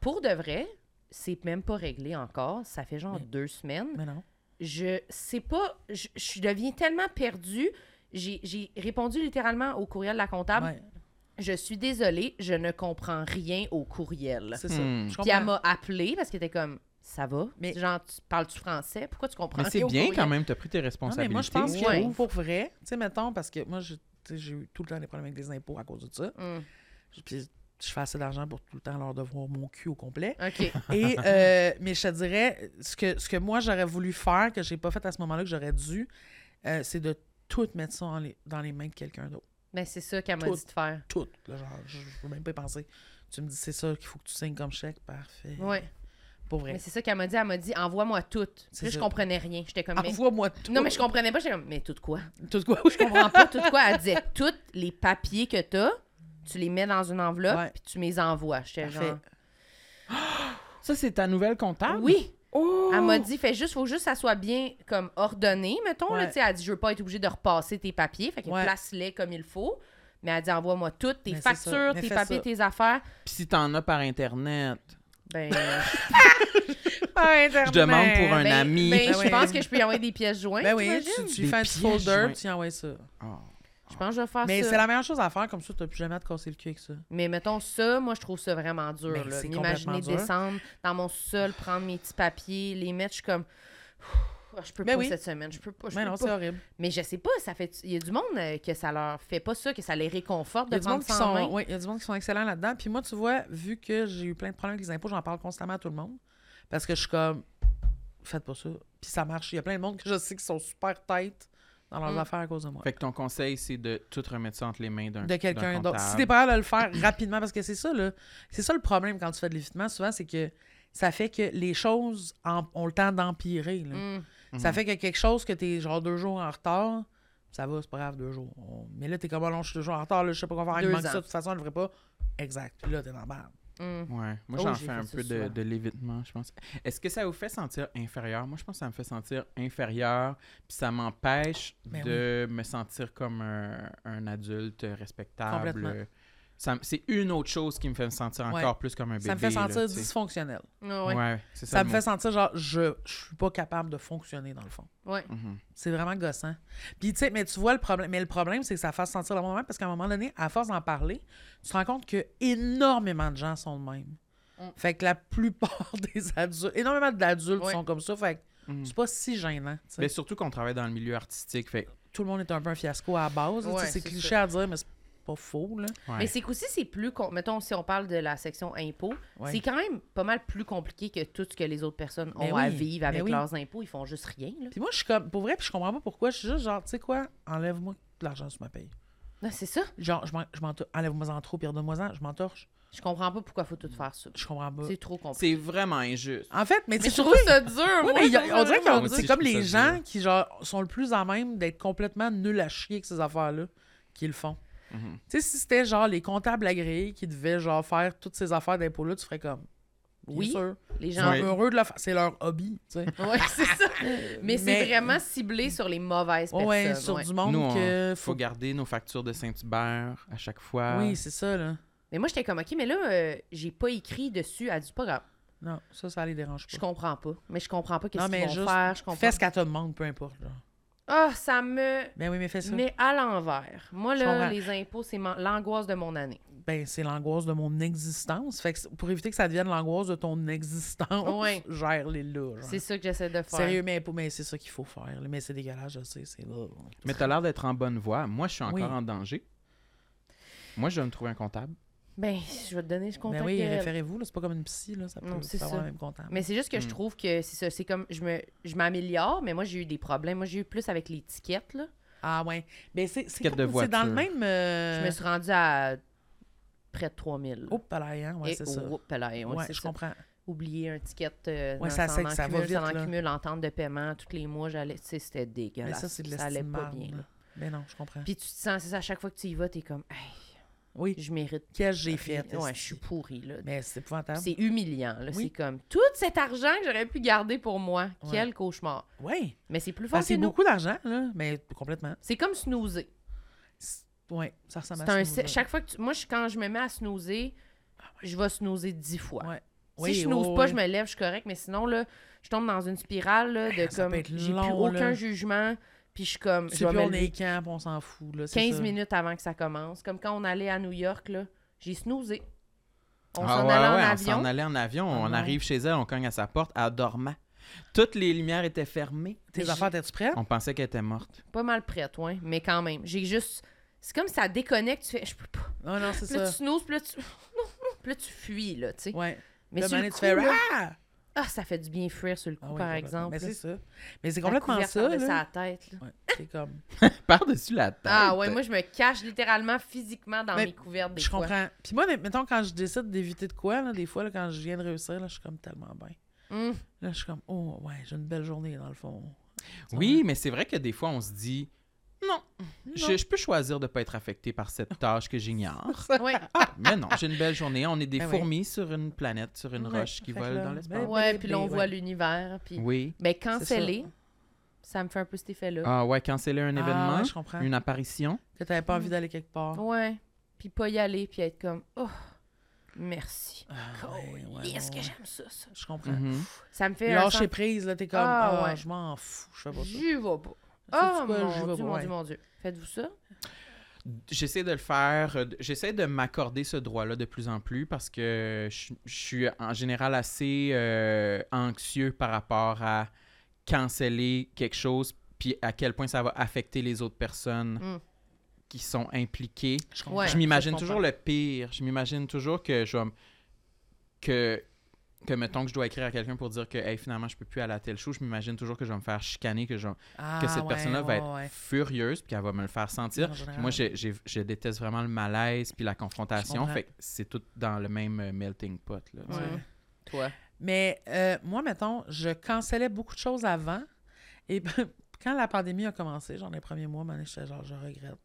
S1: Pour de vrai, c'est même pas réglé encore. Ça fait genre deux semaines.
S5: Mais non.
S1: Je sais pas. Je, je deviens tellement perdue. J'ai j'ai répondu littéralement au courriel de la comptable.
S5: Ouais,
S1: Je suis désolée, je ne comprends rien au courriel.
S5: c'est ça.
S2: Hmm.
S5: Je
S1: Puis elle
S5: comprends.
S1: m'a appelé parce qu'elle était comme ça va.
S5: Mais-
S1: Genre, tu parles-tu français? Pourquoi tu comprends
S2: Mais c'est
S1: rien au
S2: bien
S1: courriel?
S2: quand même, tu as pris tes
S5: Non, mais
S2: responsabilités.
S5: moi, je pense que
S1: Ouais.
S5: pour vrai, tu sais, mettons, parce que moi, je- tu sais, j'ai eu tout le temps des problèmes avec les impôts à cause de ça.
S1: Hum,
S5: Puis je fais assez d'argent pour tout le temps leur devoir mon cul au complet.
S1: OK.
S5: Et, euh, mais je te dirais, ce que, ce que moi, j'aurais voulu faire, que j'ai pas fait à ce moment-là, que j'aurais dû, euh, c'est de tout mettre ça en les- dans les mains de quelqu'un d'autre.
S1: Mais c'est ça qu'elle m'a
S5: Tout.
S1: dit de faire.
S5: Tout. là, genre, je je veux même pas y penser. Tu me dis, c'est ça qu'il faut que tu signes comme chèque. Parfait.
S1: Ouais.
S5: Pour
S1: Mais
S5: vrai.
S1: c'est ça qu'elle m'a dit. Elle m'a dit envoie-moi tout. Puis
S5: C'est
S1: là, je
S5: ça. Ah,
S1: comprenais rien. J'étais comme. mais-
S5: Envoie-moi tout.
S1: Non, mais je comprenais pas. J'étais comme mais tout quoi
S5: Tout quoi? Oui.
S1: Je comprends pas tout quoi. Elle disait tous les papiers que t'as, tu les mets dans une enveloppe
S5: Ouais.
S1: puis tu me les envoies. J'étais
S5: Parfait.
S1: genre.
S2: Ça, c'est ta nouvelle comptable?
S1: Ah Oui.
S2: Oh!
S1: Elle m'a dit, fait juste, faut juste que ça soit bien comme ordonné, mettons. Là,
S5: Ouais.
S1: tu sais, elle dit, je veux pas être obligée de repasser tes papiers, fait que
S5: Ouais.
S1: place-les comme il faut. Mais elle dit, envoie-moi toutes tes
S5: Mais c'est ça.
S1: factures,
S5: Mais
S1: tes
S5: fais
S1: papiers,
S5: ça.
S1: tes affaires.
S2: Puis si t'en as par Internet,
S1: Ben, euh,
S2: je demande pour un
S1: Ah, ben,
S2: ami.
S1: ben,
S5: Ben
S1: je
S5: oui.
S1: pense que je peux y envoyer des pièces jointes.
S5: Ben oui,
S1: t'imagines?
S5: tu, tu
S2: Des
S5: fais un petit
S2: pièges
S5: folder,
S2: joints.
S5: tu envoies ça.
S2: Oh.
S1: Je pense que je vais faire
S5: Mais
S1: ça.
S5: c'est la meilleure chose à faire, comme ça, t'as plus jamais à te casser le cul avec ça.
S1: Mais mettons ça, moi je trouve ça vraiment dur.
S5: Mais
S1: là.
S5: Ben, c'est
S1: M'imaginer
S5: complètement dur.
S1: descendre dans mon sol, prendre mes petits papiers, les mettre, je suis comme. Ah, Je peux
S5: Ben
S1: pas
S5: oui.
S1: cette semaine, je peux pas. Je
S5: Mais
S1: peux
S5: non,
S1: pas.
S5: c'est horrible.
S1: Mais je sais pas, ça fait. Il y a du monde euh, que ça leur fait pas ça, que ça les réconforte de
S5: Il y a du monde
S1: prendre
S5: qui
S1: ça en main.
S5: sont, ouais, il y a du monde qui sont excellents là-dedans. Puis moi, tu vois, vu que j'ai eu plein de problèmes avec les impôts, j'en parle constamment à tout le monde. Parce que je suis comme, faites pas ça. Puis ça marche. Il y a plein de monde que je sais qui sont super têtes dans leurs
S1: Mm.
S5: affaires à cause de moi.
S2: Fait que ton conseil, c'est de tout remettre ça entre les mains d'un
S5: de quelqu'un
S2: d'un
S5: d'autre. Si
S2: comptable.
S5: t'es pas capable de le faire rapidement, parce que c'est ça, là. C'est ça le problème quand tu fais de l'évitement, souvent, c'est que ça fait que les choses en- ont le temps d'empirer. là.
S1: Mm.
S2: Mhm.
S5: Ça fait que quelque chose que t'es genre deux jours en retard, ça va, c'est pas grave, deux jours. On- Mais là, t'es comme, Ah non, je suis deux jours en retard, là, je sais pas quoi faire, il
S1: Deux
S5: manque ça,
S1: ans.
S5: de toute façon, on le ferait pas. Exact. Puis là, t'es dans la merde.
S1: Mm.
S2: Ouais. Moi,
S1: Oh,
S2: j'en
S1: j'ai
S2: fais
S1: fait
S2: un
S1: ça
S2: peu de,
S1: souvent.
S2: de l'évitement, je pense. Est-ce que ça vous fait sentir inférieur? Moi, je pense que ça me fait sentir inférieur, puis ça m'empêche
S5: Ben
S2: de me sentir comme un, un adulte
S5: Complètement.
S2: respectable. Ça m- C'est une autre chose qui me fait me sentir
S5: Ouais.
S2: encore plus comme un bébé.
S5: Ça me fait
S2: là,
S5: sentir
S2: tu sais.
S5: dysfonctionnel.
S1: Ah
S2: Ouais,
S1: ouais.
S2: c'est ça.
S5: Ça
S2: le
S5: me
S2: mot.
S5: fait sentir genre, je, je suis pas capable de fonctionner dans le fond.
S1: Ouais.
S2: Mhm.
S5: C'est vraiment gossant. Puis, tu sais, mais tu vois le problème. Mais le problème, c'est que ça fasse sentir le moment parce qu'à un moment donné, à force d'en parler, tu te rends compte que énormément de gens sont de même.
S1: Mm.
S5: Fait que la plupart des adultes, énormément d'adultes
S1: Ouais.
S5: sont comme ça. Fait que
S2: Mm.
S5: c'est pas si gênant. tu sais.
S2: Mais Ben, surtout qu'on travaille dans le milieu artistique. Fait...
S5: Tout le monde est un peu un fiasco à la base. là, tu sais,
S1: Ouais,
S5: c'est
S1: c'est
S5: cliché à dire, mais c'est pas faux. Là.
S2: Ouais.
S1: Mais c'est qu'aussi, c'est plus. com- Mettons, si on parle de la section impôts,
S5: Ouais.
S1: c'est quand même pas mal plus compliqué que tout ce que les autres personnes ont
S5: Mais
S1: à
S5: oui,
S1: vivre
S5: mais
S1: avec
S5: oui.
S1: leurs impôts. Ils font juste rien, là.
S5: Puis moi, je suis comme, pour vrai, puis je comprends pas pourquoi. Je suis juste genre, tu sais quoi, enlève-moi de l'argent sur ma paye.
S1: Non, c'est ça.
S5: Genre, je m'en- je m'en- enlève-moi en trop, puis redonne-moi-en, je m'entorche.
S1: Je comprends pas pourquoi faut tout faire ça.
S5: Je comprends pas.
S1: C'est trop compliqué.
S2: C'est vraiment injuste.
S5: En fait, mais,
S1: Mais
S5: c'est
S1: je trouve
S5: surtout-
S1: ça dur,
S5: Oui,
S1: moi.
S5: mais il y a-
S1: je trouve
S5: on
S1: ça
S5: dirait
S1: dur.
S5: que
S2: Moi aussi,
S5: c'est
S2: je
S5: comme
S2: trouve
S5: les
S2: ça dur.
S5: gens qui genre sont le plus à même d'être complètement nuls à chier avec ces affaires-là qu'ils font.
S2: Mhm.
S5: Tu sais, si c'était genre les comptables agréés qui devaient genre faire toutes ces affaires d'impôts-là, tu ferais comme. bien
S1: Oui,
S5: sûr.
S1: Les
S5: Ils
S1: gens.
S5: sont
S2: Ouais.
S5: heureux de le faire. C'est leur hobby, tu sais.
S1: Ouais, c'est ça. Mais,
S5: Mais-
S1: c'est vraiment ciblé sur les mauvaises personnes.
S5: Ouais, sur
S1: ouais.
S5: du monde
S2: Nous, on-
S5: que.
S2: Faut
S5: euh, Faut...
S2: garder nos factures de Saint-Hubert à chaque fois.
S5: Oui, c'est ça, là.
S1: Mais moi, j'étais comme, OK, mais là, euh, j'ai pas écrit dessus. Elle dit, pas grave.
S5: Non, ça, ça les dérange
S1: Je
S5: pas.
S1: comprends pas. Mais je comprends pas qu'est-ce
S5: Non,
S1: qu'ils
S5: mais
S1: vont
S5: juste
S1: faire. Je comprends.
S5: Fais ce qu'elle te demande, peu importe. Là.
S1: Ah, ça me.
S5: Ben oui, mais fais ça.
S1: Mais à l'envers. Moi,
S5: Je
S1: là,
S5: comprends.
S1: les impôts, c'est mon- l'angoisse de mon année.
S5: ben c'est l'angoisse de mon existence. Fait que c'est- pour éviter que ça devienne l'angoisse de ton existence,
S1: Ouais.
S5: gère-les là. genre.
S1: C'est ça que j'essaie de faire.
S5: Sérieux, mais, mais c'est ça qu'il faut faire. là. Mais c'est dégueulasse, je sais. C'est... Ben
S2: Mais t'as l'air d'être en bonne voie. Moi, je suis encore
S5: Oui.
S2: en danger. Moi, je vais me trouver un comptable.
S1: Ben, je vais te donner ce
S5: Mais
S1: contact.
S5: oui,
S1: d'elle.
S5: référez-vous, là, c'est pas comme une psy, là, ça peut
S1: Non, c'est
S5: ça avoir
S1: ça.
S5: un même comptable.
S1: Mais c'est juste que je
S2: Hmm.
S1: trouve que c'est ça. C'est comme, je me je m'améliore, mais moi, j'ai eu des problèmes. Moi, j'ai eu plus avec l'étiquette, là.
S5: Ah ouais. Ben c'est, c'est,
S2: Ticket de
S5: comme- c'est dans le
S2: voiture.
S5: même...
S1: Je
S5: euh,
S1: me suis rendue à près de 3000.
S5: Oh, pareil, hein, ouais,
S1: Et-
S5: c'est ça.
S1: oh, là, et ouais,
S5: ouais,
S1: c'est
S5: je
S1: ça.
S5: comprends.
S1: Oublier un ticket euh,
S5: Ouais,
S1: dans-
S5: ça,
S1: ça,
S5: c'est
S1: en
S5: que ça va
S1: cumule, ça
S5: vite,
S1: en
S5: là.
S1: cumule, en tente de paiement. Tous les mois, j'allais. Tu sais, c'était dégueulasse.
S5: Mais ça, c'est de
S1: ça allait pas
S5: l'estimable.
S1: bien. là.
S5: Mais non, je comprends.
S1: Puis tu te sens, c'est ça, à chaque fois que tu y vas, t'es comme, hey,
S5: oui,
S1: je mérite.
S5: qu'est-ce que j'ai
S1: rien.
S5: fait?
S1: Ben, Ouais,
S5: esti?
S1: je suis pourrie, là.
S5: Mais c'est épouvantable.
S1: C'est humiliant. là.
S5: Oui.
S1: C'est comme tout cet argent que j'aurais pu garder pour moi.
S5: Ouais.
S1: Quel cauchemar.
S5: Ouais.
S1: Mais c'est plus fort
S5: Ah, c'est
S1: que nous.
S5: beaucoup d'argent, là. Mais complètement.
S1: C'est comme snoozer.
S5: C'est- Ouais, ça ressemble
S1: C'est
S5: à
S1: un
S5: ça.
S1: se- chaque fois que tu- moi je- quand je me mets à snoozer, je vais snoozer dix fois.
S5: Ah Ouais.
S1: si je snooze pas, je me lève, je suis correct, mais sinon là, je tombe dans une spirale là, de
S5: Ah, ça
S1: comme
S5: peut être
S1: j'ai plus
S5: long, là.
S1: aucun jugement, puis je suis comme
S5: Tu
S1: je vais
S5: sais plus,
S1: me
S5: on est
S1: lever
S5: camp, on s'en fout. Là, c'est
S1: 15
S5: ça.
S1: minutes avant que ça commence, comme quand on allait à New York là, j'ai snoozé. On
S2: Ah
S1: s'en
S2: ouais,
S1: allait
S2: ouais,
S1: en
S2: On
S1: avion.
S2: s'en allait en avion.
S5: Ah
S2: on
S5: non.
S2: arrive chez elle, on cogne à sa porte, elle dormait. Toutes les lumières étaient fermées.
S5: Tes
S1: Mais
S5: affaires, t'es-tu prête?
S2: On pensait qu'elle était morte.
S1: Pas mal prête, ouais, mais quand même, j'ai juste c'est comme ça déconnecte, tu fais je peux pas
S5: Non, non, c'est
S1: Puis là,
S5: ça.
S1: tu snoozes, puis là, tu... puis là, tu fuis, là, tu sais.
S5: Ouais.
S1: Mais
S5: Là,
S1: sur le
S5: Mané,
S1: coup,
S5: tu fais
S1: là,
S5: Ah!
S1: ah, ça fait du bien fuir sur le coup,
S5: Ah oui,
S1: par
S5: complètement.
S1: exemple.
S5: Mais
S1: là.
S5: c'est ça. Mais c'est
S1: La
S5: complètement
S1: couverture
S5: ça.
S1: de sa
S5: Là.
S1: tête, là.
S5: Ouais, c'est comme.
S2: Par-dessus la tête.
S1: Ah ouais, moi, je me cache littéralement, physiquement, dans
S5: ben. Mais
S1: mes couvertes des
S5: Je
S1: fois.
S5: comprends. Puis moi, mettons, quand je décide d'éviter de quoi, là, des fois, là, quand je viens de réussir, là, je suis comme tellement bien.
S1: Hum,
S5: Là, je suis comme, oh, ouais, j'ai une belle journée, dans le fond.
S2: Oui, mais c'est vrai que des fois, on se dit non, Je, je peux choisir de ne pas être affecté par cette tâche que j'ignore.
S1: ouais.
S2: Ah, mais non, j'ai une belle journée. On est des
S5: Ben oui.
S2: fourmis sur une planète, sur une
S5: Ouais,
S2: roche qui
S5: fait que
S2: vole
S5: là,
S2: dans l'espace.
S5: ben-
S1: ouais, puis là, on
S5: ouais.
S1: voit l'univers, puis...
S2: Oui.
S1: Ben,
S5: C'est
S1: cancellé, ça me fait un peu cet effet-là.
S2: Ah ouais, canceller un
S5: Ah,
S2: événement,
S5: ouais, je comprends.
S2: une apparition.
S5: Que t'avais pas
S1: Mm.
S5: envie d'aller quelque part.
S1: Ouais. Puis pas y aller, puis être comme... Oh, merci.
S5: Ah, ouais, ouais,
S1: est ce
S5: ouais,
S1: que
S5: ouais.
S1: j'aime ça, ça?
S5: Je comprends.
S2: Mhm.
S1: Ça me fait un
S5: Lâcher
S1: sens-
S5: prise, là, t'es comme,
S1: Ah,
S5: ah,
S1: ouais.
S5: je m'en fous, je fais pas ça.
S1: J'y vais pas.
S5: quoi,
S1: Oh,
S5: j'y
S1: mon
S5: vais
S1: Dieu,
S5: pas,
S1: mon
S5: ouais.
S1: Dieu, mon Dieu. Faites-vous ça?
S2: J'essaie de le faire, euh, j'essaie de m'accorder ce droit-là de plus en plus parce que je, je suis en général assez euh, anxieux par rapport à canceller quelque chose puis à quel point ça va affecter les autres personnes
S1: Mm.
S2: qui sont impliquées.
S5: Je comprends.
S1: Ouais.
S2: je m'imagine
S5: comprends.
S2: toujours le pire. Je m'imagine toujours que je vais m- que que mettons que je dois écrire à quelqu'un pour dire que hey, finalement je peux plus aller à telle chose, je m'imagine toujours que je vais me faire chicaner, que je-
S5: Ah,
S2: que cette
S5: ouais,
S2: personne-là va
S5: ouais,
S2: être
S5: ouais.
S2: furieuse puis qu'elle va me le faire sentir.
S5: En
S2: Puis
S5: général.
S2: moi j'ai- j'ai- je, déteste vraiment le malaise puis la
S5: Je
S2: confrontation,
S5: comprends.
S2: fait que c'est tout dans le même euh, melting pot là, tu sais.
S1: Ouais.
S2: Toi.
S5: Mais euh, moi, mettons, je cancellais beaucoup de choses avant. Et quand la pandémie a commencé, genre les premiers mois, man, j'étais genre, je regrette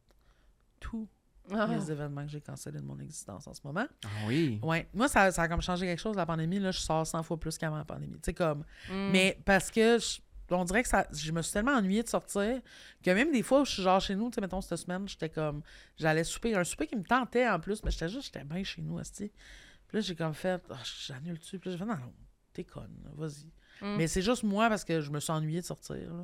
S5: tout
S1: Ah.
S5: les événements que j'ai cancellés de mon existence en ce moment.
S2: Ah oui.
S5: Ouais. Moi, ça, ça a comme changé quelque chose, la pandémie. Là, je sors 100 fois plus qu'avant la pandémie. Tu sais, comme.
S1: Mm.
S5: Mais parce que. je- on dirait que ça, je me suis tellement ennuyée de sortir que même des fois où je suis genre chez nous, tu sais, mettons, cette semaine, j'étais comme, j'allais souper, un souper qui me tentait en plus, mais j'étais juste, j'étais bien chez nous, aussi. Puis là, j'ai comme fait, Ah, j'annule-tu? Puis là, j'ai fait, non, non, t'es conne, là, vas-y.
S1: Mm.
S5: Mais c'est juste moi parce que je me suis ennuyée de sortir, là.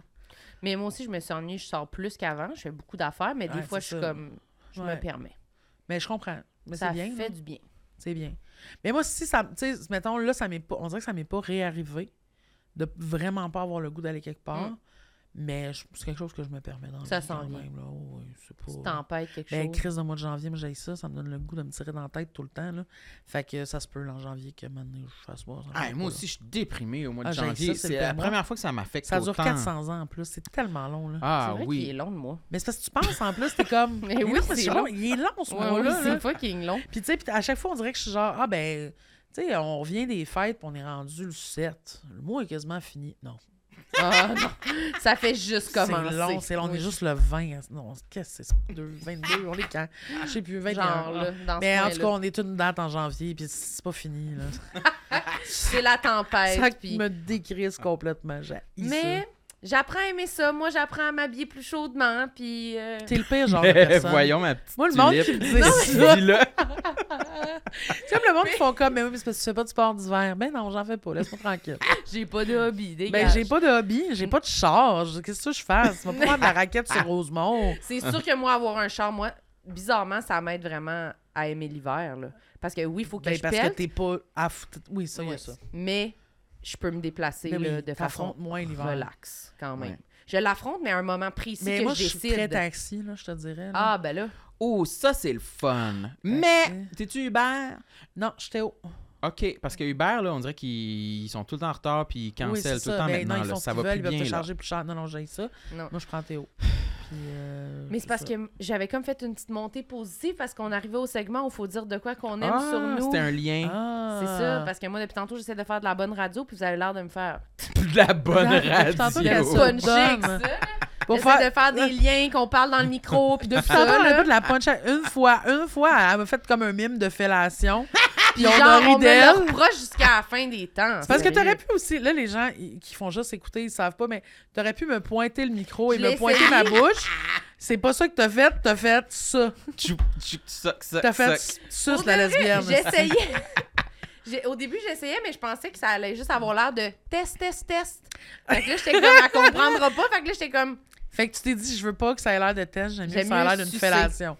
S1: Mais moi aussi, je me suis ennuyée, je sors plus qu'avant, je fais beaucoup d'affaires, mais des
S5: Ouais,
S1: fois, je
S5: c'est
S1: suis
S5: ça.
S1: comme, je
S5: Ouais.
S1: me permets.
S5: Mais je comprends. Mais
S1: ça
S5: c'est bien. hein?
S1: fait
S5: là.
S1: du bien.
S5: C'est bien. Mais moi, si ça. Tu sais, mettons, là, ça m'est pas. On dirait que ça m'est pas réarrivé de vraiment pas avoir le goût d'aller quelque part. Mais je- c'est quelque chose que je me permets dans la
S1: Mm. Ça
S5: vie quand
S1: s'en vient.
S5: même, là. Oh, oui, c'est pas.
S1: Tu t'empêtes quelque
S5: Ben,
S1: chose.
S5: crise de mois de janvier, moi, j'ai ça. Ça me donne le goût de me tirer dans la tête tout le temps, là. Fait que ça se peut, là, en janvier, que maintenant, je fasse boire. ça me
S2: Ah,
S5: fait
S2: moi
S5: pas,
S2: aussi, je suis déprimé au mois de
S5: Ah, j'ai ça,
S2: janvier.
S5: c'est
S2: C'est
S5: le
S2: la
S5: pire
S2: première fois que ça m'affecte.
S5: là. Ça dure
S2: autant.
S5: 400 ans, en plus. C'est tellement long, là.
S1: C'est
S2: Ah
S1: vrai qu'il est
S2: oui.
S1: long, le mois.
S5: Mais c'est parce que tu penses, en plus, t'es comme.
S1: Mais
S5: Il est
S1: Eh oui,
S5: long,
S1: c'est
S5: je-
S1: long.
S5: Il est long, ce
S1: Ouais,
S5: mois-là,
S1: oui,
S5: là.
S1: c'est fucking long.
S5: Puis, tu sais, puis à chaque fois, on dirait que je suis genre, ah ben, tu sais, on revient des fêtes, puis on est rendu le 7. Le mois est quasiment fini. Non.
S1: Ah, non. Ça fait juste commencer.
S5: C'est long, c'est long. On est
S1: Oui.
S5: juste le 20. hein. Non, qu'est-ce que c'est? 22, 22, on est quand? Je sais plus, 21.
S1: Genre, là, dans
S5: Mais
S1: ce
S5: en tout
S1: coin-là.
S5: cas, on est une date en janvier, puis c'est pas fini. Là.
S1: C'est la
S5: ça
S1: tempête. puis-
S5: me décrise complètement. J'ai
S1: Mais j'apprends à aimer ça. Moi, j'apprends à m'habiller plus chaudement. Puis. euh,
S5: T'es le pire genre de personne.
S2: Voyons ma petite
S5: Moi, le monde qui me
S2: tulipe.
S5: dit ça.
S2: Dis-le.
S5: C'est comme le monde qui font comme, mais oui, mais c'est parce que tu fais pas du sport d'hiver. Ben non, j'en fais pas, laisse-moi tranquille.
S1: J'ai pas de hobby.
S5: Ben,
S1: Dégage.
S5: j'ai pas de hobby, j'ai pas de charge. Qu'est-ce que je fasse? Tu vas pas prendre de la raquette
S1: Ah.
S5: sur Rosemont.
S1: C'est sûr que moi, avoir un char, moi, bizarrement, ça m'aide vraiment à aimer l'hiver. là. Parce que oui, il faut que
S5: Ben,
S1: je
S5: parce
S1: pèle,
S5: que t'es pas à foutre- Oui, ça, il y a
S1: Ouais.
S5: ça.
S1: Mais je peux me déplacer
S5: Ben oui,
S1: là, de façon
S5: t'affrontes moins l'hiver.
S1: relax quand même.
S2: Ouais.
S1: Je l'affronte, mais à un moment précis
S5: Mais
S1: que
S5: moi,
S1: je
S5: je suis très
S1: décide.
S5: taxi, là, je te dirais. là.
S1: ah, ben là.
S2: Oh, ça, c'est le fun. Mais,
S5: Merci.
S2: t'es-tu Uber?
S5: Non, j'étais au.
S2: OK, parce que Uber, là, on dirait qu'ils ils sont tout le temps en retard puis ils
S5: Oui, c'est
S2: cancellent tout
S5: ça.
S2: le temps
S5: Ben,
S2: maintenant.
S5: non, ils
S2: là.
S5: font
S2: ça
S5: ce qu'ils
S2: va
S5: veulent,
S2: plus
S5: ils peuvent
S2: bien.
S5: te
S2: là.
S5: charger plus cher. Non, non, j'ai ça.
S1: Non.
S5: Moi, je prends Théo. Puis, euh,
S1: Mais c'est parce
S5: ça.
S1: que j'avais comme fait une petite montée positive parce qu'on arrivait au segment où il faut dire de quoi qu'on aime
S2: Ah,
S1: sur nous.
S2: C'était un lien.
S5: Ah.
S1: C'est ça, parce que moi, depuis tantôt, j'essaie de faire de la bonne radio, puis vous avez l'air de me faire
S2: De la bonne
S5: Non, depuis tantôt, il y a
S2: radio.
S5: ça.
S1: puncher avec
S5: Bonne.
S1: ça.
S5: Pour
S1: J'essaie
S5: faire.
S1: de faire des liens, qu'on parle dans le micro, puis de
S5: Puis
S1: ça.
S5: tantôt, on a
S1: là.
S5: pas de la punch à- une fois. Une fois, elle m'a fait comme un mime de fellation. Puis on
S1: Genre,
S5: a ri
S1: on me le
S5: d'elle.
S1: reproche jusqu'à la fin des temps.
S5: C'est parce
S1: sérieux.
S5: que t'aurais pu aussi. Là, les gens ils- qui font juste écouter, ils savent pas, mais t'aurais pu me pointer le micro et
S1: Je
S5: me
S1: l'ai
S5: pointer
S1: essayé.
S5: ma bouche. C'est pas ça que t'as fait, t'as fait ça.
S2: Tchou, tchou, soc, soc,
S5: T'as fait
S2: soc.
S5: ça,
S1: Pour
S5: la
S1: de vrai,
S5: lesbienne.
S1: J'essayais. J'ai- Au début, j'essayais, mais je pensais que ça allait juste avoir l'air de test, test, test. Fait que là, j'étais comme, elle comprendra pas. Fait que là, j'étais comme,
S5: Fait que tu t'es dit, je veux pas que ça ait l'air de test, j'aime mieux que
S1: J'aime
S5: ça ait
S1: mieux
S5: l'air d'une
S1: sucer.
S5: fellation.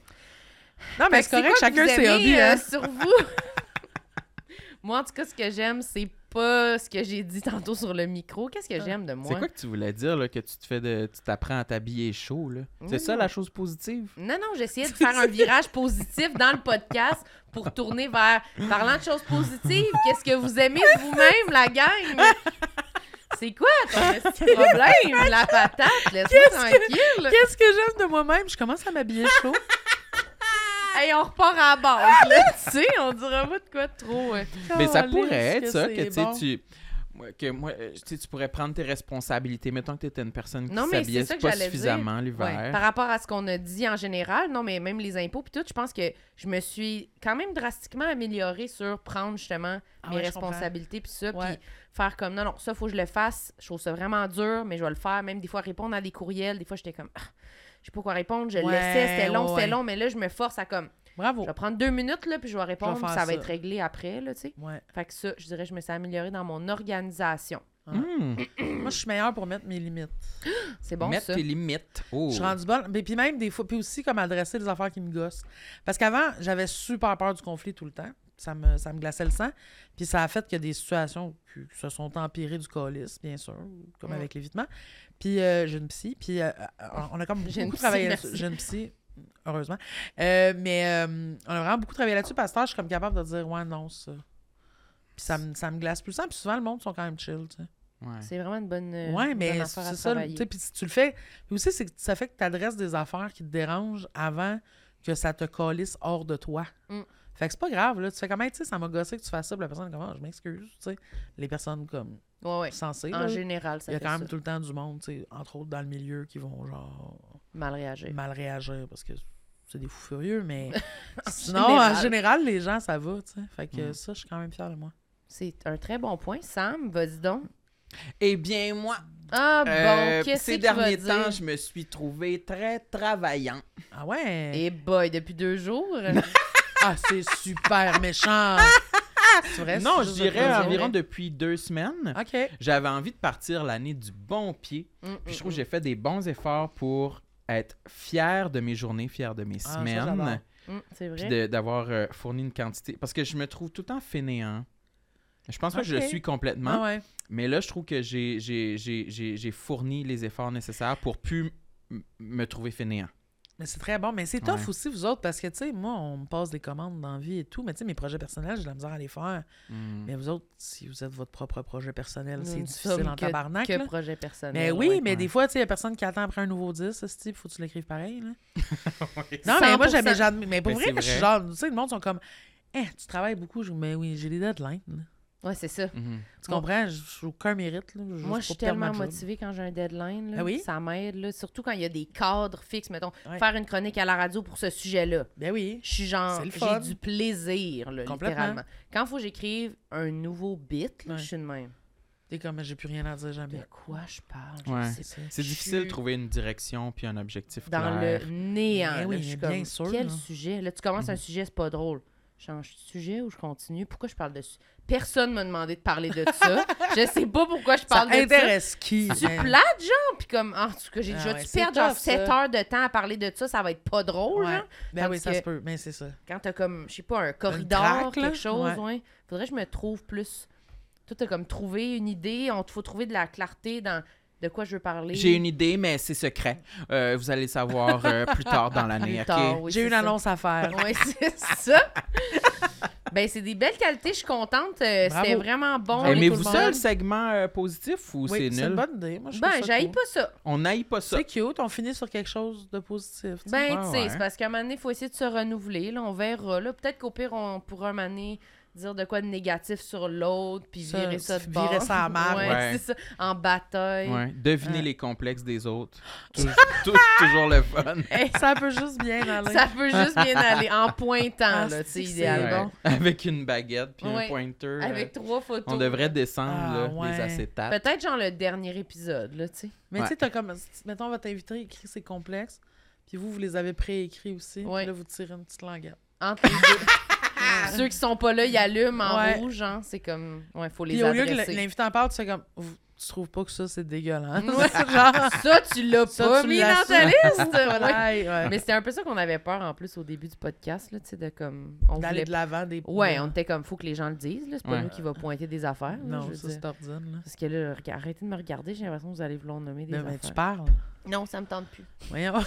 S5: Non, mais
S1: Fait
S5: c'est
S1: que
S5: correct,
S1: quoi que
S5: chacun
S1: vous
S5: ses
S1: aimez,
S5: hobbies,
S1: euh,
S5: hein.
S1: sur vous. moi, en tout cas, ce que j'aime, c'est pas ce que j'ai dit tantôt sur le micro. Qu'est-ce que j'aime de
S2: C'est
S1: moi?
S2: quoi que tu voulais dire, là, que tu te fais de... Tu t'apprends à t'habiller chaud, là? C'est ça, la chose positive?
S1: Non, non, j'essayais de faire un virage positif dans le podcast pour tourner vers parlant de choses positives. Qu'est-ce que vous aimez de vous-même, la gang? C'est quoi ton petit problème, la patate? Laisse-moi tranquille.
S5: Qu'est-ce que j'aime de moi-même? Je commence à m'habiller chaud.
S1: Hey, on repart à la base, là, tu sais, on dira pas de quoi de trop. euh.
S2: Mais ça
S5: Calisse
S2: pourrait être ça, que
S5: c'est
S2: tu sais,
S5: bon.
S2: tu. moi, Que moi, euh, tu sais, tu pourrais prendre tes responsabilités. Mettons que tu étais une personne qui
S1: Non, mais
S2: s'habillait
S1: c'est ça que
S2: pas
S1: j'allais dire.
S2: suffisamment
S1: Ouais,
S2: l'hiver.
S1: Par rapport à ce qu'on a dit en général, non, mais même les impôts puis tout, je pense que je me suis quand même drastiquement améliorée sur prendre justement
S5: Ah
S1: mes
S5: ouais, je comprends.
S1: responsabilités puis ça,
S5: Ouais.
S1: puis faire comme non, non, ça faut que je le fasse. Je trouve ça vraiment dur, mais je vais le faire. Même des fois répondre à des courriels, des fois j'étais comme, ah, je sais pas quoi répondre, je le
S5: Ouais,
S1: laissais, c'était long,
S5: ouais,
S1: c'était
S5: ouais.
S1: long, mais là je me force à comme, je
S5: Bravo.
S1: vais prendre deux minutes là puis je vais répondre,
S5: faire
S1: puis ça va
S5: ça.
S1: être réglé après là, tu sais.
S5: Ouais.
S1: Fait que ça, je dirais, je me suis améliorée dans mon organisation.
S2: Hmm.
S5: Moi, je suis meilleure pour mettre mes limites.
S1: C'est bon
S2: Mettre
S1: ça.
S2: tes limites. Oh.
S5: Je suis rendue bonne. Mais puis même des fois, puis aussi comme adresser les affaires qui me gossent. Parce qu'avant, j'avais super peur du conflit tout le temps. Ça me, ça me glaçait le sang. Puis ça a fait que des situations qui qui se sont empirées du colis, bien sûr, comme
S1: Ouais.
S5: avec l'évitement. Puis euh, j'ai une psy. Puis euh, on a comme
S1: J'ai une
S5: beaucoup
S1: psy,
S5: travaillé
S1: merci.
S5: là-dessus. J'ai une psy, heureusement. Euh, mais euh, on a vraiment beaucoup travaillé là-dessus. Parce que je suis comme capable de dire, ouais, non, ça. Puis ça me, ça me glace plus le sang. Puis souvent, le monde sont quand même chill, tu sais.
S2: Ouais.
S1: C'est vraiment une bonne. euh,
S5: Ouais,
S1: une bonne
S5: mais
S1: affaire à
S5: c'est ça. le-
S1: travailler.
S5: tu sais, Puis si tu le fais, puis aussi, c'est que ça fait que tu adresses des affaires qui te dérangent avant que ça te calisse hors de toi.
S1: Mm.
S5: Fait que c'est pas grave, là. Tu fais comme, Hey, tu sais, ça m'a gossé que tu fasses ça, puis la personne est comme, Ah, je m'excuse, tu sais. Les personnes comme
S1: Ouais, ouais.
S5: sensées,
S1: En
S5: là,
S1: général, ça
S5: il y a
S1: fait
S5: quand même
S1: ça.
S5: tout le temps du monde, tu sais, entre autres dans le milieu, qui vont genre
S1: mal réagir.
S5: mal réagir parce que c'est des fous furieux, mais sinon,
S1: Général. Mm.
S5: en général, les gens, ça va, tu sais. Fait que ça, je suis quand même fière de moi.
S1: C'est un très bon point, Sam. Vas-y donc.
S2: Eh bien, moi,
S1: Ah bon,
S2: euh,
S1: qu'est-ce
S2: ces
S1: que tu vas
S2: derniers
S1: dire?
S2: temps, je me suis trouvé très travaillant.
S5: Ah ouais?
S1: Eh boy, depuis deux jours.
S5: Ah, c'est super méchant! c'est vrai?
S2: non, je
S5: c'est juste de
S2: dirais
S5: plaisir.
S2: environ Hein? depuis deux semaines.
S5: OK.
S2: J'avais envie de partir l'année du bon pied.
S1: Mm,
S2: Puis je trouve que j'ai fait des bons efforts pour être fier de mes journées, fier de mes
S5: Ah, ça, j'adore.
S2: semaines,
S1: mm, mm, c'est
S2: puis
S1: vrai.
S2: de- d'avoir euh, fourni une quantité. Parce que je me trouve tout le temps fainéant. Je pense pas que je le
S5: Ok.
S2: suis complètement,
S5: Ah ouais.
S2: mais là, je trouve que j'ai- j'ai j'ai- j'ai- j'ai fourni les efforts nécessaires pour plus m- me trouver fainéant.
S5: Mais c'est très bon. Mais c'est tough
S2: Ouais.
S5: aussi, vous autres, parce que, tu sais, moi, on me passe des commandes dans la vie et tout, mais tu sais, mes projets personnels, j'ai de la misère à les faire.
S2: Mm.
S5: Mais vous autres, si vous êtes votre propre projet personnel,
S1: Nous
S5: c'est
S1: ne
S5: difficile
S1: sommes
S5: en tabarnak.
S1: Mm. Que
S5: là.
S1: projet personnel.
S5: Mais oui,
S1: ouais.
S5: mais des fois, tu sais, il y a personne qui attend après un nouveau 10, ça, c'est faut que tu l'écrives pareil. Là. Non, mais moi,
S1: 100%.
S5: j'avais jamais. Mais pour
S2: Mais
S5: vrai,
S2: c'est
S5: que je suis
S2: vrai.
S5: genre, tu sais, le monde sont comme, eh, tu travailles beaucoup, je, mais oui, j'ai des deadlines. là.
S1: Ouais, c'est ça.
S2: Mhm.
S5: Tu comprends? Je J'ai aucun mérite. Là, juste
S1: Moi, je suis
S5: pour perdre ma
S1: tellement
S5: job.
S1: motivée quand j'ai un deadline. Là.
S5: Ah oui?
S1: Ça m'aide, là. surtout quand il y a des cadres fixes. Mettons,
S5: Ouais.
S1: faire une chronique à la radio pour ce sujet-là.
S5: Ben oui.
S1: Je suis genre,
S5: C'est le fun.
S1: j'ai du plaisir, là,
S5: Complètement.
S1: littéralement. Quand faut que j'écrive un nouveau bit, là,
S5: Ouais.
S1: je suis de même.
S5: T'es comme, j'ai plus rien à dire jamais.
S1: De quoi je parle? Je
S2: Ouais.
S1: sais
S5: C'est-
S1: pas.
S2: C'est
S1: Je
S2: difficile
S1: suis
S2: de trouver une direction puis un objectif
S1: Dans
S2: clair.
S1: le néant.
S5: Mais
S1: là.
S5: oui,
S1: je suis
S5: bien
S1: comme,
S5: sûr,
S1: quel
S5: là.
S1: sujet? Là, tu commences
S2: Mhm.
S1: un sujet, c'est pas drôle. Je Change de sujet ou je continue? Pourquoi je parle de ça? Personne m'a demandé de parler de ça. je sais pas pourquoi je
S5: Ça
S1: parle de ça.
S5: intéresse qui?
S1: Tu
S5: hein?
S1: plates, genre, puis comme, en tout cas, j'ai
S5: Ah
S1: déjà
S5: ouais,
S1: dû
S5: c'est
S1: perdre genre
S5: tough,
S1: 7
S5: ça.
S1: heures de temps à parler de ça, ça va être pas drôle,
S5: Ouais.
S1: genre.
S5: Ben
S1: Tandis
S5: oui, ça se
S1: que-
S5: peut. Mais c'est ça.
S1: Quand t'as comme, je sais pas, un corridor,
S5: track, là.
S1: quelque chose,
S5: Ouais.
S1: ouais. Faudrait que je me trouve plus. Toi, t'as comme trouvé une idée, on te faut trouver de la clarté dans de quoi je veux parler.
S2: J'ai une idée, mais c'est secret. Euh, vous allez le savoir euh, plus tard dans l'année,
S1: Plus
S2: OK?
S1: tard, oui,
S5: j'ai
S1: c'est
S5: une
S1: ça.
S5: annonce à faire.
S1: Oui, c'est ça. ben, c'est des belles qualités, je suis contente. Euh,
S5: Bravo.
S1: C'était vraiment bon.
S5: Bravo.
S2: Aimez-vous
S5: tout le
S2: ça,
S5: monde.
S2: le segment euh, positif, ou
S5: Oui,
S2: c'est
S5: c'est une
S2: nul?
S5: bonne idée. Moi, je trouve
S1: Ben,
S5: ça
S1: j'aille
S5: cool.
S1: pas ça.
S2: On n'aille pas ça.
S5: C'est cute, on finit sur quelque chose de positif. tu sais.
S1: Ben,
S2: Ouais,
S1: tu sais,
S2: ouais.
S1: c'est parce qu'à un moment donné, il faut essayer de se renouveler. Là, on verra. Là, peut-être qu'au pire, on pourra un moment donné dire de quoi de négatif sur l'autre, puis
S5: Ça,
S1: virer ça de
S5: virer
S1: bord.
S5: ça à marre.
S1: Ouais,
S2: Ouais.
S1: c'est ça. En bataille.
S2: Ouais. Devinez
S5: Ouais.
S2: les complexes des autres. Tou- tou- toujours le fun.
S5: ça peut juste bien aller.
S1: Ça peut juste bien aller en pointant,
S5: Ah,
S1: là, tu
S5: c'est
S1: sais,
S5: que c'est
S1: idéalement.
S2: Ouais. Avec une baguette puis un
S1: Ouais.
S2: pointer. euh,
S1: Avec trois photos.
S2: on devrait descendre
S5: Ah,
S2: là,
S5: ouais.
S2: les acétates.
S1: Peut-être, genre, le dernier épisode, là, tu sais.
S5: Mais
S2: Ouais.
S5: tu sais, t'as comme. Mettons, on va t'inviter, écrit c'est complexe. Puis vous, vous les avez préécrits aussi.
S1: Ouais.
S5: Puis là, vous tirez une petite languette.
S1: Entre Hein, les deux. Ceux qui sont pas là, ils allument en
S5: Ouais.
S1: rouge, hein. C'est comme. Ouais, faut les
S5: Puis au lieu que le-
S1: adresser.
S5: l'invité en parle, tu fais comme. Vous- Tu trouves pas que ça, c'est dégueulasse.
S1: Ouais.
S5: Genre.
S1: Ça, tu l'as
S5: Ça,
S1: pas
S5: tu
S1: mis dans ta
S5: l'assumes.
S1: liste. Ouais.
S5: Aïe, ouais.
S1: Mais c'était un peu ça qu'on avait peur en plus au début du podcast, là, tu sais, de comme. On
S5: D'aller
S1: voulait...
S5: de l'avant des.
S1: Ouais, on était comme, faut que les gens le disent, là. C'est pas
S2: Ouais.
S1: nous qui va pointer des affaires. là, je
S5: Non,
S1: veux
S5: ça,
S1: dire.
S5: c'est ordine, là.
S1: Parce que là, rega- arrêtez de me regarder, j'ai l'impression que vous allez vouloir nommer des
S5: Mais, mais tu
S1: affaires.
S5: parles.
S1: Non, ça me tente plus.
S5: Voyons.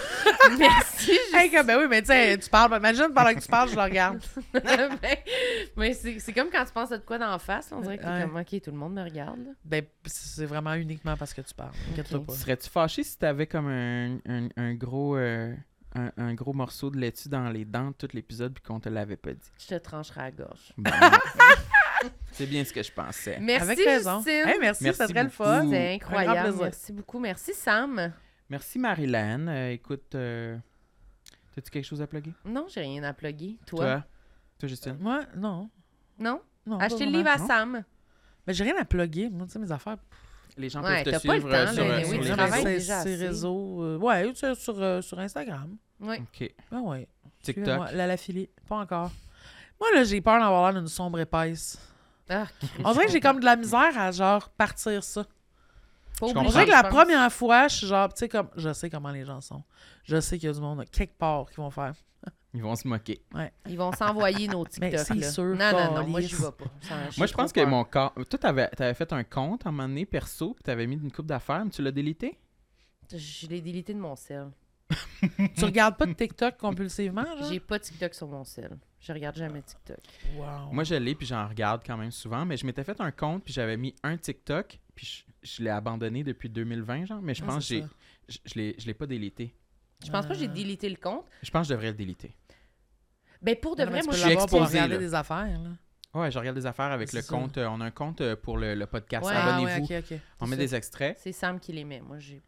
S1: Merci, Justine.
S5: hey, comme, ben oui, mais tu sais, tu parles. Imagine, pendant que tu parles, je le regarde.
S1: mais mais c'est c'est comme quand tu penses à de quoi d'en face, là, on dirait que t'es
S5: Ouais.
S1: comme, ok, tout le monde me regarde. là.
S5: Ben, c'est vraiment uniquement parce que tu parles. Inquiète-toi
S1: Ok.
S5: pas.
S2: Serais-tu fâché si t'avais comme un, un- un gros euh, un, un gros morceau de laitue dans les dents tout l'épisode puis qu'on te l'avait pas dit?
S1: Je te trancherai à la gorge.
S2: Bon. c'est bien ce que je pensais.
S1: Merci,
S5: Avec raison.
S1: Justine.
S5: Hey, merci,
S2: Merci
S5: ça serait le
S2: beaucoup.
S5: fun.
S1: C'est
S5: Un grand
S1: incroyable.
S5: plaisir.
S1: Merci beaucoup. Merci, Sam.
S2: Merci Marilyn. Euh, écoute, euh, t'as-tu quelque chose à plugger?
S1: Non, j'ai rien à plugger. Toi?
S2: Toi? Toi, Justine?
S5: Moi, non.
S1: Non?
S5: non pas
S1: Achetez le
S5: vraiment.
S1: livre à
S2: non.
S1: Sam.
S5: Mais j'ai rien à plugger. Moi, tu sais, mes affaires. Ben
S2: Les gens
S1: Ouais,
S2: peuvent te
S1: t'as pas le
S2: suivre
S1: temps,
S2: euh,
S1: là,
S2: sur,
S1: mais
S2: sur
S1: oui,
S2: les
S1: tu
S2: réseaux.
S1: travailles.
S5: c'est-
S1: déjà
S5: c'est
S1: assez.
S5: réseaux. euh, ouais, ou sur, sur, euh, sur Instagram.
S1: Oui.
S2: OK.
S5: Ben ouais.
S2: TikTok.
S5: Suivez-moi. La la filie. Pas encore. Moi, là, j'ai peur d'avoir l'air d'une sombre épaisse.
S1: Ah,
S5: On dirait que j'ai comme de la misère à, genre, partir ça.
S1: pas
S2: Je
S5: On
S2: comprends.
S5: dirait
S1: obligé,
S5: que la
S1: je pense.
S5: première fois, je suis genre, tu sais, comme, je sais comment les gens sont. Je sais qu'il y a du monde, quelque part, qui vont faire.
S2: Ils vont se moquer.
S1: Ils vont s'envoyer nos TikTok.
S5: Mais c'est
S1: là.
S5: sûr,
S1: Non, non, non,
S5: Calis.
S1: moi, j'y vais pas. Ça,
S2: Moi,
S1: j'ai
S2: je pense
S1: trop
S2: que
S1: peur.
S2: mon corps. Toi, t'avais avais fait un compte à un moment donné, perso, puis t'avais mis une coupe d'affaires, mais tu l'as délité?
S1: Je l'ai délité de mon cell.
S5: tu regardes pas de TikTok compulsivement, genre?
S1: J'ai pas TikTok sur mon cell. Je regarde jamais TikTok.
S5: Wow.
S2: Moi, je l'ai, puis j'en regarde quand même souvent, mais je m'étais fait un compte, puis j'avais mis un TikTok, puis je, je l'ai abandonné depuis 2020, genre, mais je
S5: Ah,
S2: pense que
S5: c'est
S2: j'ai. Je, je l'ai- je l'ai pas délité.
S1: Je pense pas que j'ai
S5: Ah.
S1: délité le compte.
S2: Je pense que je devrais le déliter.
S1: Ben, pour de
S5: Non,
S1: vrai,
S5: mais tu
S1: moi,
S5: peux
S1: je
S2: suis
S5: l'avoir pour
S2: exposé,
S5: regarder
S2: là.
S5: des affaires, là.
S2: Ouais, je regarde des affaires avec
S5: C'est
S2: le
S5: ça.
S2: compte. euh, on a un compte euh, pour le, le podcast.
S1: Ah, Ouais.
S5: Ah,
S2: Abonnez-vous.
S5: ouais, ok, ok.
S2: On met
S5: C'est
S2: des extraits.
S1: c'est Sam qui les met. Moi, j'ai pas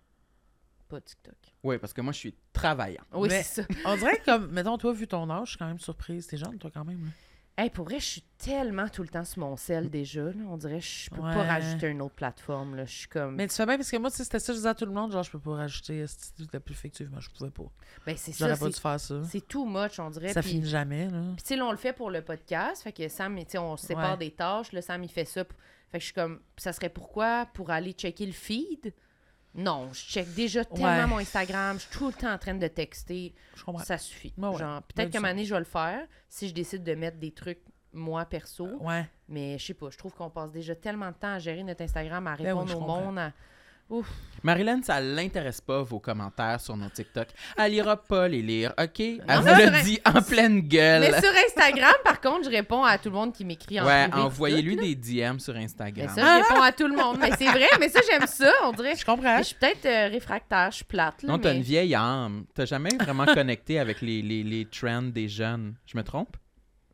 S1: pas TikTok.
S2: Oui, parce que moi, je suis travaillant.
S1: Oui,
S5: Mais-
S1: c'est ça.
S5: On dirait que, comme, mettons, toi, vu ton âge, je suis quand même surprise. T'es jeune, toi, quand même. hein.
S1: Hey, pour vrai, je suis tellement tout le temps sur mon sel déjà. là. On dirait que je peux
S5: Ouais.
S1: pas rajouter une autre plateforme. là. Je suis comme.
S5: Mais tu fais bien, parce que moi, tu sais, c'était ça, je disais à tout le monde, genre, je peux pas rajouter. euh, C'était plus effectivement, je pouvais pas.
S1: Ben, c'est ça.
S5: J'aurais pas dû
S1: c'est-
S5: faire ça.
S1: C'est too much, on dirait.
S5: Ça
S1: puis-
S5: finit jamais, là.
S1: Puis, tu sais, là, on le fait pour le podcast. Fait que Sam, tu sais, on se sépare
S5: Ouais.
S1: des tâches. Là, Sam, il fait ça. pour- Fait que je suis comme, ça serait pourquoi? Pour aller checker le feed? Non, je check déjà tellement
S5: Ouais.
S1: mon Instagram. Je suis tout le temps en train de texter.
S5: Je comprends.
S1: Ça suffit.
S5: Ouais, ouais.
S1: Genre,
S5: Même
S1: peut-être qu'à un
S5: ça.
S1: moment donné, je vais le faire si je décide de mettre des trucs, moi, perso.
S5: Ouais.
S1: Mais je sais pas, je trouve qu'on passe déjà tellement de temps à gérer notre Instagram, à
S5: Ben oui,
S1: répondre
S5: je
S1: au
S5: comprends.
S1: monde. à-
S2: Marilyn, ça l'intéresse pas vos commentaires sur nos TikTok. Elle ira pas les lire, OK? Elle
S1: Non,
S2: vous
S1: mais c'est
S2: le
S1: vrai.
S2: dit en pleine
S1: Mais
S2: gueule.
S1: sur Instagram, par contre, je réponds à tout le monde qui m'écrit en
S2: Ouais,
S1: privé, tout
S2: envoyez-lui
S1: ça.
S2: des DM sur
S1: Mais
S2: Instagram.
S1: ça, je réponds à tout le monde. Mais c'est vrai, mais ça, j'aime ça. On dirait.
S5: Je comprends.
S1: Mais je suis peut-être euh, réfractaire, je suis plate. Là,
S2: non, t'as
S1: mais-
S2: une vieille âme. T'as jamais vraiment connecté avec les, les, les trends des jeunes. Je me trompe?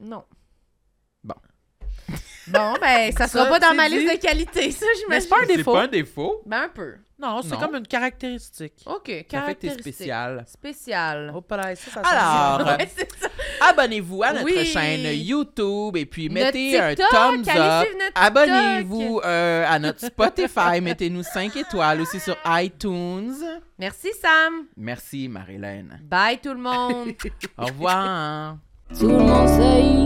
S1: Non.
S2: Bon.
S1: Bon, ben, ça sera
S5: Ça,
S1: pas dans
S5: c'est
S1: ma
S5: dit.
S1: liste de qualité, ça,
S5: Mais
S1: j'imagine.
S5: c'est pas un défaut.
S2: pas un défaut.
S1: Ben, un peu.
S5: Non, c'est
S2: Non.
S5: comme une caractéristique.
S1: OK,
S2: Ça fait que t'es
S1: caractéristique.
S2: spécial.
S1: Spécial.
S5: Hop là, ça, ça
S2: Alors,
S5: sent-
S2: euh,
S1: Ouais, c'est ça.
S2: abonnez-vous à notre
S1: Oui.
S2: chaîne YouTube et puis
S1: Notre
S2: mettez un
S1: TikTok,
S2: thumbs
S1: allez
S2: up.
S1: suivre notre
S2: Abonnez-vous euh, à notre Spotify. Mettez-nous 5 étoiles aussi sur iTunes.
S1: Merci, Sam.
S2: Merci, Marilyn.
S1: Bye, tout le monde.
S2: Au revoir.
S4: Tout le monde sait